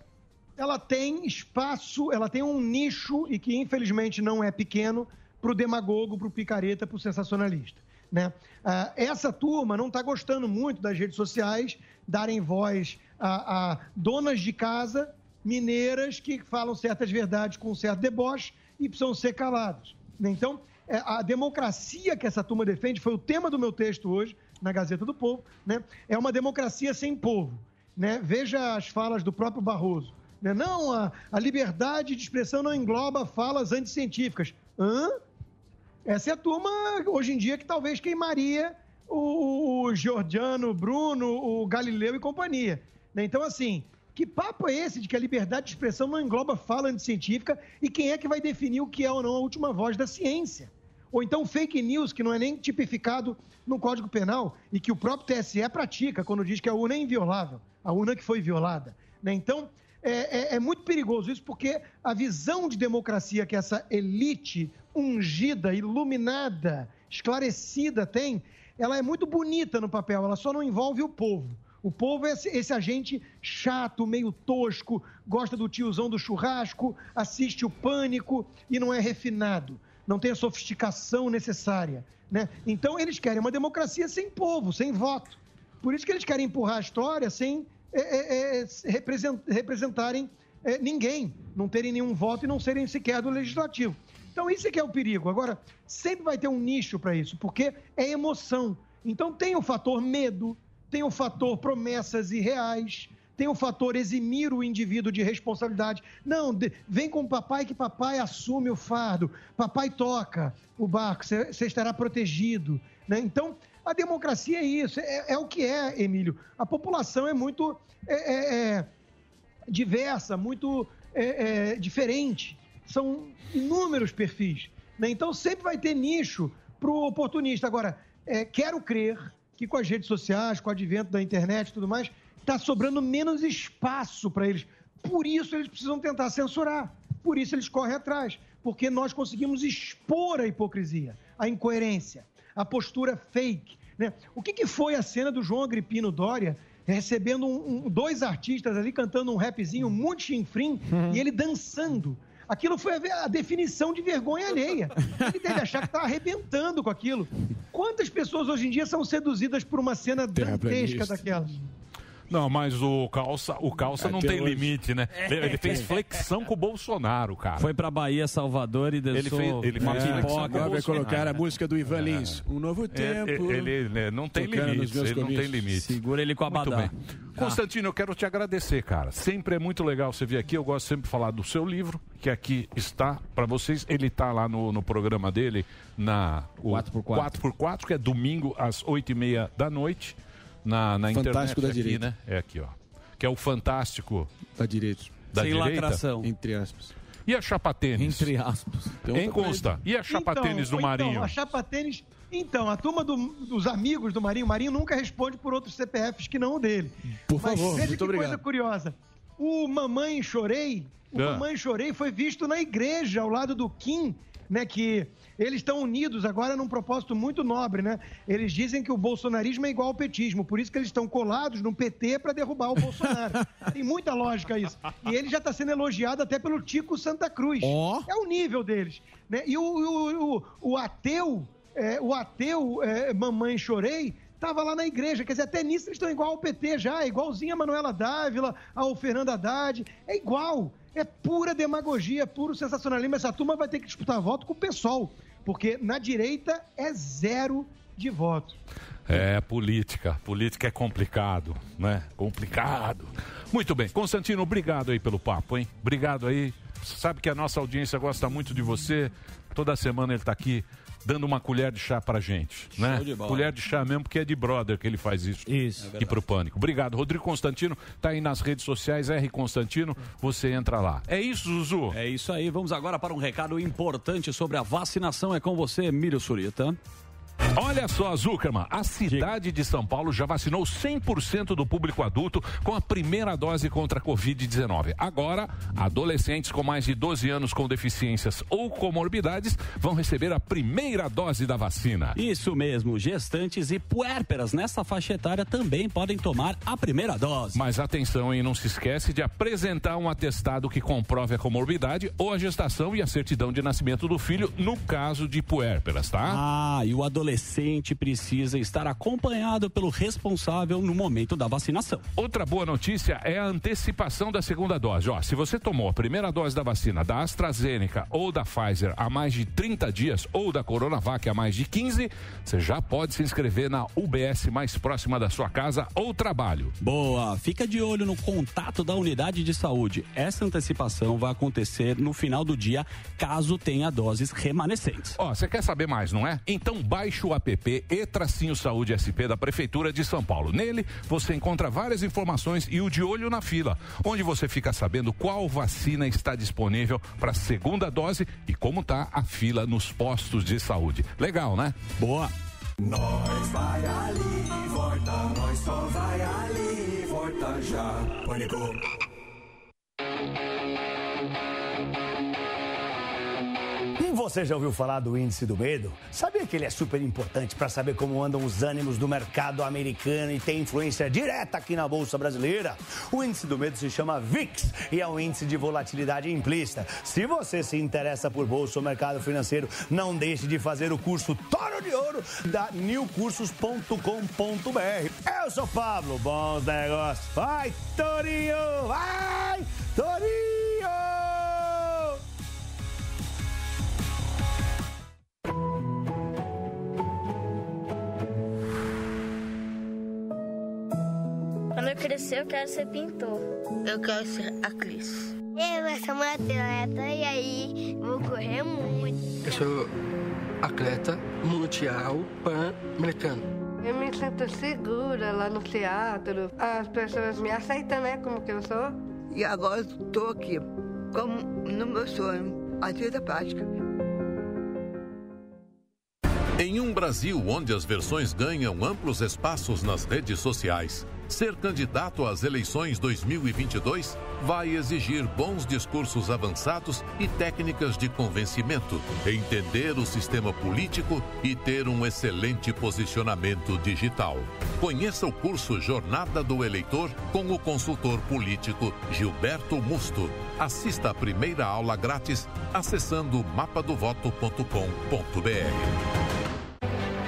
[SPEAKER 23] ela tem espaço, ela tem um nicho, e que infelizmente não é pequeno, para o demagogo, para o picareta, para o sensacionalista. Né? Ah, essa turma não está gostando muito das redes sociais darem voz a, a donas de casa mineiras que falam certas verdades com um certo deboche e precisam ser calados. né? Então, é, a democracia que essa turma defende, foi o tema do meu texto hoje, na Gazeta do Povo, né? é uma democracia sem povo. Né? Veja as falas do próprio Barroso. né? Não, a, a liberdade de expressão não engloba falas anticientíficas. Hã? Essa é a turma, hoje em dia, que talvez queimaria o, o Giordano, o Bruno, o Galileu e companhia. né? Então, assim, que papo é esse de que a liberdade de expressão não engloba fala anticientífica e quem é que vai definir o que é ou não a última voz da ciência? Ou então fake news, que não é nem tipificado no Código Penal e que o próprio TSE pratica quando diz que a urna é inviolável, a urna que foi violada. né? Então, é, é- é muito perigoso isso porque a visão de democracia que essa elite ungida, iluminada, esclarecida tem, ela é muito bonita no papel, ela só não envolve o povo. O povo é esse, esse agente chato, meio tosco, gosta do tiozão do churrasco, assiste o pânico e não é refinado, não tem a sofisticação necessária. Né? Então eles querem uma democracia sem povo, sem voto. Por isso que eles querem empurrar a história sem é, é, é, se represent- representarem é, ninguém, não terem nenhum voto e não serem sequer do legislativo. Então, isso é que é o perigo. Agora, sempre vai ter um nicho para isso, porque é emoção. Então, tem o fator medo, tem o fator promessas irreais, tem o fator eximir o indivíduo de responsabilidade. Não, de- vem com o papai que papai assume o fardo, papai toca o barco, você estará protegido. né? Então, a democracia é isso, é, é o que é, Emílio. A população é muito é, é, é, diversa, muito é, é, diferente. São inúmeros perfis. né? Então, sempre vai ter nicho para o oportunista. Agora, é, quero crer que com as redes sociais, com o advento da internet e tudo mais, está sobrando menos espaço para eles. Por isso, eles precisam tentar censurar. Por isso, eles correm atrás. Porque nós conseguimos expor a hipocrisia, a incoerência a postura fake. Né? O que, que foi a cena do João Agripino Dória recebendo um- um- dois artistas ali cantando um rapzinho muito chinfrim e ele dançando? Aquilo foi a, ve- a definição de vergonha alheia. Ele deve achar que estava arrebentando com aquilo. Quantas pessoas hoje em dia são seduzidas por uma cena dantesca
[SPEAKER 6] Terraplanista.
[SPEAKER 23] daquela?
[SPEAKER 6] Não, mas o calça, o calça não
[SPEAKER 7] Até
[SPEAKER 6] tem
[SPEAKER 7] hoje. É.
[SPEAKER 6] limite, né? Ele ele fez flexão com o Bolsonaro, cara.
[SPEAKER 7] Foi pra Bahia, Salvador e desceu
[SPEAKER 6] Ele fez- ele
[SPEAKER 7] uma
[SPEAKER 6] fez flexão
[SPEAKER 7] pipoca.
[SPEAKER 6] com o Agora vai Bolsonaro. colocar a
[SPEAKER 7] música do Ivan Lins.
[SPEAKER 12] Um novo
[SPEAKER 6] É,
[SPEAKER 7] tempo.
[SPEAKER 6] é, ele né, não tem
[SPEAKER 7] Tocando nos
[SPEAKER 6] limite,
[SPEAKER 7] meus
[SPEAKER 6] ele não tem
[SPEAKER 7] comícios.
[SPEAKER 6] limite.
[SPEAKER 7] Segura ele com a Tá.
[SPEAKER 6] Muito
[SPEAKER 7] badá.
[SPEAKER 6] bem. Constantino, eu quero te agradecer, cara. Sempre é muito legal você vir aqui. Eu gosto sempre de falar do seu livro, que aqui está para vocês. Ele está lá no, no programa dele, na o 4x4. que é domingo às 8h30 da noite, na, na
[SPEAKER 12] Fantástico da
[SPEAKER 6] internet. aqui,
[SPEAKER 12] direita.
[SPEAKER 6] né? É aqui, ó. Que é o Fantástico
[SPEAKER 12] Da direita.
[SPEAKER 6] da direita.
[SPEAKER 12] Entre aspas.
[SPEAKER 6] E a chapa tênis? Entre
[SPEAKER 12] aspas.
[SPEAKER 6] Hein, Consta? E a chapa
[SPEAKER 23] Então,
[SPEAKER 6] tênis do
[SPEAKER 23] ou
[SPEAKER 6] Marinho?
[SPEAKER 23] Então, a chapa tênis. Então, a turma do- dos amigos do Marinho, o Marinho nunca responde por outros CPFs que não o dele.
[SPEAKER 12] Por
[SPEAKER 23] Mas
[SPEAKER 12] favor,
[SPEAKER 23] veja
[SPEAKER 12] muito
[SPEAKER 23] que coisa
[SPEAKER 12] obrigado.
[SPEAKER 23] curiosa. O Mamãe Chorei, o
[SPEAKER 12] Ah.
[SPEAKER 23] Mamãe Chorei foi visto na igreja ao lado do Kim, né? Que eles estão unidos agora num propósito muito nobre, né? Eles dizem que o bolsonarismo é igual ao petismo, por isso que eles estão colados no PT para derrubar o Bolsonaro. Tem muita lógica isso. E ele já está sendo elogiado até pelo Tico Santa Cruz. É o nível deles, né? E o, o, o, o ateu, é, o ateu é, Mamãe Chorei Tava lá na igreja, quer dizer, até nisso eles estão igual ao PT já, igualzinho a Manuela Dávila, ao Fernando Haddad, é igual. É pura demagogia, é puro sensacionalismo. Essa turma vai ter que disputar voto com o PSOL, porque na direita é zero de voto.
[SPEAKER 6] É, política. Política é complicado, né? Complicado. Muito bem. Constantino, obrigado aí pelo papo, hein? Obrigado aí. Sabe que a nossa audiência gosta muito de você. Toda semana ele tá aqui dando uma colher de chá pra gente, né?
[SPEAKER 7] de bola. É
[SPEAKER 6] colher de chá mesmo, porque é de brother que ele faz isso. Isso. E pro pânico. Obrigado. Rodrigo Constantino tá aí nas redes sociais, R Constantino, você entra lá. É isso, Zuzu?
[SPEAKER 7] É isso aí. Vamos agora para um recado importante sobre a vacinação. É com você, Emílio Surita.
[SPEAKER 6] Olha só, Zuckerman, a cidade de São Paulo já vacinou 100% do público adulto com a primeira dose contra a Covid-19. Agora, adolescentes com mais de 12 anos com deficiências ou comorbidades vão receber a primeira dose da vacina.
[SPEAKER 7] Isso mesmo, gestantes e puérperas nessa faixa etária também podem tomar a primeira dose.
[SPEAKER 6] Mas atenção, hein? Não se esquece de apresentar um atestado que comprove a comorbidade ou a gestação e a certidão de nascimento do filho no caso de puérperas, tá?
[SPEAKER 7] Ah, e o adolescente precisa estar acompanhado pelo responsável no momento da vacinação.
[SPEAKER 6] Outra boa notícia é a antecipação da segunda dose. Ó, se você tomou a primeira dose da vacina da AstraZeneca ou da Pfizer há mais de 30 dias ou da Coronavac há mais de 15, você já pode se inscrever na UBS mais próxima da sua casa ou trabalho.
[SPEAKER 7] Boa, fica de olho no contato da unidade de saúde. Essa antecipação vai acontecer no final do dia, caso tenha doses remanescentes.
[SPEAKER 6] Ó, você quer saber mais, não é? Então baixe o app E-Tracinho Saúde SP da Prefeitura de São Paulo. Nele, você encontra várias informações e o de olho na fila, onde você fica sabendo qual vacina está disponível para segunda dose e como tá a fila nos postos de saúde. Legal, né?
[SPEAKER 7] Boa.
[SPEAKER 8] Nós vai ali e volta, nós só vai ali e volta já. Pânico.
[SPEAKER 25] E você já ouviu falar do índice do medo? Sabia que ele é super importante para saber como andam os ânimos do mercado americano e tem influência direta aqui na Bolsa Brasileira? O índice do medo se chama VIX e é um índice de volatilidade implícita. Se você se interessa por bolsa ou mercado financeiro, não deixe de fazer o curso Toro de Ouro da newcursos.com.br. Eu sou Pablo, bons negócios. Vai, Torinho! Vai, Torinho!
[SPEAKER 26] Quando eu crescer, eu quero ser pintor. Eu quero ser atriz. Eu sou uma atleta e aí vou correr muito.
[SPEAKER 27] Eu sou atleta mundial pan-americano.
[SPEAKER 28] Eu me sinto segura lá no teatro. As pessoas me aceitam, né? Como que eu sou.
[SPEAKER 29] E agora estou aqui, como no meu sonho, a vida prática.
[SPEAKER 30] Em um Brasil onde as versões ganham amplos espaços nas redes sociais, ser candidato às eleições 2022 vai exigir bons discursos avançados e técnicas de convencimento, entender o sistema político e ter um excelente posicionamento digital. Conheça o curso Jornada do Eleitor com o consultor político Gilberto Musto. Assista a primeira aula grátis acessando mapadovoto.com.br.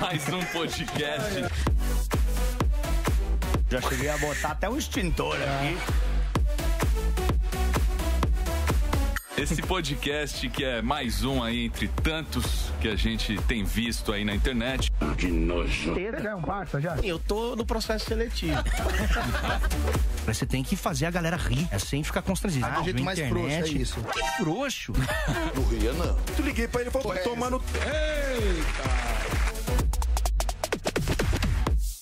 [SPEAKER 31] Mais um podcast.
[SPEAKER 29] Já cheguei a botar até um extintor aqui.
[SPEAKER 31] Esse podcast que é mais um aí entre tantos que a gente tem visto aí na internet. Que nojo.
[SPEAKER 23] é
[SPEAKER 27] um parça já? Eu tô no processo seletivo.
[SPEAKER 32] Mas você tem que fazer a galera rir, é sem ficar constrangido.
[SPEAKER 27] Ah, do jeito mais frouxo, é isso.
[SPEAKER 32] Que frouxo?
[SPEAKER 27] Não ria, não. Tu liguei pra ele e falou, tomando... Eita!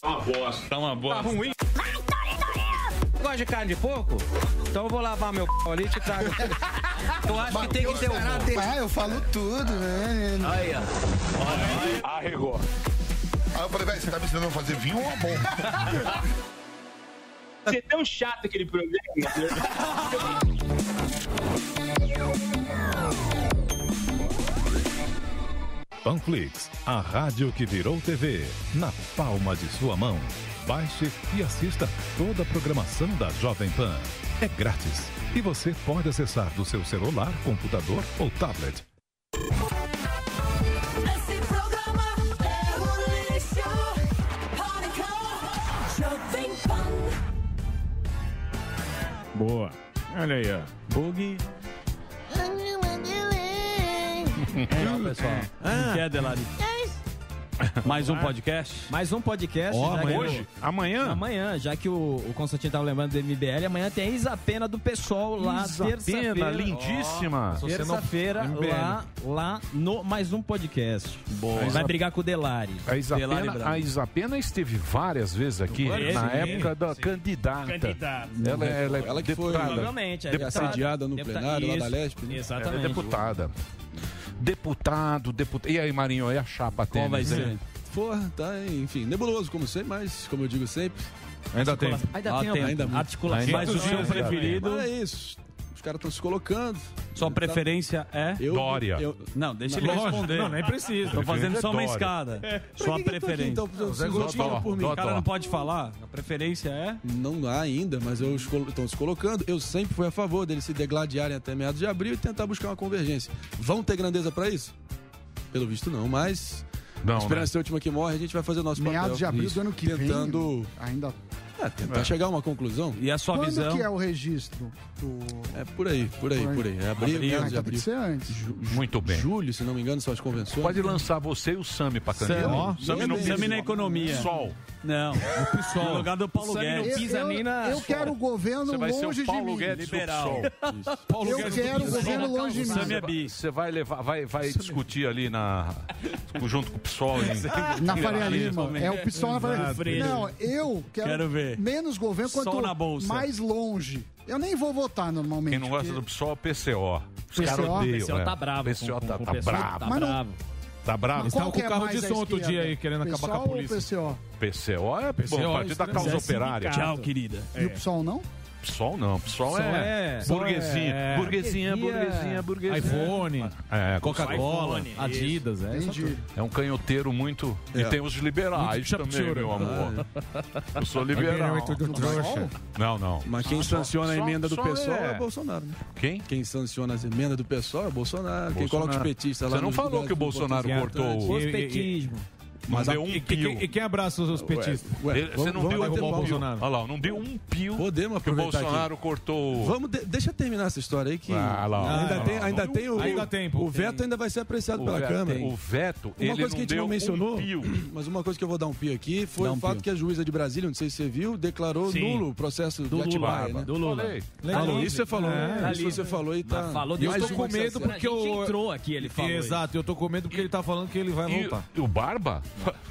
[SPEAKER 31] Uma bosta. Tá uma bosta. Tá ruim.
[SPEAKER 33] Gosta de carne de porco? Então eu vou lavar meu p ali e te trago. Eu acho que tem que ter um.
[SPEAKER 27] Ah, eu falo tudo, né? Aí,
[SPEAKER 31] ó. Arregou.
[SPEAKER 5] Aí eu falei, velho, você tá me ensinando a fazer vinho ou a bomba?
[SPEAKER 27] Você é tão chato aquele programa.
[SPEAKER 25] Panflix, a rádio que virou TV, na palma de sua mão. Baixe e assista toda a programação da Jovem Pan. É grátis e você pode acessar do seu celular, computador ou tablet.
[SPEAKER 8] Esse programa é um lixo. Pânico. Jovem Pan.
[SPEAKER 5] Boa. Olha aí, ó. Bug.
[SPEAKER 13] É,
[SPEAKER 7] Hum.
[SPEAKER 11] Ah.
[SPEAKER 7] Não, pessoal. Ah. Não quer, Delari. Mais um podcast?
[SPEAKER 11] Mais um podcast.
[SPEAKER 7] Ó,
[SPEAKER 11] já que
[SPEAKER 7] hoje?
[SPEAKER 11] o- Amanhã, já que o, o Constantino tava lembrando do MBL, amanhã tem a Isapena do pessoal lá,
[SPEAKER 6] Isa
[SPEAKER 11] terça-feira.
[SPEAKER 6] Pena, lindíssima.
[SPEAKER 11] Ó,
[SPEAKER 6] Se você não-
[SPEAKER 11] Terça-feira,
[SPEAKER 6] MBL.
[SPEAKER 11] lá, lá no Mais Um Podcast.
[SPEAKER 6] Boa.
[SPEAKER 11] Vai brigar com o Delari.
[SPEAKER 6] A Isapena, a Isapena esteve várias vezes aqui
[SPEAKER 11] Várias
[SPEAKER 6] na
[SPEAKER 11] vezes.
[SPEAKER 6] época da
[SPEAKER 11] Sim.
[SPEAKER 6] candidata.
[SPEAKER 11] Candidata.
[SPEAKER 6] Ela, é- ela é
[SPEAKER 11] Ela que foi-
[SPEAKER 6] deputada.
[SPEAKER 11] Provavelmente, é
[SPEAKER 6] deputada.
[SPEAKER 11] assediada no Deputada, plenário lá da isso, Lespe, né?
[SPEAKER 6] Ela
[SPEAKER 11] exatamente.
[SPEAKER 6] é deputada. Deputado, deputado. E aí, Marinho, e a chapa
[SPEAKER 12] Qual
[SPEAKER 6] tênis, né?
[SPEAKER 12] vai ser?
[SPEAKER 6] hein?
[SPEAKER 12] Porra, tá, enfim, nebuloso como sempre, mas como eu digo sempre.
[SPEAKER 6] Ainda tem.
[SPEAKER 11] Ainda tem tempo.
[SPEAKER 12] muito.
[SPEAKER 11] Articulação. Ainda
[SPEAKER 7] um
[SPEAKER 12] Mas o
[SPEAKER 11] tem
[SPEAKER 12] seu
[SPEAKER 11] tempo.
[SPEAKER 12] preferido. Mas é isso. Os caras estão se colocando. Tá.
[SPEAKER 7] Sua preferência é?
[SPEAKER 12] Eu-
[SPEAKER 7] Dória.
[SPEAKER 12] eu-
[SPEAKER 7] Não, deixa ele
[SPEAKER 12] Lógico.
[SPEAKER 7] responder.
[SPEAKER 12] Não, nem precisa.
[SPEAKER 7] Tô fazendo só uma
[SPEAKER 12] Dória.
[SPEAKER 7] escada.
[SPEAKER 12] É. Pra
[SPEAKER 7] Sua
[SPEAKER 12] que que eu tô aqui,
[SPEAKER 7] preferência.
[SPEAKER 12] então? Vocês votaram por mim.
[SPEAKER 7] O cara não pode falar? A preferência é?
[SPEAKER 12] Não há ainda, mas eu estão se colocando. Eu sempre fui a favor deles se degladiarem até meados de abril e tentar buscar uma convergência. Vão ter grandeza pra isso? Pelo visto, não, mas.
[SPEAKER 6] Não,
[SPEAKER 12] a esperança é
[SPEAKER 6] né?
[SPEAKER 12] a última que morre, a gente vai fazer o nosso papel.
[SPEAKER 9] Meados de abril
[SPEAKER 12] Isso.
[SPEAKER 9] do ano que vem.
[SPEAKER 12] Tentando.
[SPEAKER 9] Ainda.
[SPEAKER 12] É, tentar
[SPEAKER 9] É.
[SPEAKER 12] chegar a uma conclusão.
[SPEAKER 7] E a
[SPEAKER 9] Quando que é o registro do.
[SPEAKER 12] É por aí, por aí, por aí. É abril,
[SPEAKER 9] Abril.
[SPEAKER 12] meados de
[SPEAKER 9] Ah, então tem
[SPEAKER 12] abril.
[SPEAKER 9] que ser antes.
[SPEAKER 6] Muito bem.
[SPEAKER 12] Julho, se não me engano, são as convenções.
[SPEAKER 6] Pode lançar você e o Sami pra
[SPEAKER 12] Sami, ó.
[SPEAKER 6] candidato.
[SPEAKER 12] Sami não- Sami na economia.
[SPEAKER 6] Sol.
[SPEAKER 7] Não,
[SPEAKER 6] o
[SPEAKER 7] PSOL. No lugar do Paulo Guedes.
[SPEAKER 9] Eu- eu- Eu quero o governo
[SPEAKER 6] Você vai ser
[SPEAKER 9] longe
[SPEAKER 6] o
[SPEAKER 9] de
[SPEAKER 6] Paulo
[SPEAKER 9] mim.
[SPEAKER 6] Guedes
[SPEAKER 9] Liberal.
[SPEAKER 6] do é PSOL.
[SPEAKER 9] Eu quero o governo longe de mim.
[SPEAKER 6] Você vai levar, vai, vai discutir ali na junto com o PSOL em-
[SPEAKER 9] Ah, Na Faria Lima. É o PSOL na Faria
[SPEAKER 6] Exato.
[SPEAKER 9] Lima. Não, eu quero,
[SPEAKER 6] Quero ver.
[SPEAKER 9] menos governo
[SPEAKER 6] Sol
[SPEAKER 9] quanto
[SPEAKER 6] na bolsa.
[SPEAKER 9] mais longe. Eu nem vou votar normalmente.
[SPEAKER 6] Quem não gosta do PSOL, PCO. Os caras
[SPEAKER 9] PCO?
[SPEAKER 6] odeiam.
[SPEAKER 9] PCO tá
[SPEAKER 6] é.
[SPEAKER 9] bravo
[SPEAKER 6] PCO
[SPEAKER 9] com-
[SPEAKER 6] tá,
[SPEAKER 9] com o
[SPEAKER 6] tá
[SPEAKER 9] PCO,
[SPEAKER 6] bravo.
[SPEAKER 9] tá Mas não- bravo.
[SPEAKER 6] Tá bravo.
[SPEAKER 9] Mas qual que é mais à esquerda?
[SPEAKER 6] né?
[SPEAKER 9] PSOL ou PCO?
[SPEAKER 6] PCO é
[SPEAKER 9] PCO
[SPEAKER 6] bom, partido da
[SPEAKER 9] extremo.
[SPEAKER 6] causa
[SPEAKER 9] É
[SPEAKER 6] operária. né?
[SPEAKER 9] sindicato. Tchau, É.
[SPEAKER 7] querida.
[SPEAKER 9] E o PSOL não?
[SPEAKER 6] PSOL não, PSOL
[SPEAKER 9] PSOL
[SPEAKER 6] é,
[SPEAKER 9] é-
[SPEAKER 6] burguesinha.
[SPEAKER 9] é-
[SPEAKER 6] burguesinha, burguesinha,
[SPEAKER 14] é.
[SPEAKER 9] burguesinha,
[SPEAKER 6] burguesinha.
[SPEAKER 3] iPhone,
[SPEAKER 6] é,
[SPEAKER 3] Coca-Cola,
[SPEAKER 6] iPhone,
[SPEAKER 3] Adidas, é, essa
[SPEAKER 9] Entendi.
[SPEAKER 6] É um canhoteiro muito. E
[SPEAKER 3] É.
[SPEAKER 6] tem os
[SPEAKER 12] Ah,
[SPEAKER 3] Muito
[SPEAKER 6] liberais também,
[SPEAKER 3] chapchura.
[SPEAKER 6] meu
[SPEAKER 9] né? É.
[SPEAKER 6] amor. Eu sou
[SPEAKER 12] Liberal
[SPEAKER 6] liberal.
[SPEAKER 12] é tudo trouxa.
[SPEAKER 6] Não, não.
[SPEAKER 12] Mas quem
[SPEAKER 6] Ah, só-
[SPEAKER 12] sanciona
[SPEAKER 6] só-
[SPEAKER 12] a emenda do
[SPEAKER 6] só
[SPEAKER 12] pessoal
[SPEAKER 6] é-
[SPEAKER 12] é. o Bolsonaro, né?
[SPEAKER 6] Quem?
[SPEAKER 12] Quem sanciona as emendas do pessoal é o Bolsonaro. Quem
[SPEAKER 6] Bolsonaro.
[SPEAKER 12] coloca os petistas lá
[SPEAKER 6] Você não
[SPEAKER 12] no-
[SPEAKER 6] falou
[SPEAKER 12] no-
[SPEAKER 6] que
[SPEAKER 12] no-
[SPEAKER 6] o Bolsonaro
[SPEAKER 12] no-
[SPEAKER 6] cortou o-
[SPEAKER 3] E- e-
[SPEAKER 6] Mas
[SPEAKER 3] Mas
[SPEAKER 6] deu
[SPEAKER 3] a-
[SPEAKER 6] um
[SPEAKER 3] e,
[SPEAKER 6] pio.
[SPEAKER 3] e- e quem abraça os petistas?
[SPEAKER 6] Ele- você não deu
[SPEAKER 3] derrubar o
[SPEAKER 6] um pio.
[SPEAKER 3] Bolsonaro.
[SPEAKER 6] Olha lá, não deu um pio.
[SPEAKER 12] Podemos
[SPEAKER 6] que o
[SPEAKER 12] aproveitar
[SPEAKER 6] Bolsonaro
[SPEAKER 12] aqui.
[SPEAKER 6] cortou.
[SPEAKER 12] Vamos, de- deixa eu terminar essa história aí que
[SPEAKER 6] Ah, lá,
[SPEAKER 12] ainda
[SPEAKER 6] lá,
[SPEAKER 12] tem,
[SPEAKER 6] lá.
[SPEAKER 12] ainda
[SPEAKER 6] Não,
[SPEAKER 12] tem o
[SPEAKER 6] ainda tem, pô.
[SPEAKER 12] o veto ainda vai ser apreciado
[SPEAKER 6] O
[SPEAKER 12] pela
[SPEAKER 6] veto,
[SPEAKER 12] Câmara.
[SPEAKER 6] o veto,
[SPEAKER 12] uma
[SPEAKER 6] ele
[SPEAKER 12] coisa
[SPEAKER 6] não
[SPEAKER 12] que a gente
[SPEAKER 6] deu
[SPEAKER 12] não
[SPEAKER 6] um
[SPEAKER 12] mencionou,
[SPEAKER 6] pio.
[SPEAKER 12] mas uma coisa que eu vou dar um pio aqui foi
[SPEAKER 6] Dá
[SPEAKER 12] o
[SPEAKER 6] um
[SPEAKER 12] fato
[SPEAKER 6] pio.
[SPEAKER 12] que a juíza de Brasília, não sei se você viu, declarou
[SPEAKER 6] Sim.
[SPEAKER 12] nulo o processo
[SPEAKER 6] Do
[SPEAKER 12] de Atibaia,
[SPEAKER 3] Ah,
[SPEAKER 6] Lula.
[SPEAKER 12] né?
[SPEAKER 6] Do Lula. Falei.
[SPEAKER 12] Falou,
[SPEAKER 3] Tá
[SPEAKER 12] isso você falou.
[SPEAKER 3] livre. É, tá
[SPEAKER 12] isso você
[SPEAKER 3] livre.
[SPEAKER 12] falou e tá.
[SPEAKER 3] Mas falou
[SPEAKER 12] E
[SPEAKER 3] de
[SPEAKER 12] mais
[SPEAKER 3] eu tô
[SPEAKER 12] uma
[SPEAKER 3] com medo
[SPEAKER 12] sensação.
[SPEAKER 3] porque eu
[SPEAKER 11] entrou aqui, ele falou
[SPEAKER 3] Exato, eu tô com medo porque ele tá falando que ele vai
[SPEAKER 6] E-
[SPEAKER 3] voltar.
[SPEAKER 6] E o Barba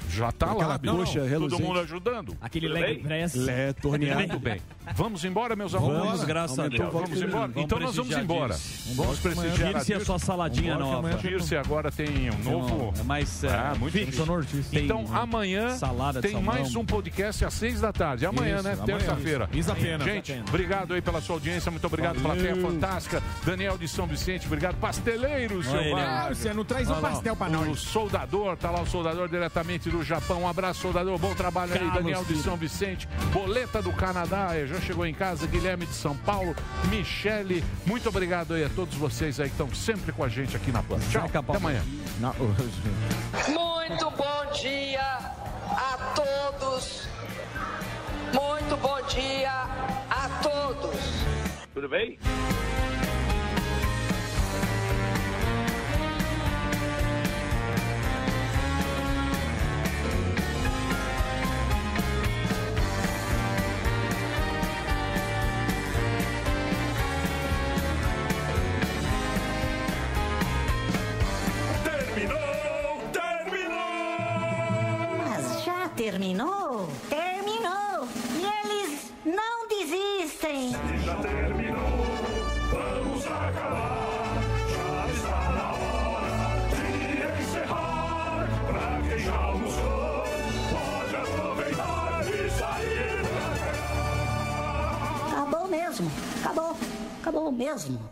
[SPEAKER 6] já tá
[SPEAKER 3] Aquela
[SPEAKER 6] lá, bicho.
[SPEAKER 3] coxa
[SPEAKER 6] Todo
[SPEAKER 3] reluzente.
[SPEAKER 6] mundo ajudando.
[SPEAKER 3] Aquele
[SPEAKER 6] Tudo
[SPEAKER 3] leg
[SPEAKER 6] bem?
[SPEAKER 3] press. Lé, torneado.
[SPEAKER 6] Muito bem. Vamos embora, meus amores?
[SPEAKER 7] Vamos, graças a Deus.
[SPEAKER 6] Vamos embora?
[SPEAKER 7] Vamos
[SPEAKER 6] Então nós vamos
[SPEAKER 7] prestigiar
[SPEAKER 6] embora.
[SPEAKER 7] disso.
[SPEAKER 6] Vamos
[SPEAKER 7] Vambora que amanhã
[SPEAKER 6] prestigiar
[SPEAKER 7] Dirce e a
[SPEAKER 6] Dirce.
[SPEAKER 7] sua saladinha
[SPEAKER 6] Vambora que
[SPEAKER 7] nova.
[SPEAKER 6] amanhã Dirce agora tem um novo...
[SPEAKER 7] É mais, é,
[SPEAKER 6] Ah, muito
[SPEAKER 7] Victor
[SPEAKER 6] bem.
[SPEAKER 7] Ortiz.
[SPEAKER 6] Então
[SPEAKER 7] Tem, né?
[SPEAKER 6] amanhã
[SPEAKER 7] Salada de
[SPEAKER 6] tem
[SPEAKER 7] salmão.
[SPEAKER 6] mais um podcast às seis da tarde. Amanhã,
[SPEAKER 7] Isso,
[SPEAKER 6] né?
[SPEAKER 7] amanhã.
[SPEAKER 6] Terça-feira.
[SPEAKER 7] Isa Pena.
[SPEAKER 6] Gente,
[SPEAKER 7] Isa Pena.
[SPEAKER 6] obrigado aí pela sua audiência. Muito obrigado pela
[SPEAKER 3] Valeu.
[SPEAKER 6] terra fantástica. Daniel de São Vicente, obrigado. Pasteleiro,
[SPEAKER 3] Olha ele.
[SPEAKER 6] seu
[SPEAKER 7] né?
[SPEAKER 3] Ah, você não traz um
[SPEAKER 6] Olha lá,
[SPEAKER 3] pastel pra
[SPEAKER 6] O
[SPEAKER 3] nós.
[SPEAKER 6] soldador, tá lá o soldador diretamente do Japão. Um abraço, soldador. Bom trabalho aí,
[SPEAKER 3] Carlos
[SPEAKER 6] Daniel de
[SPEAKER 3] Filho.
[SPEAKER 6] São Vicente. Boleta do Canadá, eh, já chegou em casa. Guilherme de São Paulo. Michele, muito obrigado aí a todos vocês aí que estão sempre com a gente aqui na Pan. Tchau, até amanhã.
[SPEAKER 34] Muito bom dia a todos. Muito bom dia a todos.
[SPEAKER 35] Tudo bem?
[SPEAKER 25] Terminou! Terminou!
[SPEAKER 13] Mas já terminou? Terminou! E eles não desistem!
[SPEAKER 25] Já terminou, vamos acabar. Já está na hora de encerrar. Pra quem já almoçou, pode aproveitar e sair pra
[SPEAKER 13] Acabou mesmo! Acabou! Acabou mesmo!